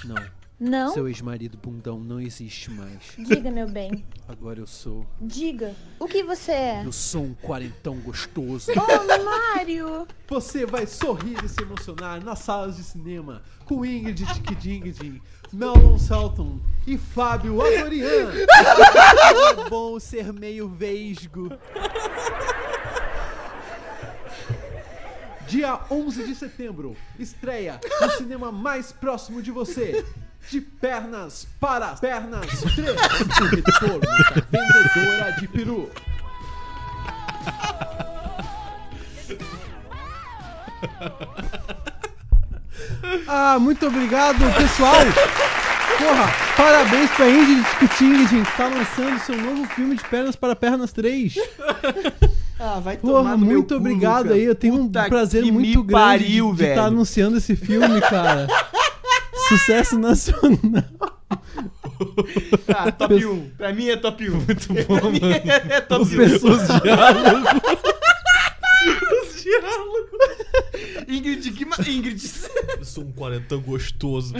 Speaker 7: Não,
Speaker 10: Não?
Speaker 7: seu ex-marido bundão não existe mais.
Speaker 10: Diga, meu bem.
Speaker 7: Agora eu sou.
Speaker 10: Diga. O que você é?
Speaker 7: Eu sou um quarentão gostoso.
Speaker 10: Oh, Mário!
Speaker 7: Você vai sorrir e se emocionar nas salas de cinema com Ingrid Tikidingdin, Melon Salton e Fábio Adorian. É bom ser meio vesgo. Dia 11 de setembro, estreia no cinema mais próximo de você. De pernas para as pernas 3, o retorno da vendedora de peru.
Speaker 2: Ah, muito obrigado, pessoal! Porra, parabéns pra Ingrid Kuting, gente, que tá lançando seu novo filme de Pernas para Pernas 3.
Speaker 1: Ah, vai tomar
Speaker 2: Porra,
Speaker 1: no meu
Speaker 2: muito
Speaker 1: cu,
Speaker 2: obrigado
Speaker 1: Luca.
Speaker 2: aí. Eu tenho
Speaker 1: Puta
Speaker 2: um prazer
Speaker 1: que
Speaker 2: muito
Speaker 1: me
Speaker 2: grande
Speaker 1: pariu,
Speaker 2: de estar
Speaker 1: velho.
Speaker 2: anunciando esse filme, cara. Sucesso nacional.
Speaker 1: Ah, top 1. Pra mim é top 1. Muito bom, pra mim é top 1.
Speaker 2: Pessoas de
Speaker 1: Diálogo. Ingrid, que ma... Ingrid.
Speaker 3: Eu sou um quarentão gostoso.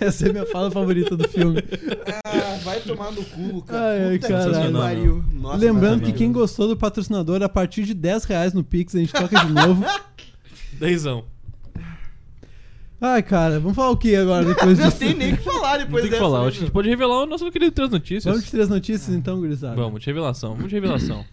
Speaker 2: Essa é a minha fala favorita do filme.
Speaker 1: Ah, vai tomar no cu,
Speaker 2: Ai,
Speaker 1: cara. Puta que
Speaker 2: caralho.
Speaker 1: pariu. Nossa, é
Speaker 2: Lembrando que
Speaker 1: maravilhoso.
Speaker 2: quem gostou do patrocinador, a partir de 10 reais no Pix, a gente toca de novo.
Speaker 3: Dezão.
Speaker 2: Ai, cara, vamos falar o que agora depois
Speaker 1: Não
Speaker 2: disso?
Speaker 1: tem nem o que falar
Speaker 3: Não
Speaker 1: depois
Speaker 3: tem que
Speaker 1: dessa.
Speaker 3: falar.
Speaker 1: né,
Speaker 3: Acho que a gente
Speaker 1: meu?
Speaker 3: pode revelar o nosso querido Três Notícias.
Speaker 2: é, Vamos de três notícias então, gurizada.
Speaker 3: Vamos, de revelação. Vamos de revelação.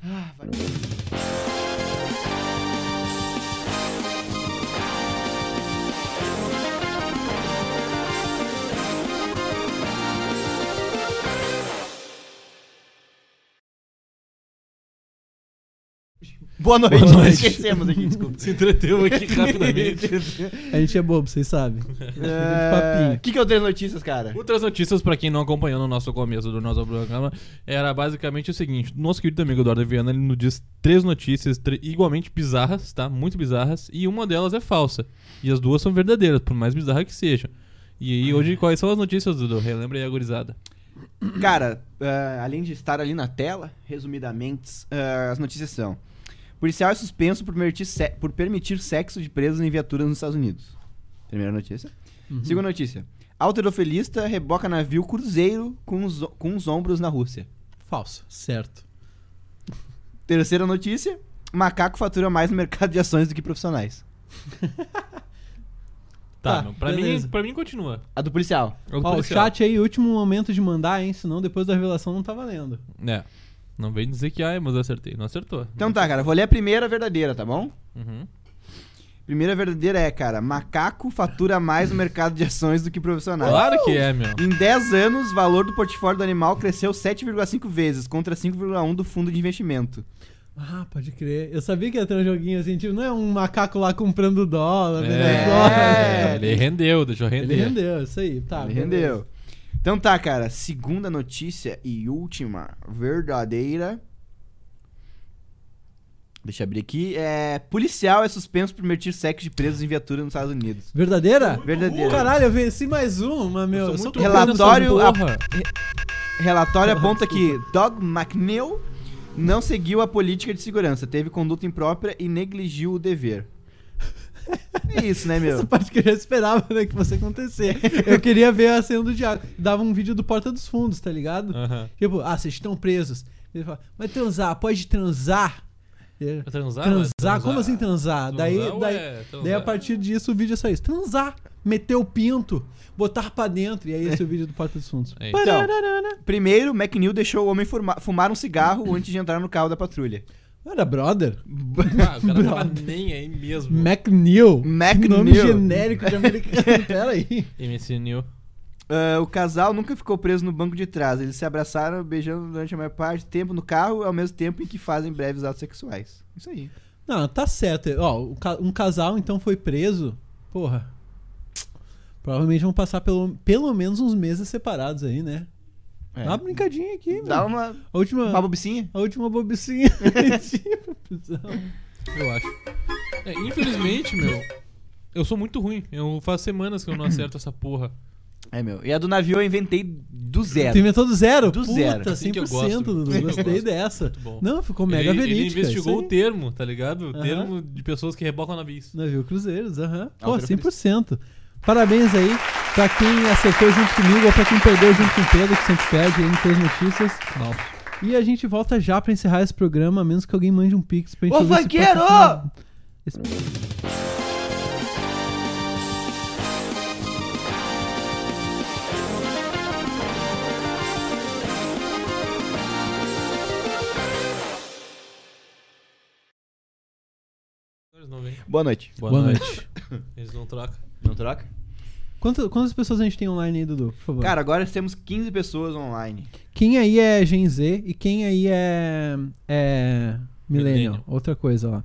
Speaker 1: Boa noite.
Speaker 3: Boa noite.
Speaker 1: Esquecemos aqui, desculpa.
Speaker 3: Se entreteu aqui rapidamente.
Speaker 2: A gente é bobo, vocês sabem.
Speaker 1: O
Speaker 2: papinho.
Speaker 1: É, que, que eu tenho notícias, cara?
Speaker 3: Outras notícias, pra quem não acompanhou no nosso começo do nosso programa, era basicamente o seguinte: nosso querido amigo Eduardo Viana ele nos diz três notícias tre- igualmente bizarras, tá? Muito bizarras, e uma delas é falsa. E as duas são verdadeiras, por mais bizarra que sejam. E aí, hoje, quais são as notícias, Dudu? Relembra aí a gurizada.
Speaker 1: Cara, ah, além de estar ali na tela, resumidamente, ah, as notícias são: policial é suspenso por permitir, se- por permitir sexo de presos em viaturas nos Estados Unidos. Primeira notícia. Segunda notícia: Alterofilista reboca navio cruzeiro com os, com os ombros na Rússia.
Speaker 2: Falso. Certo.
Speaker 1: Terceira notícia: Macaco fatura mais no mercado de ações do que profissionais.
Speaker 3: Tá,
Speaker 2: Tá,
Speaker 3: meu, pra,
Speaker 2: beleza.
Speaker 3: mim, pra mim continua.
Speaker 1: A do policial.
Speaker 3: É
Speaker 2: Ó, o
Speaker 3: policial.
Speaker 2: chat aí, último momento de mandar, hein? Senão depois da revelação não tá valendo.
Speaker 3: É. Não vem dizer que, ai, mas eu acertei. Não acertou.
Speaker 1: Então tá, cara, vou ler a primeira verdadeira, tá bom?
Speaker 3: Uhum.
Speaker 1: Primeira verdadeira é, cara: Macaco fatura mais no mercado de ações do que profissionais.
Speaker 3: Claro que é, meu.
Speaker 1: Em 10 anos, o valor do portfólio do animal cresceu 7,5 vezes, contra 5,1 do fundo de investimento.
Speaker 2: Ah, pode crer. Eu sabia que ia ter um joguinho assim, tipo, não é um macaco lá comprando dólar, vendendo dólar.
Speaker 1: É.
Speaker 3: ele rendeu, deixou render.
Speaker 2: Ele rendeu, isso aí. Tá,
Speaker 1: Ele
Speaker 2: beleza.
Speaker 1: rendeu. Então tá, cara. Segunda notícia e última verdadeira. Deixa eu abrir aqui. É, policial é suspenso por permitir sexo de presos em viatura nos Estados Unidos.
Speaker 2: Verdadeira?
Speaker 1: Verdadeira.
Speaker 2: Caralho, eu venci mais uma, meu.
Speaker 3: Eu
Speaker 2: Eu
Speaker 3: sou muito
Speaker 2: sou-
Speaker 1: relapso. Relatório
Speaker 3: ruim nessa
Speaker 1: a-
Speaker 3: porra.
Speaker 1: Relatório aponta que Doug McNeil não seguiu a política de segurança, teve conduta imprópria e negligiu o dever. É isso, né, meu?
Speaker 2: Essa parte que eu já esperava, né, que fosse acontecer. Eu queria ver a cena do Diago. Dava um vídeo do Porta dos Fundos, tá ligado?
Speaker 3: Aham.
Speaker 2: Tipo, ah, vocês estão presos. Ele fala, mas transar, pode transar. Ele,
Speaker 3: Pra Transar?
Speaker 2: transar?
Speaker 3: vai
Speaker 2: Como assim transar?
Speaker 3: Transar,
Speaker 2: daí,
Speaker 3: ué,
Speaker 2: daí,
Speaker 3: transar.
Speaker 2: daí a partir disso o vídeo é só isso. Transar, meter o pinto, botar pra dentro. E aí esse é o vídeo do Porta dos Fundos.
Speaker 3: É isso.
Speaker 2: Parararara.
Speaker 1: Primeiro, McNeil deixou o homem fuma- fumar um cigarro antes de entrar no carro da patrulha.
Speaker 2: Era brother.
Speaker 3: Ah, o cara tava nem aí mesmo.
Speaker 2: McNeil. Que Nome
Speaker 1: McNeil.
Speaker 2: genérico de americano. Pera aí.
Speaker 3: MC New.
Speaker 1: Ah, o casal nunca ficou preso no banco de trás. Eles se abraçaram, beijando durante a maior parte do tempo no carro, ao mesmo tempo em que fazem breves atos sexuais. Isso aí.
Speaker 2: Não, tá certo. Ó, o ca- um casal então foi preso. Porra. Provavelmente vão passar pelo, pelo menos uns meses separados aí, né?
Speaker 1: É.
Speaker 2: Dá uma brincadinha aqui,
Speaker 1: Dá
Speaker 2: mano. Ah.
Speaker 1: uma,
Speaker 2: A última,
Speaker 1: uma bobicinha?
Speaker 2: a última bobicinha. Tipo,
Speaker 3: Eu acho. É, infelizmente, meu, eu sou muito ruim. Eu faz semanas que eu não acerto essa porra.
Speaker 1: É, meu. E a do navio eu inventei do zero.
Speaker 2: tu inventou do zero?
Speaker 1: Do
Speaker 2: Puta,
Speaker 1: zero.
Speaker 3: Assim que eu
Speaker 2: 100%,
Speaker 3: gosto.
Speaker 2: Dudu.
Speaker 3: Assim que eu
Speaker 2: Gostei
Speaker 3: gosto.
Speaker 2: dessa.
Speaker 3: Muito bom.
Speaker 2: Não, ficou mega
Speaker 3: ele, ele
Speaker 2: verídica.
Speaker 3: investigou
Speaker 2: isso
Speaker 3: o
Speaker 2: aí.
Speaker 3: termo, tá ligado? O
Speaker 2: Aham.
Speaker 3: termo de pessoas que rebocam navios.
Speaker 2: Navio Cruzeiros, aham.
Speaker 1: Ah,
Speaker 2: Pô,
Speaker 1: o Pedro
Speaker 2: 100%. Parabéns aí pra quem acertou junto comigo ou pra quem perdeu junto com o Pedro, que sempre perde aí em três notícias. E a gente volta já pra encerrar esse programa, a menos que alguém mande um pix pra gente
Speaker 1: Ô,
Speaker 2: fazer esse
Speaker 1: vaqueiro!
Speaker 2: patrocinado. Esse-
Speaker 3: Eles não vêm.
Speaker 1: Boa noite.
Speaker 3: Boa,
Speaker 2: noite.
Speaker 3: Eles não trocam.
Speaker 1: Não troca?
Speaker 2: Quanto- quantas pessoas a gente tem online aí, Dudu? Por favor.
Speaker 1: Cara, agora temos 15 pessoas online.
Speaker 2: Quem aí é Gen Z e quem aí é. É. Millennial.
Speaker 3: Millennial.
Speaker 2: Outra coisa lá.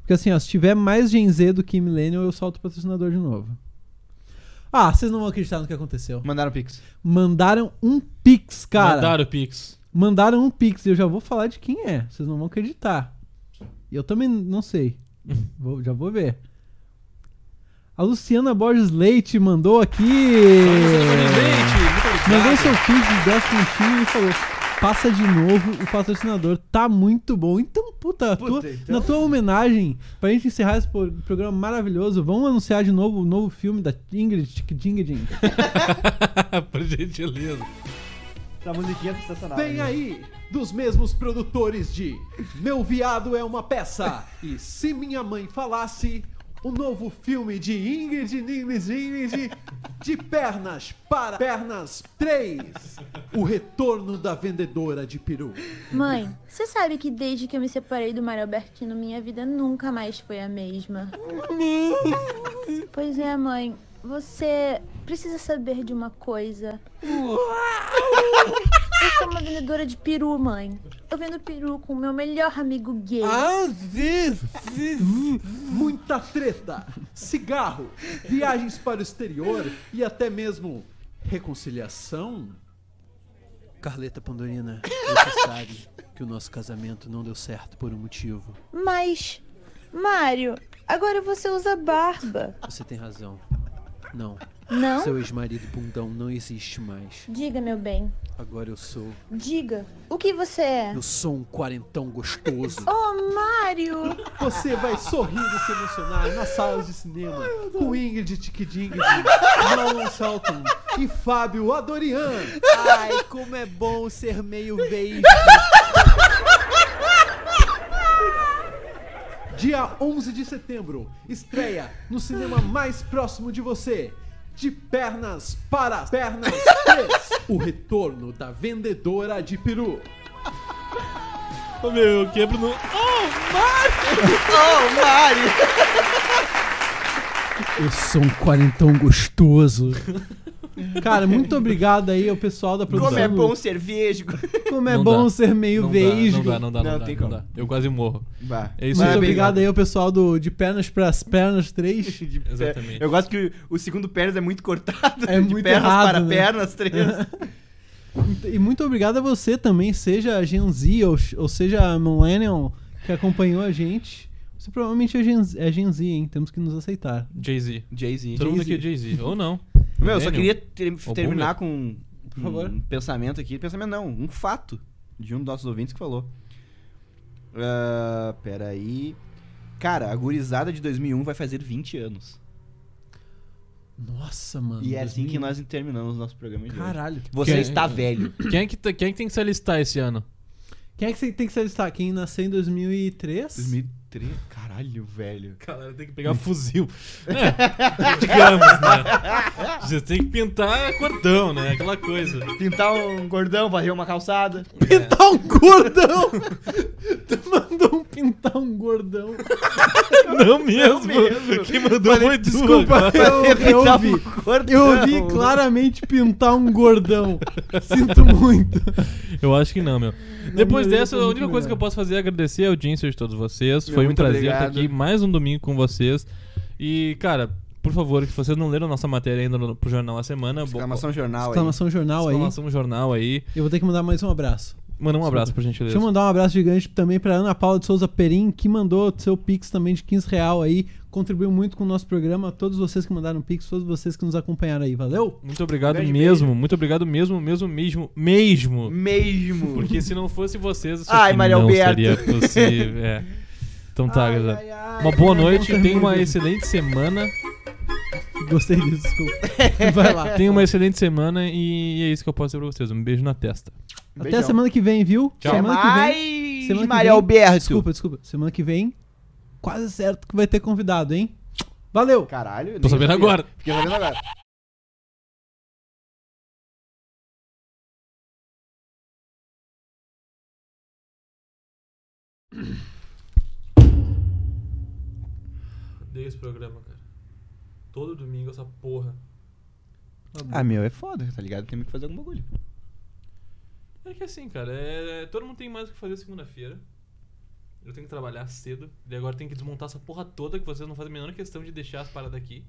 Speaker 2: Porque assim, ó, se tiver mais Gen Z do que Millennial, eu solto o patrocinador de novo. Ah, vocês não vão acreditar no que aconteceu.
Speaker 1: Mandaram pix.
Speaker 2: Mandaram um pix, cara. Mandaram,
Speaker 3: Mandaram o Pix.
Speaker 2: um pix. Eu já vou falar de quem é. Vocês não vão acreditar. E eu também não sei. Vou- já vou ver. A Luciana Borges Leite mandou aqui. Mandou seu feed de 10 minutinhos e falou: passa de novo o patrocinador, tá muito bom. Então, puta, a
Speaker 7: Puta,
Speaker 2: tua-
Speaker 7: então.
Speaker 2: na tua homenagem, pra gente encerrar esse pro- programa maravilhoso, vamos anunciar de novo o novo filme da Ingrid Tikdingding.
Speaker 3: Por gentileza.
Speaker 1: Essa musiquinha é sensacional.
Speaker 7: Vem
Speaker 1: né?
Speaker 7: aí, dos mesmos produtores de Meu Viado é uma Peça e Se Minha Mãe Falasse, o novo filme de Ingrid Nigris Ingrid de Pernas para Pernas 3, O Retorno da Vendedora de Peru.
Speaker 10: Mãe, você sabe que desde que eu me separei do Mário Albertino, minha vida nunca mais foi a mesma. pois é, mãe. Você precisa saber de uma coisa. Eu sou uma vendedora de peru, mãe. Eu vendo peru com o meu melhor amigo gay.
Speaker 7: Ah, Muita treta, cigarro, viagens para o exterior e até mesmo reconciliação. Carleta Pandorina, você sabe que o nosso casamento não deu certo por um motivo.
Speaker 10: Mas, Mário, agora você usa barba.
Speaker 7: Você tem razão. Não,
Speaker 10: Não?
Speaker 7: seu ex-marido bundão não existe mais.
Speaker 10: Diga, meu bem.
Speaker 7: Agora eu sou.
Speaker 10: Diga. O que você é?
Speaker 7: Eu sou um quarentão gostoso.
Speaker 10: Oh, Mário!
Speaker 7: Você vai sorrir e se emocionar nas salas de cinema com Ingrid Tikding, Nolan Salton e Fábio Adorian.
Speaker 11: Ai, como é bom ser meio beijo.
Speaker 7: Dia 11 de setembro, estreia no cinema mais próximo de você. De pernas para pernas 3, o retorno da vendedora de peru.
Speaker 3: Ô, meu, eu quebro no.
Speaker 11: Oh, Mari!
Speaker 2: Eu sou um quarentão gostoso. Cara, muito obrigado aí ao pessoal da produção.
Speaker 11: Como é
Speaker 1: um
Speaker 11: bom ser vesgo.
Speaker 2: Como é
Speaker 3: Não
Speaker 2: bom
Speaker 3: dá.
Speaker 2: ser meio
Speaker 3: não
Speaker 2: vejo.
Speaker 3: Dá, não dá, não dá, não,
Speaker 1: Não,
Speaker 3: dá,
Speaker 1: tem
Speaker 3: não
Speaker 1: como.
Speaker 3: dá. Eu quase morro.
Speaker 1: Bah.
Speaker 3: É isso
Speaker 2: Muito
Speaker 3: aí.
Speaker 2: obrigado, aí ao pessoal do De Pernas pras Pernas 3.
Speaker 1: De pé.
Speaker 3: Exatamente.
Speaker 1: Eu gosto que o segundo pernas é muito cortado.
Speaker 2: É
Speaker 1: de
Speaker 2: muito
Speaker 1: pernas
Speaker 2: errado,
Speaker 1: para
Speaker 2: né?
Speaker 1: pernas, três.
Speaker 2: E muito obrigado a você também, seja Gen Z ou, ou seja Millennial, que acompanhou a gente. Você provavelmente é Gen, é Gen Z, hein? Temos que nos aceitar.
Speaker 3: Jay-Z.
Speaker 1: Jay-Z.
Speaker 3: Todo mundo aqui é Jay-Z. Ou não.
Speaker 1: Meu, eu só
Speaker 3: Millennium.
Speaker 1: queria ter-
Speaker 3: Ô,
Speaker 1: terminar com um
Speaker 2: favor.
Speaker 1: pensamento aqui. Pensamento não, um fato de um dos nossos ouvintes que falou. Ah, peraí. Cara, a gurizada de 2001 vai fazer 20 anos.
Speaker 2: Nossa, mano.
Speaker 1: e é assim
Speaker 2: 2000.
Speaker 1: que nós terminamos nosso programa de hoje.
Speaker 2: Caralho.
Speaker 1: Você
Speaker 3: Que-
Speaker 1: está velho.
Speaker 3: Quem é, que tá- quem é que tem que se alistar esse ano?
Speaker 2: Quem é que você tem que se alistar? Quem nasceu em 2003?
Speaker 1: 2003? Caralho, velho.
Speaker 3: Galera, tem que pegar fuzil. Hum. É, digamos, né? Você tem que pintar cordão, né? Aquela coisa.
Speaker 1: Pintar um gordão, varrer uma calçada.
Speaker 2: Pintar um gordão! tu mandou um pintar um gordão.
Speaker 3: Não mesmo.
Speaker 1: mesmo.
Speaker 3: Quem mandou foi
Speaker 2: Desculpa,
Speaker 3: desculpa.
Speaker 2: eu, eu
Speaker 1: Pintar
Speaker 2: ouvi.
Speaker 1: um gordão.
Speaker 2: Eu ouvi claramente pintar um gordão. Sinto muito.
Speaker 3: Eu acho que não, meu. Depois
Speaker 2: meu,
Speaker 3: dessa,
Speaker 2: eu tô
Speaker 3: a única
Speaker 2: muito né?
Speaker 3: coisa que eu
Speaker 2: melhor.
Speaker 3: posso fazer é agradecer a audiência de todos vocês.
Speaker 1: Meu,
Speaker 3: Foi um
Speaker 1: muito
Speaker 3: prazer estar
Speaker 1: obrigado.
Speaker 3: aqui mais um domingo com vocês. E, cara, por favor, se vocês não leram nossa matéria ainda no- pro Jornal A Semana, bom-
Speaker 1: Exclamação Um jornal
Speaker 2: Exclamação jornal Tá aí.
Speaker 3: exclamação jornal aí.
Speaker 2: Eu vou ter que mandar mais um abraço.
Speaker 3: Manda um abraço, por
Speaker 2: Deixa
Speaker 3: gentileza.
Speaker 2: eu mandar um abraço gigante também pra Ana Paula de Souza Perim, que mandou seu Pix também de 15 real aí. Contribuiu muito com o nosso programa. Todos vocês que mandaram Pix, todos vocês que nos acompanharam aí. Valeu?
Speaker 3: Muito obrigado
Speaker 1: grande
Speaker 3: mesmo, muito obrigado mesmo, mesmo, mesmo, mesmo.
Speaker 1: aí. Mesmo.
Speaker 3: Porque se não fosse vocês, isso
Speaker 1: Ai,
Speaker 3: aqui
Speaker 1: Maria
Speaker 3: não
Speaker 1: Alberto.
Speaker 3: seria possível. É. Então tá, galera. Uma boa noite, tenha uma excelente semana.
Speaker 2: Gostei disso, desculpa. Vai lá.
Speaker 3: Tenha uma excelente semana e é isso que eu posso dizer pra vocês. Um beijo na testa.
Speaker 2: Até a semana que vem, viu?
Speaker 3: Tchau.
Speaker 2: Semana que vem.
Speaker 1: Ai,
Speaker 2: semana que
Speaker 1: é Maria
Speaker 2: vem-
Speaker 1: Alberto.
Speaker 2: Desculpa, desculpa. Semana que vem, quase certo que vai ter convidado, hein? Valeu!
Speaker 1: Caralho.
Speaker 3: Tô
Speaker 1: nem
Speaker 3: sabendo
Speaker 1: sabia.
Speaker 3: agora.
Speaker 1: Fiquei sabendo agora.
Speaker 3: Odeio esse programa, cara. Todo domingo essa porra.
Speaker 1: Ah, meu, é foda, tá ligado? Temos que fazer algum bagulho.
Speaker 3: É que assim, cara, é- todo mundo tem mais o que fazer segunda-feira. Eu tenho que trabalhar cedo. E agora tem que desmontar essa porra toda que vocês não fazem a menor questão de deixar as paradas aqui.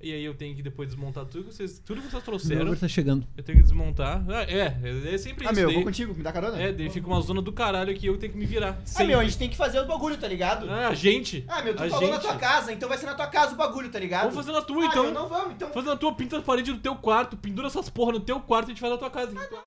Speaker 3: E aí eu tenho que depois desmontar tudo que vocês, tudo que vocês
Speaker 12: O
Speaker 3: trouxeram.
Speaker 12: Robert tá chegando.
Speaker 3: Eu tenho que desmontar. Ah, é, é sempre
Speaker 13: Ah,
Speaker 3: isso.
Speaker 13: meu, eu
Speaker 3: daí-
Speaker 13: vou contigo, me dá carona.
Speaker 3: É, daí fica uma zona do caralho que eu tenho que me virar.
Speaker 2: Ah, meu, a
Speaker 3: Sempre.
Speaker 2: gente tem que fazer o bagulho, tá ligado?
Speaker 3: Ah, a gente.
Speaker 2: Ah, meu, tu
Speaker 3: A
Speaker 2: falou na
Speaker 3: gente.
Speaker 2: tua casa, então vai ser na tua casa o bagulho, tá ligado?
Speaker 3: Vamos fazer na tua,
Speaker 2: Ah,
Speaker 3: então.
Speaker 2: meu, não vamos, então. Ah,
Speaker 3: Faz na tua, pinta a parede do teu quarto, pendura essas porra no teu quarto e a gente vai na tua casa.